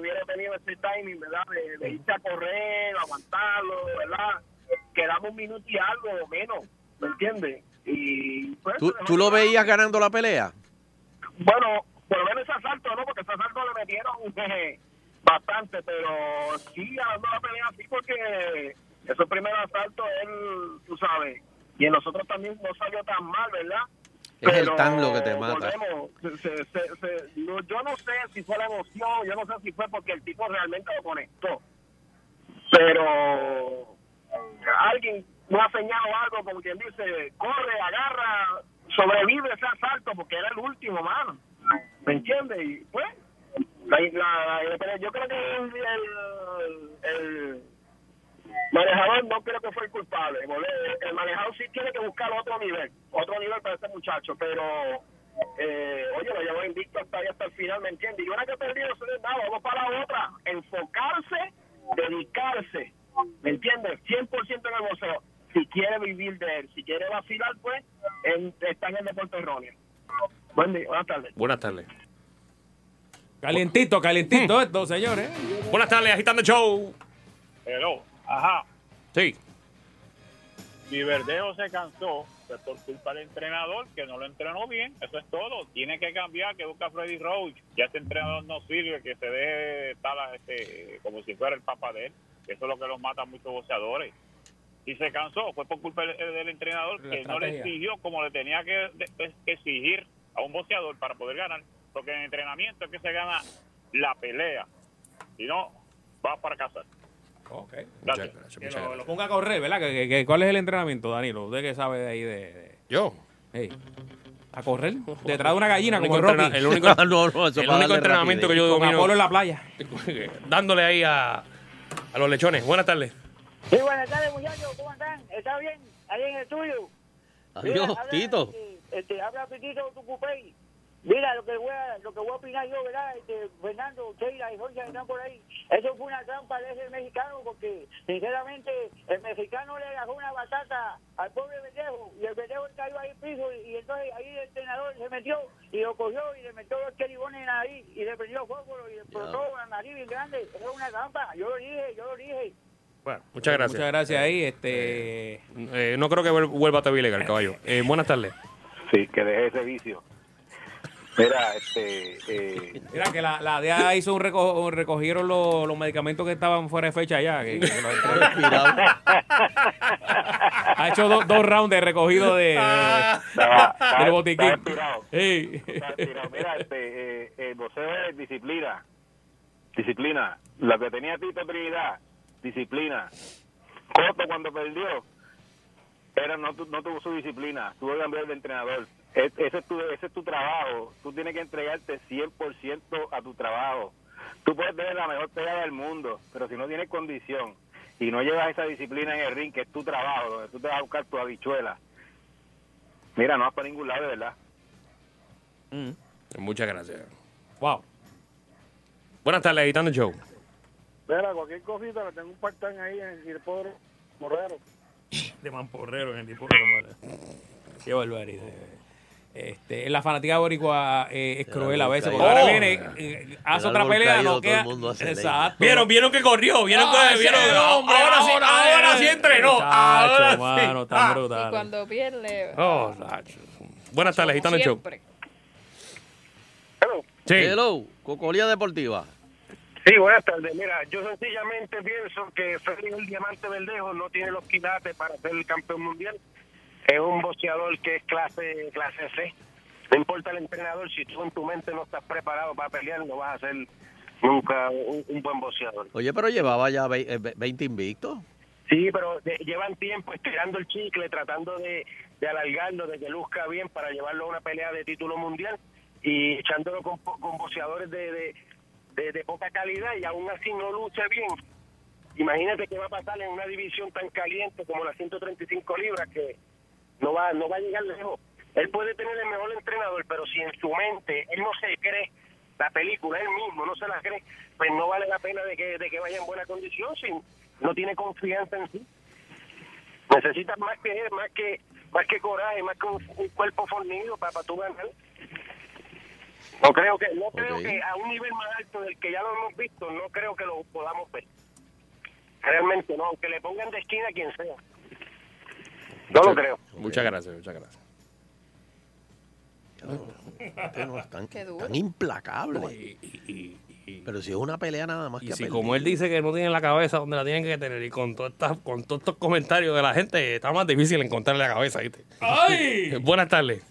[SPEAKER 16] hubiera tenido ese timing, ¿verdad? De, de irse a correr, aguantarlo, ¿verdad? Quedamos un minuto y algo o menos, ¿me entiendes? Y pues,
[SPEAKER 5] ¿Tú, tú lo veías ganando la pelea?
[SPEAKER 16] bueno, por lo menos ese asalto, ¿no? Porque ese asalto le metieron
[SPEAKER 1] eh,
[SPEAKER 16] jeje, bastante, pero sí, ganando la pelea, sí, porque esos primeros asaltos, él, tú sabes,
[SPEAKER 1] y en nosotros también no salió tan mal, ¿verdad?
[SPEAKER 5] Es el
[SPEAKER 1] Pero
[SPEAKER 5] tan lo que te mata.
[SPEAKER 1] volvemos, se- se- se- no, yo no sé si fue la emoción, yo no sé si fue porque el tipo realmente lo conectó, pero alguien no ha señalado algo como quien dice, corre, agarra, sobrevive ese asalto porque era el último, mano. ¿Me entiendes? Y pues, la, la- la- pero yo creo que el, el- el manejador no creo que fue el culpable. ¿vale? El manejador sí tiene que buscar otro nivel, otro nivel para este muchacho, pero eh, oye, lo llevó invicto hasta ahí, hasta el final, ¿me entiendes? Y una que perdió, eso es nada, vamos para la otra, enfocarse, dedicarse, ¿me entiendes? 100% en el boxeo. Si quiere vivir de él, si quiere vacilar, pues, en- está en el deporte erróneo. Buen día, buenas tardes.
[SPEAKER 6] Buenas tardes.
[SPEAKER 4] Calientito, calientito esto, señores.
[SPEAKER 6] Mm. Buenas tardes, agitando el show.
[SPEAKER 11] Pero, ajá,
[SPEAKER 6] Sí.
[SPEAKER 11] si Verdeo se cansó, fue por culpa del entrenador que no lo entrenó bien. Eso es todo. Tiene que cambiar, que busca a Freddy Roach. Ya ese entrenador no sirve, que se deje estar a este, como si fuera el papá de él. Eso es lo que los mata a muchos boxeadores. Y se cansó, fue por culpa del, del entrenador
[SPEAKER 17] La
[SPEAKER 11] que no le
[SPEAKER 17] estrategia.
[SPEAKER 11] exigió como le tenía que de- de- exigir a un boxeador para poder ganar. Porque en entrenamiento es que se gana la pelea. Si no, va para casa.
[SPEAKER 4] Ok.
[SPEAKER 11] Gracias.
[SPEAKER 4] Que lo, lo ponga a correr, ¿verdad? Que, que- que- ¿Cuál es el entrenamiento, Danilo? Usted que sabe de ahí de...
[SPEAKER 6] ¿Yo?
[SPEAKER 4] A correr, detrás de una gallina
[SPEAKER 6] El
[SPEAKER 4] como
[SPEAKER 6] único
[SPEAKER 4] Rocky.
[SPEAKER 6] entrena- el único- el único entrenamiento que yo
[SPEAKER 4] Con
[SPEAKER 6] domino.
[SPEAKER 4] Apolo en la playa.
[SPEAKER 6] Dándole ahí a, a los lechones. Buenas tardes.
[SPEAKER 10] Sí, buenas tardes, muchachos. ¿Cómo están? ¿Está bien? Ahí en el estudio. Mira,
[SPEAKER 5] Adiós,
[SPEAKER 10] habla,
[SPEAKER 5] Tito.
[SPEAKER 10] Este, habla Pitito Tucupey. Mira, lo que voy a, lo que voy a opinar yo, ¿verdad? Este, Fernando, Keila y Jorge están por ahí. Eso fue una trampa de ese mexicano porque, sinceramente, el mexicano le dejó una batata al pobre Verdejo y el Verdejo cayó ahí piso y, y entonces ahí el entrenador se metió y lo cogió y le metió los queribones en la nariz y le prendió fósforo y le explotó la nariz bien grande. Eso es una trampa. Yo lo dije, yo lo dije.
[SPEAKER 6] Bueno, muchas gracias.
[SPEAKER 4] Muchas gracias ahí. Este...
[SPEAKER 6] Eh, no creo que vuel- vuelva a Tabilega el caballo. Eh, buenas tardes.
[SPEAKER 18] Sí, que deje ese vicio. Mira, este. eh,
[SPEAKER 4] Mira que la, la DEA hizo un reco- un recogieron los, los medicamentos que estaban fuera de fecha ya. que- que los entregó. ha hecho dos dos rounds de recogido de, de-
[SPEAKER 18] estaba-
[SPEAKER 4] del botiquín.
[SPEAKER 18] estaba Ah, inspirado.
[SPEAKER 4] Sí.
[SPEAKER 18] Pero mira, este, eh, el boxeo es disciplina. Disciplina. La que tenía Tito Trinidad, disciplina. Coto cuando perdió, era no, tu- no tuvo su disciplina, tuvo que cambiar de entrenador. Es- Ese es, tu, ese es tu trabajo. Tú tienes que entregarte 100% a tu trabajo. Tú puedes tener la mejor pelea del mundo, pero si no tienes condición y no llevas esa disciplina en el ring, que es tu trabajo, donde tú te vas a buscar tu habichuela, mira, no vas para ningún lado, de verdad.
[SPEAKER 5] Mm.
[SPEAKER 6] Muchas gracias.
[SPEAKER 4] Wow.
[SPEAKER 6] Buenas tardes, agitando el show.
[SPEAKER 19] Mira, cualquier cosita, le tengo un pactán ahí en el Cirpodro Morrero.
[SPEAKER 4] De mamporrero en el tipo de Qué barbaridad. Este, la fanática boricua eh, es cruel a veces. Porque
[SPEAKER 6] caído.
[SPEAKER 4] ahora
[SPEAKER 6] Oh.
[SPEAKER 4] viene, eh, hace
[SPEAKER 6] El
[SPEAKER 4] otra
[SPEAKER 6] árbol
[SPEAKER 4] pelea,
[SPEAKER 6] caído,
[SPEAKER 4] no
[SPEAKER 6] todo el
[SPEAKER 4] queda.
[SPEAKER 6] mundo hace leña.
[SPEAKER 4] Exacto.
[SPEAKER 6] Vieron, vieron que corrió, vieron que- vieron- ahora sí, ahora sí entrenó, ahora sí.
[SPEAKER 4] Mano,
[SPEAKER 6] Ah.
[SPEAKER 4] tan
[SPEAKER 8] Y
[SPEAKER 4] brutal.
[SPEAKER 8] cuando pierde,
[SPEAKER 6] Oh, Nacho. Buenas tardes, agitando el show.
[SPEAKER 8] siempre.
[SPEAKER 6] Sí.
[SPEAKER 5] Hello, Cocolía Deportiva.
[SPEAKER 16] Sí, buenas tardes. Mira, yo sencillamente pienso que Félix el Diamante Verdejo no tiene los quilates para ser el campeón mundial. Es un boxeador que es clase clase C. No importa el entrenador, si tú en tu mente no estás preparado para pelear, no vas a ser nunca un, un buen boxeador.
[SPEAKER 5] Oye, pero llevaba ya ve- eh, ve- 20 invictos.
[SPEAKER 16] Sí, pero de- llevan tiempo estirando el chicle, tratando de, de alargarlo, de que luzca bien para llevarlo a una pelea de título mundial y echándolo con, po- con boxeadores de, de, de- de poca calidad y aún así no luce bien. Imagínate qué va a pasar en una división tan caliente como la 135 libras que no va, no va a llegar lejos. Él puede tener el mejor entrenador, pero si en su mente él no se cree la película, él mismo no se la cree, pues no vale la pena de que, de que vaya en buena condición si no tiene confianza en sí. Necesitas más que más que más que coraje, más que un, un cuerpo fornido para, para tú ganar. No creo que no creo
[SPEAKER 5] Ok.
[SPEAKER 16] que a un nivel más alto del que ya lo hemos visto, no creo que lo podamos ver. Realmente no, aunque le pongan de esquina a quien sea.
[SPEAKER 6] No
[SPEAKER 16] lo creo.
[SPEAKER 6] Muchas gracias, muchas gracias.
[SPEAKER 5] Este Ustedes no están tan implacables.
[SPEAKER 6] Y, y- y-
[SPEAKER 5] Pero si es una pelea nada más
[SPEAKER 6] Y
[SPEAKER 5] que
[SPEAKER 6] si
[SPEAKER 5] pelea.
[SPEAKER 6] como él dice que no tiene la cabeza donde la tienen que tener y con, todas estas- con todos estos comentarios de la gente, está más difícil encontrarle la cabeza, ¿viste?
[SPEAKER 4] ¡Ay!
[SPEAKER 6] Buenas tardes.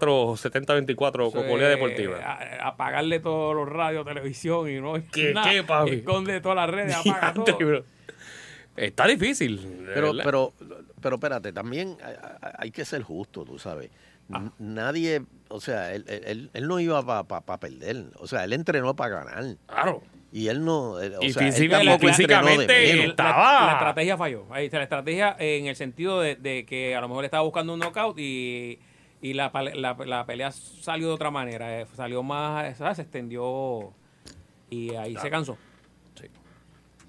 [SPEAKER 6] 474-7024, Cocolía
[SPEAKER 4] Eh,
[SPEAKER 6] Deportiva.
[SPEAKER 4] a- apagarle todos los radios, televisión y no.
[SPEAKER 6] ¿Qué,
[SPEAKER 4] nada.
[SPEAKER 6] qué, papi?
[SPEAKER 4] Esconde todas las redes, apaga todo.
[SPEAKER 6] Está difícil. de
[SPEAKER 5] Pero,
[SPEAKER 6] verdad.
[SPEAKER 5] pero, pero espérate, también hay- hay- hay que ser justo, tú sabes.
[SPEAKER 6] Ah.
[SPEAKER 5] N- Nadie, o sea, él, él- él- él no iba para perder. O sea, él entrenó para ganar.
[SPEAKER 6] Claro.
[SPEAKER 5] Y él no. él- o
[SPEAKER 6] Y
[SPEAKER 5] sea, él
[SPEAKER 6] física-
[SPEAKER 5] tampoco entrenó de
[SPEAKER 6] físicamente
[SPEAKER 5] menos.
[SPEAKER 4] La, la estrategia falló. Ahí está, la estrategia eh, en el sentido de, de que a lo mejor estaba buscando un knockout y, y la, pale- la- la pelea salió de otra manera. eh, salió más, ¿sabes? se extendió y ahí se cansó.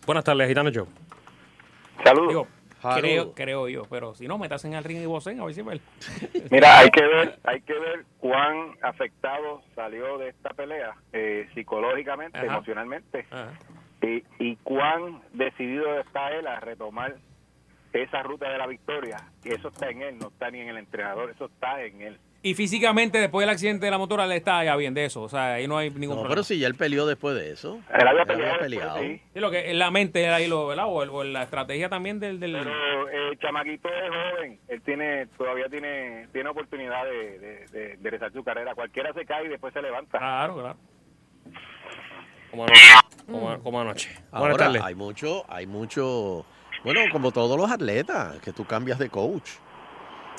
[SPEAKER 6] Buenas tardes, Gitano Show.
[SPEAKER 4] Digo,
[SPEAKER 6] Salud.
[SPEAKER 4] creo, creo yo, pero si no, metas en el ring y vocen, a ver si vuelve.
[SPEAKER 18] Mira, hay que ver, hay que ver cuán afectado salió de esta pelea eh, psicológicamente,
[SPEAKER 11] Ajá.
[SPEAKER 18] emocionalmente, y, y cuán decidido está él a retomar esa ruta de la victoria. Y eso está en él, no está ni en el entrenador, eso está en él.
[SPEAKER 4] Y físicamente, después del accidente de la motora, le está ya bien de eso. O sea, ahí no hay ningún
[SPEAKER 5] No,
[SPEAKER 4] problema.
[SPEAKER 5] pero si ya él peleó después de eso.
[SPEAKER 18] Él había
[SPEAKER 5] Él había
[SPEAKER 18] peleado
[SPEAKER 5] peleado.
[SPEAKER 4] Sí, lo que es la mente era ahí lo, ¿verdad? O, el- o la estrategia también del, del
[SPEAKER 18] Pero eh, el chamaquito es joven, él tiene, todavía tiene, tiene oportunidad de, de, de enderezar su carrera. Cualquiera se cae y después se levanta.
[SPEAKER 4] Claro, claro.
[SPEAKER 6] Como anoche. Como, como anoche. Buenas
[SPEAKER 5] Ahora,
[SPEAKER 6] tardes.
[SPEAKER 5] hay mucho, hay mucho. Bueno, como todos los atletas, que tú cambias de coach.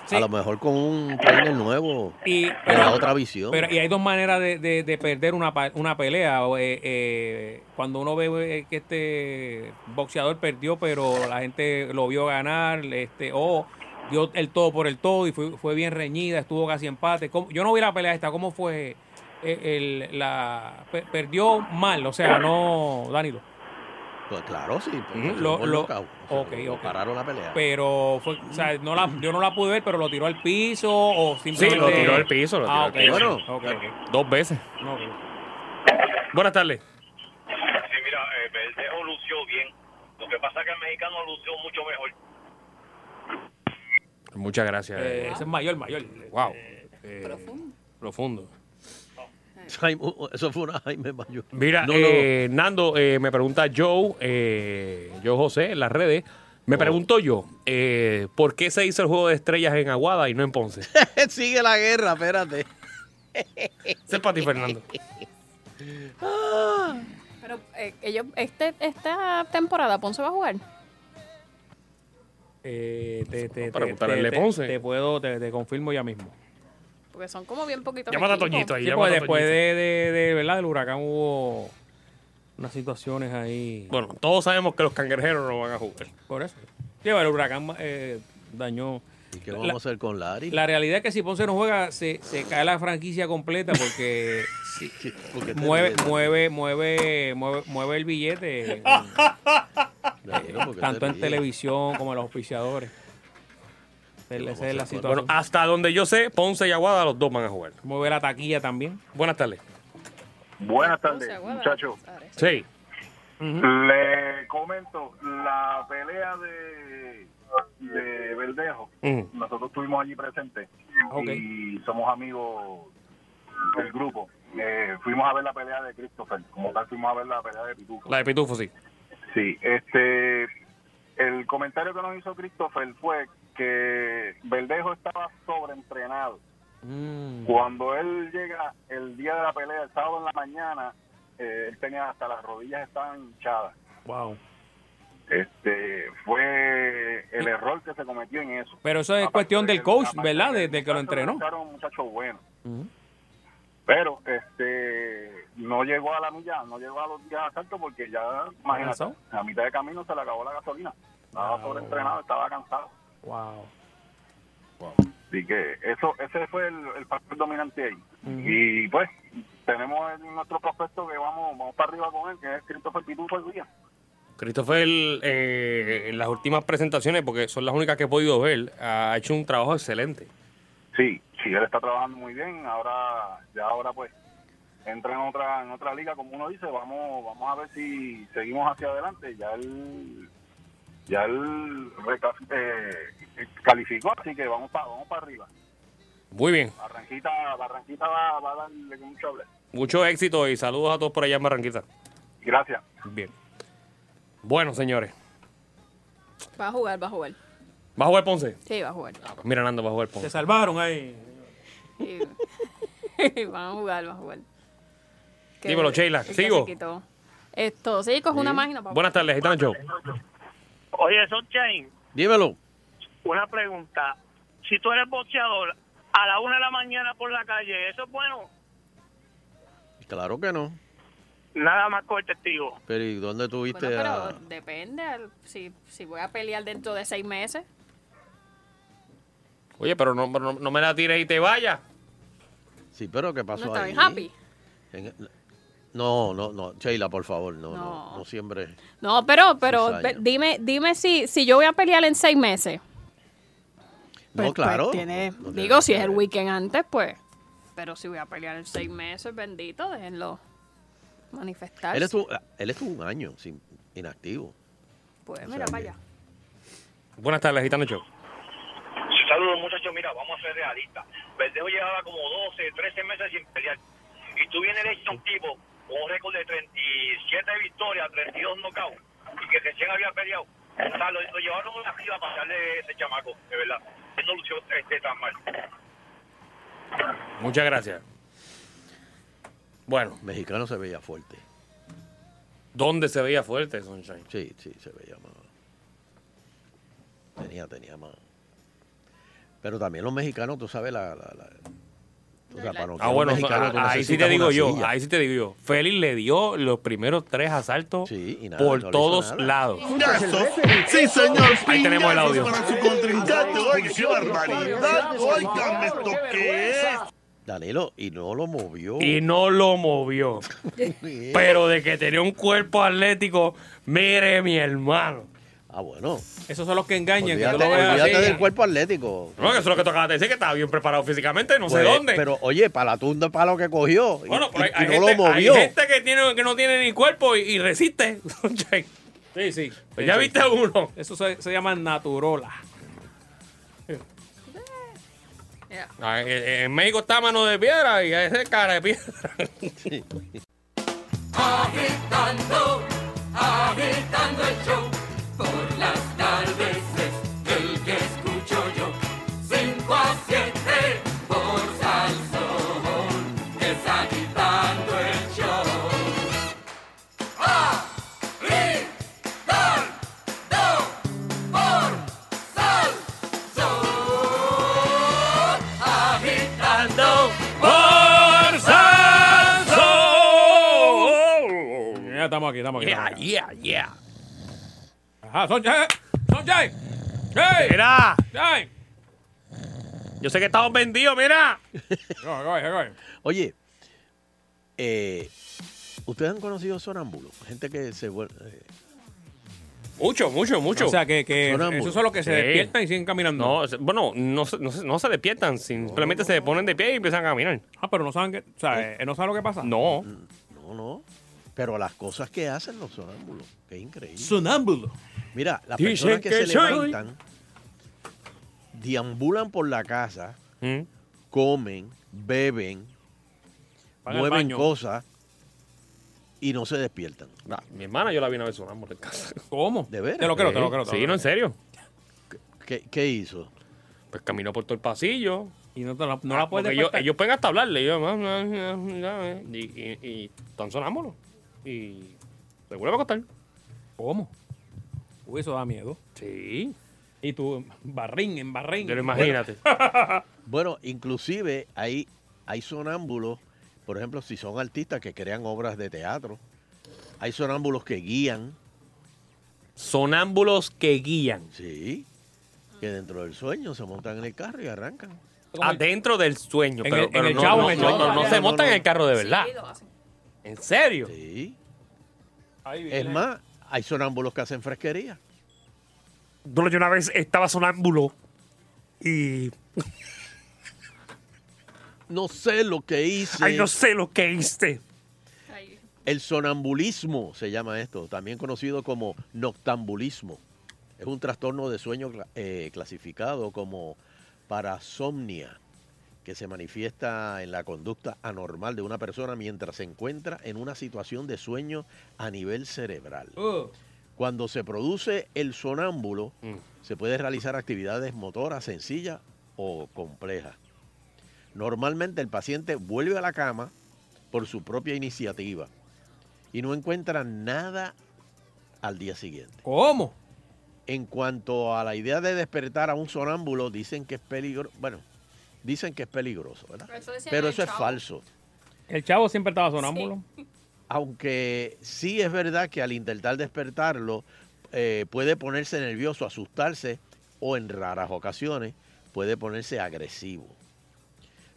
[SPEAKER 4] Sí.
[SPEAKER 5] A lo mejor con un trainer nuevo.
[SPEAKER 4] Y,
[SPEAKER 5] te da otra visión.
[SPEAKER 4] Pero, y hay dos maneras de, de- de perder una, pa- una pelea. o, eh, eh, cuando uno ve eh, que este boxeador perdió, pero la gente lo vio ganar, este, o dio el todo por el todo y fue, fue bien reñida, estuvo casi empate. ¿Cómo- Yo no vi la pelea esta, ¿cómo fue? eh, el- la, pe- perdió mal, o sea, no, Danilo.
[SPEAKER 5] Pues claro, sí. pues,
[SPEAKER 4] Ujú.
[SPEAKER 5] fue
[SPEAKER 4] Lo-
[SPEAKER 5] por
[SPEAKER 4] lo-
[SPEAKER 5] knockout.
[SPEAKER 4] ok,
[SPEAKER 5] lo
[SPEAKER 4] ok.
[SPEAKER 5] Pararon la pelea.
[SPEAKER 4] Pero fue, o sea, no la, yo no la pude ver, pero lo tiró al piso o
[SPEAKER 6] Sí,
[SPEAKER 4] simplemente.
[SPEAKER 6] lo tiró al piso, lo tiró
[SPEAKER 4] Ah,
[SPEAKER 6] al
[SPEAKER 4] ok,
[SPEAKER 6] piso.
[SPEAKER 4] ok, ok.
[SPEAKER 6] Dos veces.
[SPEAKER 4] No, ok.
[SPEAKER 6] Buenas tardes.
[SPEAKER 11] Sí, mira, eh, Verdejo lució bien. Lo que pasa es que el mexicano lució mucho mejor.
[SPEAKER 6] Muchas gracias.
[SPEAKER 4] Eh, ese es mayor, mayor.
[SPEAKER 6] Wow. Eh,
[SPEAKER 4] profundo.
[SPEAKER 6] Profundo.
[SPEAKER 5] Ay, mu- Eso fue una Jaime Mayor.
[SPEAKER 6] Mira,
[SPEAKER 5] No,
[SPEAKER 6] eh, Nando, eh, me pregunta Joe, eh, Joe José, en las redes. Me pregunto yo, eh, ¿por qué se hizo el juego de estrellas en Aguada y no en Ponce?
[SPEAKER 5] no. Sigue la guerra, espérate.
[SPEAKER 6] Ese es para ti, Fernando.
[SPEAKER 8] Pero eh, ellos, este, esta temporada Ponce va a jugar.
[SPEAKER 4] Eh, te, te,
[SPEAKER 6] Para
[SPEAKER 4] te-
[SPEAKER 6] preguntarle
[SPEAKER 4] te-
[SPEAKER 6] a Le
[SPEAKER 4] te-
[SPEAKER 6] Ponce.
[SPEAKER 4] Te puedo, te, te confirmo ya mismo.
[SPEAKER 8] Porque son como bien poquitos.
[SPEAKER 6] Llámate a
[SPEAKER 8] equipos.
[SPEAKER 6] Toñito ahí,
[SPEAKER 4] Sí,
[SPEAKER 6] llama
[SPEAKER 4] pues
[SPEAKER 6] a
[SPEAKER 4] después
[SPEAKER 6] Toñito.
[SPEAKER 4] de, de, de, ¿verdad? del huracán hubo unas situaciones ahí.
[SPEAKER 6] Bueno, todos sabemos que los cangrejeros no van a jugar.
[SPEAKER 4] Por eso. Sí, el huracán eh, dañó.
[SPEAKER 5] ¿Y qué vamos a hacer con Larry?
[SPEAKER 4] La realidad es que si Ponce no juega, se, se cae la franquicia completa porque sí,
[SPEAKER 5] porque te
[SPEAKER 4] mueve,
[SPEAKER 5] ríes.
[SPEAKER 4] mueve, mueve, mueve, mueve el billete. eh,
[SPEAKER 5] Danilo, ¿por qué te
[SPEAKER 4] tanto en
[SPEAKER 5] ríes?
[SPEAKER 4] televisión como en los auspiciadores. Esa es la
[SPEAKER 6] Bueno,
[SPEAKER 4] situación.
[SPEAKER 6] hasta donde yo sé, Ponce y Aguada los dos van a jugar.
[SPEAKER 4] Mueve la taquilla también.
[SPEAKER 6] Buenas tardes.
[SPEAKER 11] Buenas
[SPEAKER 6] tardes,
[SPEAKER 11] muchachos.
[SPEAKER 6] Sí.
[SPEAKER 11] Le comento, la pelea de, de Verdejo,
[SPEAKER 6] Ujú.
[SPEAKER 11] nosotros estuvimos allí presentes y somos amigos del grupo. Eh, fuimos a ver la pelea de Christopher, como tal fuimos a ver la pelea de Pituco.
[SPEAKER 6] La de Pitufo, sí.
[SPEAKER 11] Sí, este, el comentario que nos hizo Christopher fue que Verdejo estaba sobreentrenado. Mm. Cuando él llega el día de la pelea, el sábado en la mañana, eh, él tenía hasta las rodillas estaban hinchadas.
[SPEAKER 4] Wow.
[SPEAKER 11] Este, fue el error que se cometió en eso.
[SPEAKER 4] Pero eso es cuestión del coach, ¿verdad? De- Del que lo entrenó.
[SPEAKER 11] Era un muchacho bueno, pero este no llegó a la milla, no llegó a los días exactos porque ya, imagínate,
[SPEAKER 4] cansado?
[SPEAKER 11] a mitad de camino se le acabó la gasolina. Estaba
[SPEAKER 4] Wow.
[SPEAKER 11] sobreentrenado, estaba cansado.
[SPEAKER 4] Wow.
[SPEAKER 11] Así que eso, ese fue el, el factor dominante ahí. Y pues tenemos en nuestro prospecto que vamos, vamos para arriba con él, que es Christopher Pitufo el día.
[SPEAKER 6] Christopher, eh, en las últimas presentaciones, porque son las únicas que he podido ver, ha hecho un trabajo excelente.
[SPEAKER 11] Sí, sí, él está trabajando muy bien. Ahora, ya ahora pues entra en otra, en otra liga, como uno dice, vamos, vamos a ver si seguimos hacia adelante. Ya él, ya él reca- eh, calificó, así que vamos para, vamos para arriba.
[SPEAKER 6] Muy bien.
[SPEAKER 11] Barranquita, Barranquita va, va a darle mucho hable.
[SPEAKER 6] Mucho éxito y saludos a todos por allá en Barranquita.
[SPEAKER 11] Gracias.
[SPEAKER 6] Bien. Bueno, señores.
[SPEAKER 8] Va a jugar, va a jugar.
[SPEAKER 6] ¿Va a jugar Ponce?
[SPEAKER 8] Sí, va a jugar.
[SPEAKER 6] Mira, Nando, va a jugar Ponce.
[SPEAKER 4] salvaron ahí.
[SPEAKER 8] Sí. van a jugar, va a jugar. Que-
[SPEAKER 6] Dímelo, Sheila.
[SPEAKER 8] que se
[SPEAKER 6] ¿Sigo?
[SPEAKER 8] quitó. Esto, sí, coge una máquina para
[SPEAKER 6] Buenas tardes, Gitano Show.
[SPEAKER 15] Oye, Sunshine,
[SPEAKER 5] Dímelo.
[SPEAKER 15] una pregunta. Si tú eres boxeador a la una de la mañana por la calle, ¿eso es bueno?
[SPEAKER 5] Claro que no.
[SPEAKER 15] Nada más con el testigo.
[SPEAKER 5] Pero ¿y dónde tuviste
[SPEAKER 8] Pero
[SPEAKER 5] a...?
[SPEAKER 8] depende, al- si, si voy a pelear dentro de seis meses.
[SPEAKER 6] Oye, pero no, pero no- no me la tires y te vayas.
[SPEAKER 5] Sí, pero ¿qué pasó
[SPEAKER 8] No está
[SPEAKER 5] ahí?
[SPEAKER 8] bien happy.
[SPEAKER 5] En- No, no, no. Sheila, por favor, no, no.
[SPEAKER 8] No. Pues,
[SPEAKER 5] No, siempre...
[SPEAKER 8] No, pero, pero
[SPEAKER 5] Cizaña.
[SPEAKER 8] ve- dime, dime si, si yo voy a pelear en seis meses.
[SPEAKER 5] no, claro.
[SPEAKER 8] pues, tiene-
[SPEAKER 5] No tiene
[SPEAKER 8] digo,
[SPEAKER 5] nada
[SPEAKER 8] si
[SPEAKER 5] que
[SPEAKER 8] es el
[SPEAKER 5] ver.
[SPEAKER 8] weekend antes, pues. Pero si voy a pelear en seis meses, bendito, déjenlo manifestarse.
[SPEAKER 5] Él estuvo, él estuvo un año sin, inactivo.
[SPEAKER 8] Pues
[SPEAKER 5] o
[SPEAKER 8] mira
[SPEAKER 5] sea,
[SPEAKER 8] para allá.
[SPEAKER 6] Buenas tardes, Gitano Show.
[SPEAKER 7] Saludos muchachos, mira, vamos a ser realistas. Verdejo llevaba como 12, 13 meses sin pelear. Y tú vienes de un tipo con un récord de 37 victorias, 32 knockouts, y que recién había peleado. O sea, lo, lo llevaron una fila para darle ese chamaco, de verdad. Él no lució este, tan mal.
[SPEAKER 6] Muchas gracias. Bueno.
[SPEAKER 5] Mexicano se veía fuerte.
[SPEAKER 6] ¿Dónde se veía fuerte, Sunshine?
[SPEAKER 5] Sí, sí, se veía más. Tenía, tenía más. Pero también los mexicanos, tú sabes, la... la, la- o sea, para noquear a
[SPEAKER 6] Ah,
[SPEAKER 5] un
[SPEAKER 6] bueno,
[SPEAKER 5] mexicano, tú
[SPEAKER 6] ah, ahí sí
[SPEAKER 5] necesitas
[SPEAKER 6] te digo
[SPEAKER 5] una
[SPEAKER 6] yo,
[SPEAKER 5] silla.
[SPEAKER 6] ahí sí te digo yo. Félix le dio los primeros tres asaltos
[SPEAKER 5] nada,
[SPEAKER 6] por
[SPEAKER 5] no le hizo
[SPEAKER 6] todos
[SPEAKER 5] nada.
[SPEAKER 6] lados.
[SPEAKER 1] Pingazos. Sí, señor.
[SPEAKER 6] Ahí tenemos el audio.
[SPEAKER 1] Pingazos para su contrincante. Oiga, qué barbaridad. Oigan esto que es.
[SPEAKER 5] Danilo, y no lo movió.
[SPEAKER 6] Y no lo movió. Pero de que tenía un cuerpo atlético, mire mi hermano.
[SPEAKER 5] Ah, bueno.
[SPEAKER 4] Esos son los que engañan.
[SPEAKER 5] Olvídate,
[SPEAKER 4] que yo lo veo
[SPEAKER 5] olvídate
[SPEAKER 4] así.
[SPEAKER 5] del cuerpo atlético.
[SPEAKER 6] No, que eso es lo que tocaba decir, que estaba bien preparado físicamente, no sé
[SPEAKER 5] Pues,
[SPEAKER 6] dónde.
[SPEAKER 5] Pero oye, para la tunda, para lo que cogió. y-
[SPEAKER 6] Bueno, pero hay,
[SPEAKER 5] y,
[SPEAKER 6] hay
[SPEAKER 5] no
[SPEAKER 6] gente,
[SPEAKER 5] lo
[SPEAKER 6] hay
[SPEAKER 5] movió.
[SPEAKER 6] gente que, tiene, que no tiene ni cuerpo y, y resiste.
[SPEAKER 4] Sí, sí.
[SPEAKER 6] Pues ya
[SPEAKER 4] Sí, sí.
[SPEAKER 6] viste uno.
[SPEAKER 4] Eso se, se llama naturola.
[SPEAKER 5] Eh.
[SPEAKER 6] Ah, en- En México está mano de piedra y ese es cara de piedra.
[SPEAKER 3] Agitando, agitando el show. Por las tardes es el que escucho yo. 5 a 7 por Salsón. Es agitando el show. Agitando por Salsón. Agitando por Salsón.
[SPEAKER 4] Ya estamos aquí, estamos aquí.
[SPEAKER 3] Yeah,
[SPEAKER 4] estamos
[SPEAKER 6] Oh,
[SPEAKER 4] aquí.
[SPEAKER 6] yeah, yeah.
[SPEAKER 4] Ajá, son Jay. Son Jay. Jay.
[SPEAKER 6] Mira.
[SPEAKER 4] Jay.
[SPEAKER 6] Yo sé que estamos vendidos, mira.
[SPEAKER 4] Go, go, go.
[SPEAKER 5] Oye, eh, ¿ustedes han conocido sonámbulos? Gente que se eh, vuelve.
[SPEAKER 6] Mucho, mucho, mucho.
[SPEAKER 4] O sea, que, que
[SPEAKER 6] Sonámbulos.
[SPEAKER 4] esos son los que se
[SPEAKER 6] Sí.
[SPEAKER 4] despiertan y siguen caminando.
[SPEAKER 6] No, o sea, bueno, no, se- no, se- no se despiertan, simplemente se ponen de pie y empiezan a caminar.
[SPEAKER 4] Ah, pero no saben que, o sea, eh, no saben lo que pasa.
[SPEAKER 6] No.
[SPEAKER 5] Mm, No, no. Pero las cosas que hacen los sonámbulos, que es increíble.
[SPEAKER 4] Sonámbulo.
[SPEAKER 5] Mira, las
[SPEAKER 4] Dicen
[SPEAKER 5] personas que,
[SPEAKER 4] que
[SPEAKER 5] se
[SPEAKER 4] soy.
[SPEAKER 5] levantan, deambulan por la casa,
[SPEAKER 6] Mm.
[SPEAKER 5] comen, beben,
[SPEAKER 6] Van al
[SPEAKER 5] mueven
[SPEAKER 6] baño.
[SPEAKER 5] cosas y no se despiertan.
[SPEAKER 6] Nah, mi hermana yo la vi una vez sonámbula en casa.
[SPEAKER 4] ¿Cómo?
[SPEAKER 5] ¿De veras?
[SPEAKER 6] Te lo creo, te lo creo, te lo Sí, creo. no, en serio.
[SPEAKER 5] ¿Qué, qué hizo?
[SPEAKER 6] Pues caminó por todo el pasillo. Ah,
[SPEAKER 4] Y no, te la, no la puedes
[SPEAKER 6] Porque ellos,
[SPEAKER 4] despertar.
[SPEAKER 6] ellos pueden hasta hablarle. ellos, "Ah, ah, ah, ah", y, y, y están sonámbulos. Y se vuelve a acostar.
[SPEAKER 4] ¿Cómo? Uy, eso da miedo.
[SPEAKER 6] Sí.
[SPEAKER 4] Y tú, barrín, en barrín.
[SPEAKER 6] Pero imagínate.
[SPEAKER 5] Bueno, inclusive hay, hay sonámbulos, por ejemplo, si son artistas que crean obras de teatro, hay sonámbulos que guían.
[SPEAKER 6] Sonámbulos que guían.
[SPEAKER 5] Sí. Que dentro del sueño se montan en el carro y arrancan.
[SPEAKER 6] Adentro del sueño.
[SPEAKER 5] En
[SPEAKER 6] pero
[SPEAKER 5] el-
[SPEAKER 6] pero
[SPEAKER 5] en el
[SPEAKER 6] no,
[SPEAKER 5] chavo,
[SPEAKER 6] no,
[SPEAKER 5] en el
[SPEAKER 6] no,
[SPEAKER 5] chavo.
[SPEAKER 6] no, no
[SPEAKER 5] No,
[SPEAKER 6] se
[SPEAKER 5] no,
[SPEAKER 6] montan
[SPEAKER 5] no.
[SPEAKER 6] en el carro de verdad.
[SPEAKER 8] Sí, lo hacen.
[SPEAKER 6] ¿En serio?
[SPEAKER 5] Sí.
[SPEAKER 4] Ahí viene.
[SPEAKER 5] Es más, hay sonámbulos que hacen fresquería.
[SPEAKER 6] Bueno, yo una vez estaba sonámbulo y.
[SPEAKER 5] No sé lo que hice.
[SPEAKER 6] Ay, no sé lo que hice.
[SPEAKER 5] El sonambulismo se llama esto, también conocido como noctambulismo. Es un trastorno de sueño cla- eh, clasificado como parasomnia, que se manifiesta en la conducta anormal de una persona mientras se encuentra en una situación de sueño a nivel cerebral.
[SPEAKER 6] Oh.
[SPEAKER 5] Cuando se produce el sonámbulo,
[SPEAKER 6] Mm.
[SPEAKER 5] se puede realizar actividades motoras sencillas o complejas. Normalmente el paciente vuelve a la cama por su propia iniciativa y no encuentra nada al día siguiente.
[SPEAKER 4] ¿Cómo?
[SPEAKER 5] En cuanto a la idea de despertar a un sonámbulo, dicen que es peligro, bueno, dicen que es peligroso, ¿verdad?
[SPEAKER 8] Pero eso decía
[SPEAKER 5] Pero
[SPEAKER 8] el
[SPEAKER 5] eso es
[SPEAKER 8] chavo.
[SPEAKER 5] falso.
[SPEAKER 4] El chavo siempre estaba sonámbulo.
[SPEAKER 5] Aunque sí es verdad que al intentar despertarlo eh, puede ponerse nervioso, asustarse o en raras ocasiones puede ponerse agresivo.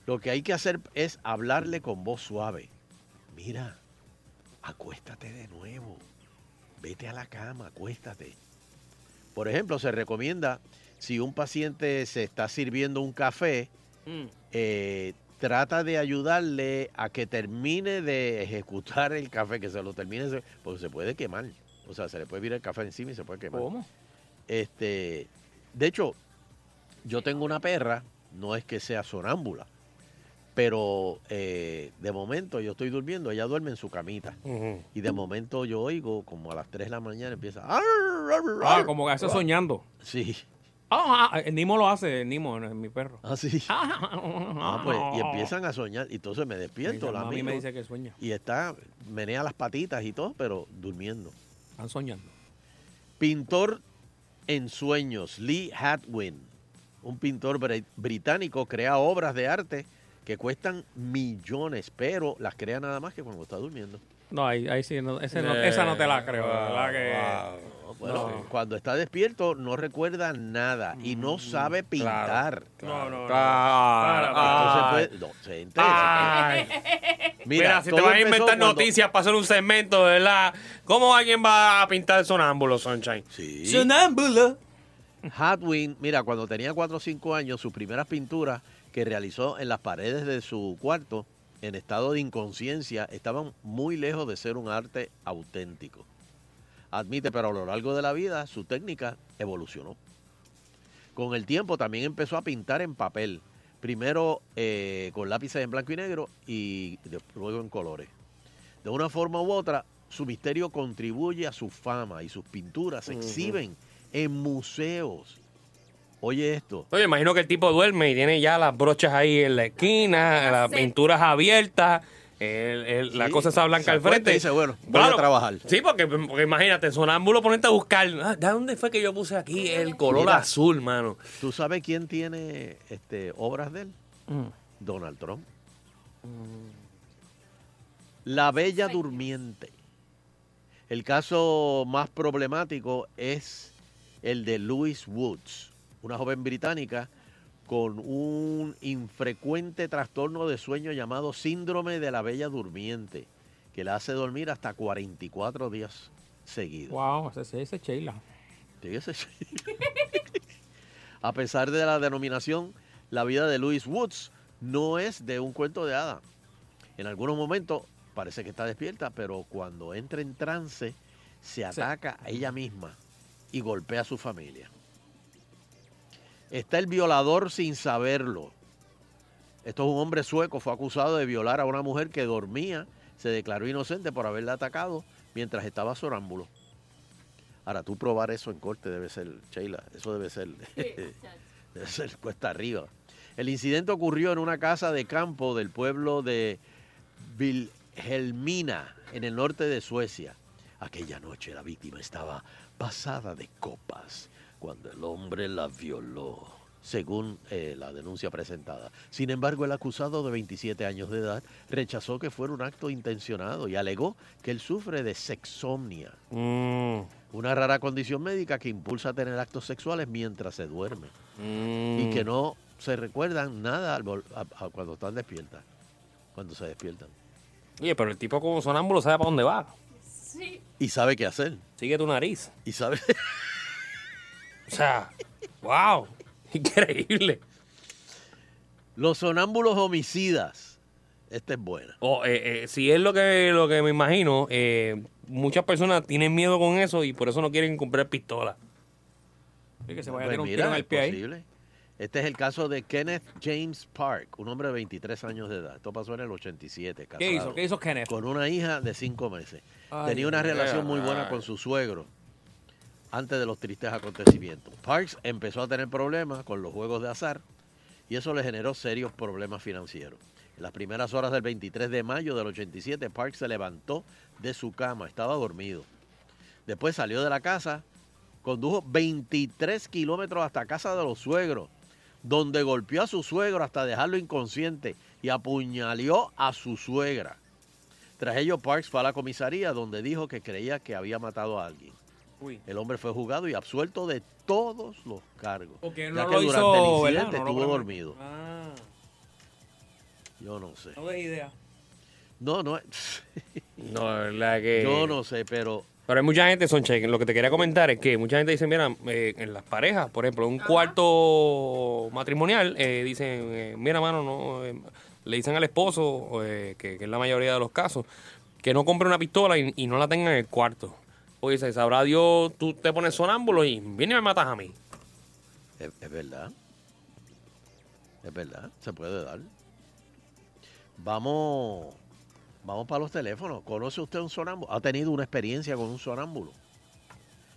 [SPEAKER 5] Lo que hay que hacer es hablarle con voz suave. Mira, acuéstate de nuevo. Vete a la cama, acuéstate. Por ejemplo, se recomienda si un paciente se está sirviendo un café, eh, trata de ayudarle a que termine de ejecutar el café, que se lo termine, se- porque se puede quemar. O sea, se le puede virar el café encima y se puede quemar.
[SPEAKER 4] ¿Cómo?
[SPEAKER 5] Este, de hecho, yo tengo una perra, no es que sea sonámbula, pero eh, de momento yo estoy durmiendo, ella duerme en su camita. Y de momento yo oigo como a las 3 de la mañana empieza. "Arr, arr,
[SPEAKER 4] Ah,
[SPEAKER 5] arr".
[SPEAKER 4] como que eso soñando.
[SPEAKER 5] Sí.
[SPEAKER 4] Ah, ah, el Nimo lo hace, el Nimo, no, es mi perro.
[SPEAKER 5] Ah, sí. Ah,
[SPEAKER 4] Ah,
[SPEAKER 5] pues, y empiezan a soñar. Y entonces me despierto, la
[SPEAKER 4] Mami
[SPEAKER 5] miro,
[SPEAKER 4] me dice que sueña.
[SPEAKER 5] Y está, menea las patitas y todo, pero durmiendo.
[SPEAKER 4] Están soñando.
[SPEAKER 5] Pintor en sueños, Lee Hadwin, un pintor bre- británico, crea obras de arte que cuestan millones, pero las crea nada más que cuando está durmiendo.
[SPEAKER 4] No, ahí, ahí sí, no, ese no- esa no te la creo, ¿verdad? Que,
[SPEAKER 5] Bueno,
[SPEAKER 4] No.
[SPEAKER 5] cuando está despierto no recuerda nada y no sabe pintar.
[SPEAKER 4] No, no, no.
[SPEAKER 6] Mm, Claro,
[SPEAKER 5] Entonces,
[SPEAKER 6] ay. Ah.
[SPEAKER 5] pues, no, se entera.
[SPEAKER 6] Ay. Mira,
[SPEAKER 5] Mira,
[SPEAKER 6] si te
[SPEAKER 5] todo
[SPEAKER 6] vas a
[SPEAKER 5] empezó
[SPEAKER 6] inventar
[SPEAKER 5] cuando-
[SPEAKER 6] noticias para hacer un segmento, ¿verdad? ¿Cómo alguien va a pintar sonámbulo, Sunshine?
[SPEAKER 5] Sí.
[SPEAKER 4] Sonámbulo.
[SPEAKER 5] Hadwin, mira, cuando tenía 4 o 5 años, sus primeras pinturas que realizó en las paredes de su cuarto, en estado de inconsciencia, estaban muy lejos de ser un arte auténtico. Admite, pero a lo largo de la vida su técnica evolucionó. Con el tiempo también empezó a pintar en papel, primero eh, con lápices en blanco y negro y de- luego en colores. De una forma u otra, su misterio contribuye a su fama y sus pinturas se
[SPEAKER 6] Ujú.
[SPEAKER 5] exhiben en museos. Oye esto,
[SPEAKER 6] Oye, imagino que el tipo duerme y tiene ya las brochas ahí en la esquina, las pinturas abiertas, el- el- la
[SPEAKER 5] Sí,
[SPEAKER 6] cosa esa
[SPEAKER 5] se
[SPEAKER 6] blanca al
[SPEAKER 5] acuesta
[SPEAKER 6] frente.
[SPEAKER 5] y dice, bueno, voy a trabajar.
[SPEAKER 6] Sí, porque, porque imagínate, sonámbulo, ponerte a buscar. Ah, ¿De dónde fue que yo puse aquí el color
[SPEAKER 5] Mira.
[SPEAKER 6] azul, mano?
[SPEAKER 5] ¿tú sabes quién tiene este, obras de él? Donald Trump. Mm. La Bella Durmiente. El caso más problemático es el de Louise Woods, una joven británica con un infrecuente trastorno de sueño llamado síndrome de la Bella Durmiente, que la hace dormir hasta 44 días seguidos.
[SPEAKER 4] Wow, ese- ese es Sheila.
[SPEAKER 5] Sí, ese sí. A pesar de la denominación, la vida de Louis Woods no es de un cuento de hada. En algunos momentos parece que está despierta, pero cuando entra en trance se ataca a ella misma y golpea a su familia. Está el violador sin saberlo. Esto es un hombre sueco, fue acusado de violar a una mujer que dormía, se declaró inocente por haberla atacado mientras estaba sonámbulo. Ahora, tú probar eso en corte debe ser, Sheila, eso debe ser, debe ser cuesta arriba. El incidente ocurrió en una casa de campo del pueblo de Vilhelmina, en el norte de Suecia. Aquella noche la víctima estaba pasada de copas cuando el hombre la violó, según eh, la denuncia presentada. Sin embargo, el acusado de 27 años de edad rechazó que fuera un acto intencionado y alegó que él sufre de sexomnia, una rara condición médica que impulsa a tener actos sexuales mientras se duerme y que no se recuerdan nada al vol- a- a cuando están despiertas, cuando se despiertan.
[SPEAKER 6] Oye, pero el tipo como sonámbulo sabe para dónde va.
[SPEAKER 8] Sí.
[SPEAKER 5] Y sabe qué hacer.
[SPEAKER 6] Sigue tu nariz.
[SPEAKER 5] Y sabe.
[SPEAKER 6] o sea, wow. Increíble.
[SPEAKER 5] Los sonámbulos homicidas. Esta es buena.
[SPEAKER 6] O, eh, eh, si es lo que, lo que me imagino, eh, muchas personas tienen miedo con eso y por eso no quieren comprar pistola.
[SPEAKER 4] Sí, que se vaya a
[SPEAKER 5] Pues
[SPEAKER 4] tirar un
[SPEAKER 5] mira,
[SPEAKER 4] tiro en el
[SPEAKER 5] es
[SPEAKER 4] pie ahí.
[SPEAKER 5] posible. Este es el caso de Kenneth James Park, un hombre de 23 años de edad. Esto pasó en el 87.
[SPEAKER 4] ¿Qué
[SPEAKER 5] casado.
[SPEAKER 4] hizo? ¿Qué hizo Kenneth?
[SPEAKER 5] Con una hija de 5 meses.
[SPEAKER 4] Ay,
[SPEAKER 5] Tenía una
[SPEAKER 4] Dios
[SPEAKER 5] relación
[SPEAKER 4] mío.
[SPEAKER 5] muy buena con su suegro antes de los tristes acontecimientos. Parks empezó a tener problemas con los juegos de azar y eso le generó serios problemas financieros. En las primeras horas del 23 de mayo del 87, Parks se levantó de su cama, estaba dormido. Después salió de la casa, condujo 23 kilómetros hasta casa de los suegros, donde golpeó a su suegro hasta dejarlo inconsciente y apuñaleó a su suegra. Tras ello, Parks fue a la comisaría donde dijo que creía que había matado a alguien.
[SPEAKER 4] Uy.
[SPEAKER 5] El hombre fue juzgado y absuelto de todos los cargos.
[SPEAKER 4] Porque
[SPEAKER 5] ya
[SPEAKER 4] no
[SPEAKER 5] que
[SPEAKER 4] lo
[SPEAKER 5] durante
[SPEAKER 4] hizo,
[SPEAKER 5] el
[SPEAKER 4] ¿verdad?
[SPEAKER 5] incidente
[SPEAKER 4] No lo
[SPEAKER 5] estuvo
[SPEAKER 4] programó.
[SPEAKER 5] dormido.
[SPEAKER 4] Ah,
[SPEAKER 5] Yo no sé.
[SPEAKER 4] no ves idea.
[SPEAKER 5] No, no.
[SPEAKER 6] No, es la que.
[SPEAKER 5] Yo no sé, pero.
[SPEAKER 6] Pero hay mucha gente, Sonche, lo que te quería comentar es que mucha gente dice, mira, eh, en las parejas, por ejemplo, en un cuarto matrimonial, eh, dicen, eh, mira, mano, no, eh, le dicen al esposo, eh, que, que es la mayoría de los casos, que no compre una pistola y, y no la tenga en el cuarto. Porque dice, sabrá Dios, tú te pones sonámbulo y viene y me matas a mí.
[SPEAKER 5] Es, es verdad. Es verdad. Se puede dar. Vamos. Vamos para los teléfonos. ¿Conoce usted un sonámbulo? ¿Ha tenido una experiencia con un sonámbulo?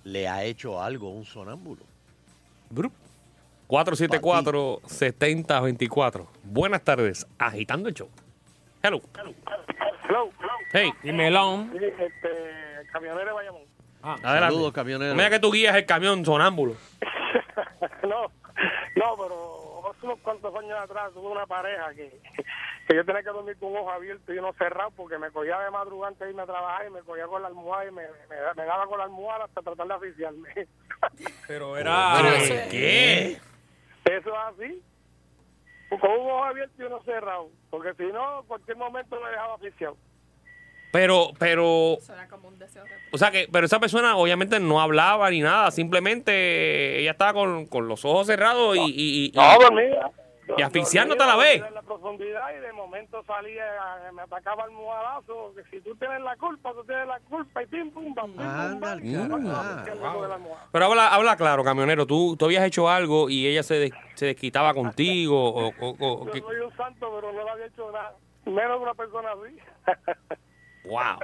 [SPEAKER 5] ¿Le ha hecho algo un sonámbulo?
[SPEAKER 6] 474-7024. Buenas tardes, agitando el show. Hello. Hey. Dímelo.
[SPEAKER 20] Sí, este, camionero de Bayamón.
[SPEAKER 6] Adelante.
[SPEAKER 5] Ah, Saludos, camionero.
[SPEAKER 6] Mira que tú guías el camión sonámbulo.
[SPEAKER 20] no, no, pero hace unos cuantos años atrás tuve una pareja que, que yo tenía que dormir con un ojo abierto y uno cerrado porque me cogía de madrugada antes de irme a trabajar y me cogía con la almohada y me, me- me daba con la almohada hasta tratar de asfixiarme.
[SPEAKER 4] Pero era.
[SPEAKER 6] Oh, ¿Pero qué?
[SPEAKER 20] Eso es así. Con un ojo abierto y uno cerrado. Porque si no, en cualquier momento lo dejaba asfixiado.
[SPEAKER 6] Pero, pero,
[SPEAKER 8] Suena como un deseo de-
[SPEAKER 6] o sea que, pero esa persona obviamente no hablaba ni nada, simplemente ella estaba con, con los ojos cerrados y, y, y,
[SPEAKER 20] No,
[SPEAKER 6] y-
[SPEAKER 20] dormía.
[SPEAKER 6] y asfixiándote a la vez.
[SPEAKER 20] En la profundidad y de momento salía, eh, me atacaba el mojadazo, que si tú tienes la culpa, tú tienes la culpa y pim, pum, pam, pim, pum, pam. y me tocaba asfixiarme con el almohada.
[SPEAKER 6] Pero habla, habla claro, camionero, tú, tú habías hecho algo y ella se, des- se desquitaba contigo o, o- o- o
[SPEAKER 20] Yo
[SPEAKER 6] qué-
[SPEAKER 20] soy un santo, pero no le había hecho nada. Menos una persona así.
[SPEAKER 6] wow.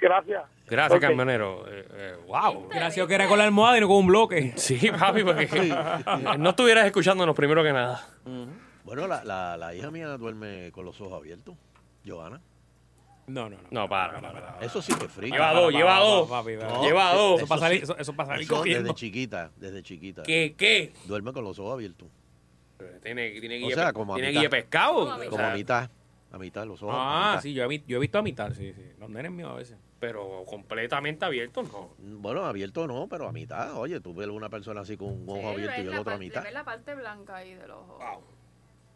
[SPEAKER 20] Gracias.
[SPEAKER 6] Gracias,
[SPEAKER 20] Ok.
[SPEAKER 6] camionero. Eh, eh, wow.
[SPEAKER 4] Gracias que era con la almohada y no con un bloque.
[SPEAKER 6] Sí, papi, porque no estuvieras escuchándonos primero que nada.
[SPEAKER 5] Bueno, la, la- la hija mía duerme con los ojos abiertos. Johanna.
[SPEAKER 4] No, no, no.
[SPEAKER 6] No, para, para, para.
[SPEAKER 5] Eso sí que es eh, frío.
[SPEAKER 6] Lleva dos, lleva dos. Lleva dos.
[SPEAKER 4] Eso para salir- eso- eso para salir corriendo.
[SPEAKER 5] Desde chiquita, desde chiquita.
[SPEAKER 6] ¿Qué, qué?
[SPEAKER 5] Duerme con los ojos abiertos.
[SPEAKER 6] Tiene, tiene
[SPEAKER 5] O
[SPEAKER 6] guía,
[SPEAKER 5] sea,
[SPEAKER 6] pe-
[SPEAKER 5] como a
[SPEAKER 6] tiene
[SPEAKER 5] mitad.
[SPEAKER 6] guía de pescado.
[SPEAKER 5] Como a
[SPEAKER 6] o sea,
[SPEAKER 5] mitad. Como a mitad. A mitad, los ojos. a
[SPEAKER 4] Ah,
[SPEAKER 5] mitad.
[SPEAKER 4] sí, yo he, vi- yo he visto a mitad, sí, sí. Los nenes míos a veces.
[SPEAKER 6] Pero completamente abierto, no.
[SPEAKER 5] Bueno, abierto no, pero a mitad. Oye, tú ves a una persona así con un ojo
[SPEAKER 8] Sí, Pues,
[SPEAKER 5] abierto y
[SPEAKER 8] ves
[SPEAKER 5] el
[SPEAKER 8] la
[SPEAKER 5] otro a
[SPEAKER 8] parte-
[SPEAKER 5] mitad.
[SPEAKER 8] ves la parte blanca ahí del ojo.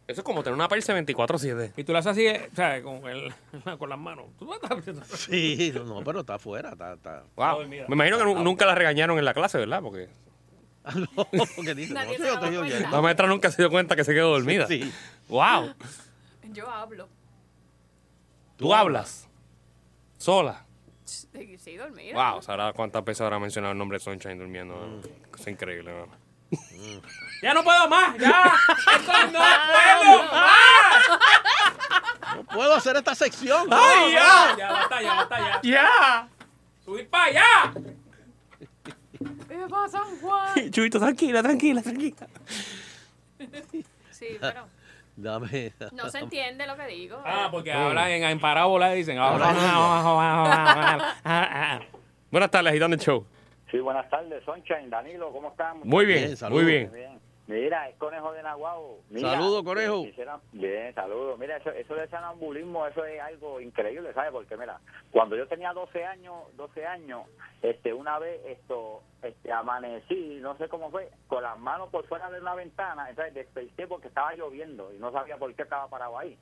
[SPEAKER 6] Eso es como tener una perse 24-7.
[SPEAKER 4] Y tú las haces así, eh, o sea, con, el- con las manos. Tú no estás-
[SPEAKER 5] Sí, no, pero está afuera. Está, está.
[SPEAKER 6] Wow. Me imagino que nu- nunca la regañaron en la clase, ¿verdad? Porque
[SPEAKER 5] Ah, Porque dice,
[SPEAKER 8] Nadie
[SPEAKER 5] no,
[SPEAKER 8] se
[SPEAKER 5] yo
[SPEAKER 8] daba
[SPEAKER 5] estoy
[SPEAKER 8] cuenta.
[SPEAKER 5] oyendo.
[SPEAKER 6] la maestra nunca se dio cuenta que se quedó dormida. Wow.
[SPEAKER 8] Yo hablo.
[SPEAKER 6] Tú hablas sola.
[SPEAKER 8] Sí, sí, dormida.
[SPEAKER 6] Wow, sabrá cuántas veces habrá mencionado el nombre de Sunshine durmiendo.
[SPEAKER 5] Mm.
[SPEAKER 6] ¿no? Es increíble, ¿no?
[SPEAKER 4] ¡Ya no puedo más! ¡Ya! ¡Esto no puedo más!
[SPEAKER 5] No puedo hacer esta sección.
[SPEAKER 4] ¡Ay, ya! Ya basta, ya basta, ya.
[SPEAKER 6] ¡Ya!
[SPEAKER 4] ¡Subir para allá!
[SPEAKER 8] Vive pa' San Juan.
[SPEAKER 6] Chubito, tranquila, tranquila, tranquila.
[SPEAKER 8] Sí, pero
[SPEAKER 5] Dame.
[SPEAKER 8] no se entiende lo que digo.
[SPEAKER 4] Ah, porque hablan en, en parábola y dicen... "Ahora".
[SPEAKER 6] Buenas tardes, agitando el show.
[SPEAKER 16] Sí, buenas tardes, Sunshine, Danilo, ¿cómo estamos?
[SPEAKER 6] Muy bien, Bien, saludos. muy bien.
[SPEAKER 16] Mira, es Conejo de Nahuabo. Mira,
[SPEAKER 5] Saludos, Conejo.
[SPEAKER 16] eh, quisiera- Bien, saludos. Mira, eso, eso de sonambulismo, eso es algo increíble, ¿sabes? Porque mira, cuando yo tenía 12 años, 12 años, este, una vez esto, este, amanecí, no sé cómo fue, con las manos por fuera de una ventana, entonces desperté porque estaba lloviendo y no sabía por qué estaba parado ahí.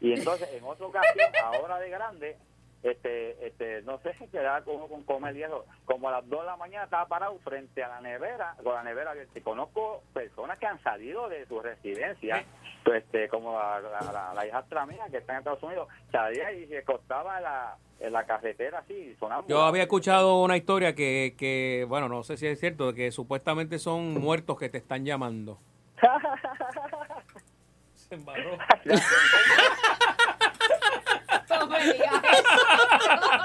[SPEAKER 16] Y entonces, en otra ocasión, ahora de grande, este, este, no sé si quedaba como con comer y eso. Como a las 2 de la mañana estaba parado frente a la nevera, con la nevera abierta. Y conozco personas que han salido de su residencia, pues, este, como la, la, la- la hijastra mía que está en Estados Unidos, salía y se acostaba en la, en la carretera así, sonaba.
[SPEAKER 4] Yo había escuchado una historia que, que, bueno, no sé si es cierto, que supuestamente son muertos que te están llamando. Se embarró.
[SPEAKER 21] No me digas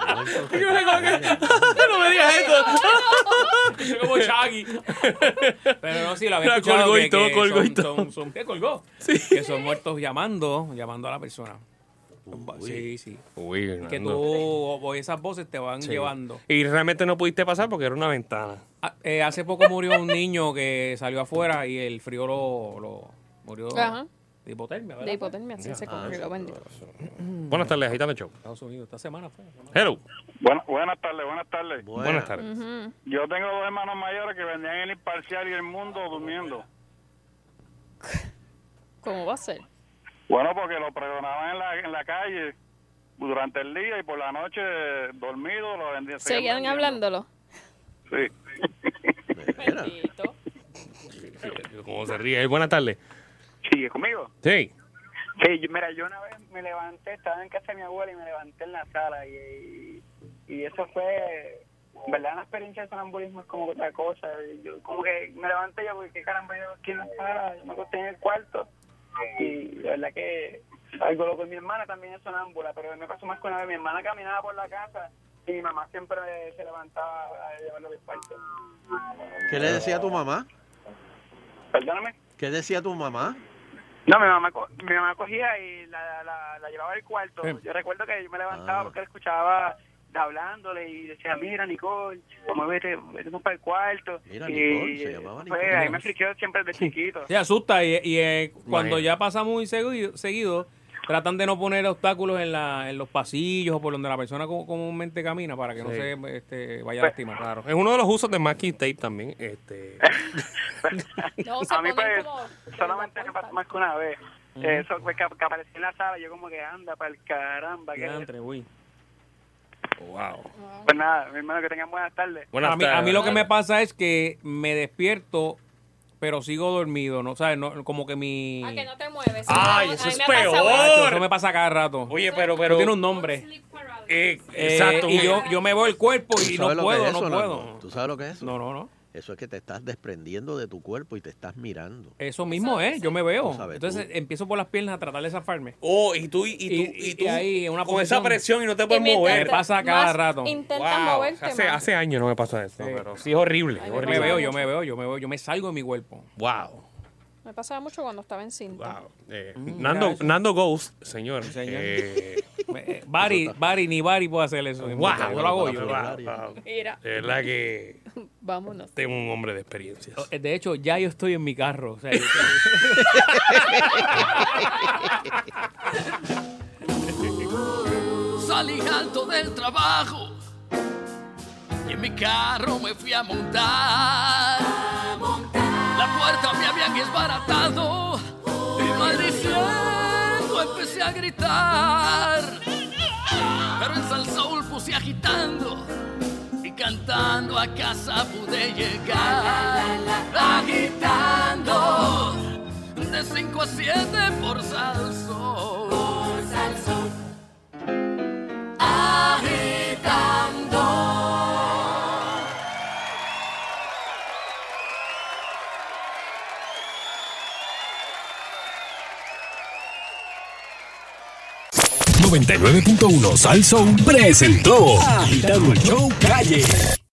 [SPEAKER 4] no me digas eso. Yo como Shaggy. Pero no, sí, lo había
[SPEAKER 6] La
[SPEAKER 4] escuchado.
[SPEAKER 6] colgó y
[SPEAKER 4] que-
[SPEAKER 6] todo,
[SPEAKER 4] que
[SPEAKER 6] colgó y
[SPEAKER 4] son-
[SPEAKER 6] todo.
[SPEAKER 4] son- son- ¿Qué colgó? Que son muertos llamando, llamando a la persona. Sí, sí.
[SPEAKER 6] Uy,
[SPEAKER 4] Que tú,
[SPEAKER 6] Hernando.
[SPEAKER 4] o o esas voces te van
[SPEAKER 6] Sí.
[SPEAKER 4] llevando.
[SPEAKER 6] Y realmente no pudiste pasar porque era una ventana.
[SPEAKER 4] Ah, eh, hace poco murió un niño que salió afuera y el frío lo, lo- murió
[SPEAKER 8] Ajá.
[SPEAKER 4] de hipotermia, ¿verdad?
[SPEAKER 8] De hipotermia, sí, se congeló,
[SPEAKER 6] ah,
[SPEAKER 4] Ah,
[SPEAKER 8] bendito.
[SPEAKER 6] Buenas tardes, Agitando Show.
[SPEAKER 4] Estados Unidos, esta semana fue.
[SPEAKER 6] Hello.
[SPEAKER 22] Buena- buenas tardes, buenas tardes.
[SPEAKER 6] Buenas tardes.
[SPEAKER 22] Yo tengo dos hermanos mayores que vendían el imparcial y el mundo durmiendo.
[SPEAKER 8] ¿Cómo va a ser?
[SPEAKER 22] Bueno, porque lo pregonaban en la, en la calle durante el día y por la noche dormido lo vendían.
[SPEAKER 8] Seguían hablándolo.
[SPEAKER 22] Sí.
[SPEAKER 6] ¿Cómo se ríe? Buenas tardes.
[SPEAKER 16] ¿Sigue conmigo?
[SPEAKER 6] Sí.
[SPEAKER 16] Sí, yo- mira, yo una vez me levanté, estaba en casa de mi abuela y me levanté en la sala y, y- y eso fue, Eh, en ¿verdad? Una experiencia de sonambulismo es como otra cosa. y Yo como que me levanté yo porque qué caramba, yo aquí en la sala, yo me acosté en el cuarto y la verdad que algo loco. Y Mi hermana también es sonámbula, pero me pasó más con una vez. Mi hermana caminaba por la casa y mi mamá siempre se levantaba a llevarlo al cuarto.
[SPEAKER 5] ¿Qué le decía a tu mamá?
[SPEAKER 16] Perdóname.
[SPEAKER 5] ¿Qué decía tu mamá?
[SPEAKER 16] No, mi mamá, co- mi mamá cogía y la, la, la llevaba al cuarto.
[SPEAKER 5] Sí.
[SPEAKER 16] Yo recuerdo que yo me
[SPEAKER 5] Ah.
[SPEAKER 16] levantaba porque la escuchaba hablándole y decía, mira, Nicole, muévete, vete para el cuarto.
[SPEAKER 5] Mira,
[SPEAKER 16] y,
[SPEAKER 5] Nicole, se llamaba
[SPEAKER 16] pues,
[SPEAKER 5] Nicole.
[SPEAKER 16] ahí me friqueó siempre desde chiquito.
[SPEAKER 4] Se asusta y, y, eh, cuando
[SPEAKER 6] Imagínate.
[SPEAKER 4] ya pasa muy seguido, seguido, tratan de no poner obstáculos en, la, en los pasillos o por donde la persona co- comúnmente camina para que no
[SPEAKER 6] Sí. Pues,
[SPEAKER 4] se este, vaya a lastimar.
[SPEAKER 6] Claro. Es uno de los usos de masking tape también. Este,
[SPEAKER 16] a mí pues solamente me pasó más que una vez.
[SPEAKER 6] Ujú.
[SPEAKER 16] Eso pues, que, que aparecí en la sala, yo como que anda para el caramba. que-
[SPEAKER 6] wow.
[SPEAKER 16] Pues nada, mi hermano, que tengan buenas tardes.
[SPEAKER 4] a, mí, a mí lo que me pasa es que me despierto, pero sigo dormido, ¿no? ¿Sabes? No, como que mi...
[SPEAKER 8] Ah, que no te mueves.
[SPEAKER 4] ¡Ay,
[SPEAKER 8] No,
[SPEAKER 4] eso
[SPEAKER 8] a mí
[SPEAKER 4] es
[SPEAKER 8] me pasa
[SPEAKER 4] peor!
[SPEAKER 8] mucho.
[SPEAKER 4] Eso me pasa cada rato. Oye, pero... pero tiene un nombre. Eh,
[SPEAKER 5] exacto.
[SPEAKER 4] y yo, yo me veo el cuerpo y no
[SPEAKER 5] ¿Sabes lo que
[SPEAKER 4] puedo,
[SPEAKER 5] es eso,
[SPEAKER 4] no
[SPEAKER 5] Nando?
[SPEAKER 4] puedo.
[SPEAKER 5] ¿Tú sabes lo que es eso?
[SPEAKER 4] No, no, no.
[SPEAKER 5] Eso es que te estás desprendiendo de tu cuerpo y te estás mirando.
[SPEAKER 4] Eso mismo es, yo me veo.
[SPEAKER 5] Tú sabes,
[SPEAKER 4] Entonces empiezo por las piernas a tratar de zafarme.
[SPEAKER 6] Oh, y tú, y tú,
[SPEAKER 4] y, tú ahí, en una
[SPEAKER 6] con esa presión y no te
[SPEAKER 4] puedes
[SPEAKER 6] puedes
[SPEAKER 4] mientras
[SPEAKER 6] mover.
[SPEAKER 4] mover. te- Me pasa cada más rato. intentas moverte
[SPEAKER 6] Hace,
[SPEAKER 4] más.
[SPEAKER 6] hace años no me pasa eso, pero sí es horrible.
[SPEAKER 4] Yo me veo, yo me veo, yo me veo, yo me salgo de mi cuerpo.
[SPEAKER 6] Wow.
[SPEAKER 8] Me pasaba mucho cuando estaba en cinta.
[SPEAKER 6] Eh, Nando,
[SPEAKER 4] Mm, eso.
[SPEAKER 6] Nando Ghost, señor. Eh,
[SPEAKER 4] Bari, Bari, ni Bari puede hacer eso.
[SPEAKER 6] Wow.
[SPEAKER 4] yo lo hago yo.
[SPEAKER 6] Wow, wow.
[SPEAKER 8] Mira,
[SPEAKER 6] De verdad que
[SPEAKER 8] vámonos.
[SPEAKER 6] tengo un hombre de experiencias.
[SPEAKER 4] Oh, De hecho, ya yo estoy en mi carro. o sea, yo-
[SPEAKER 3] Salí alto del trabajo y en mi carro me fui a montar. La puerta me habían desbaratado y maldiciendo empecé a gritar. Pero en Salsoul puse agitando y cantando a casa pude llegar. Agitando de 5 a 7 por Salsoul. Por Salsoul. agitando.
[SPEAKER 23] presentó Agitando el Show Calle.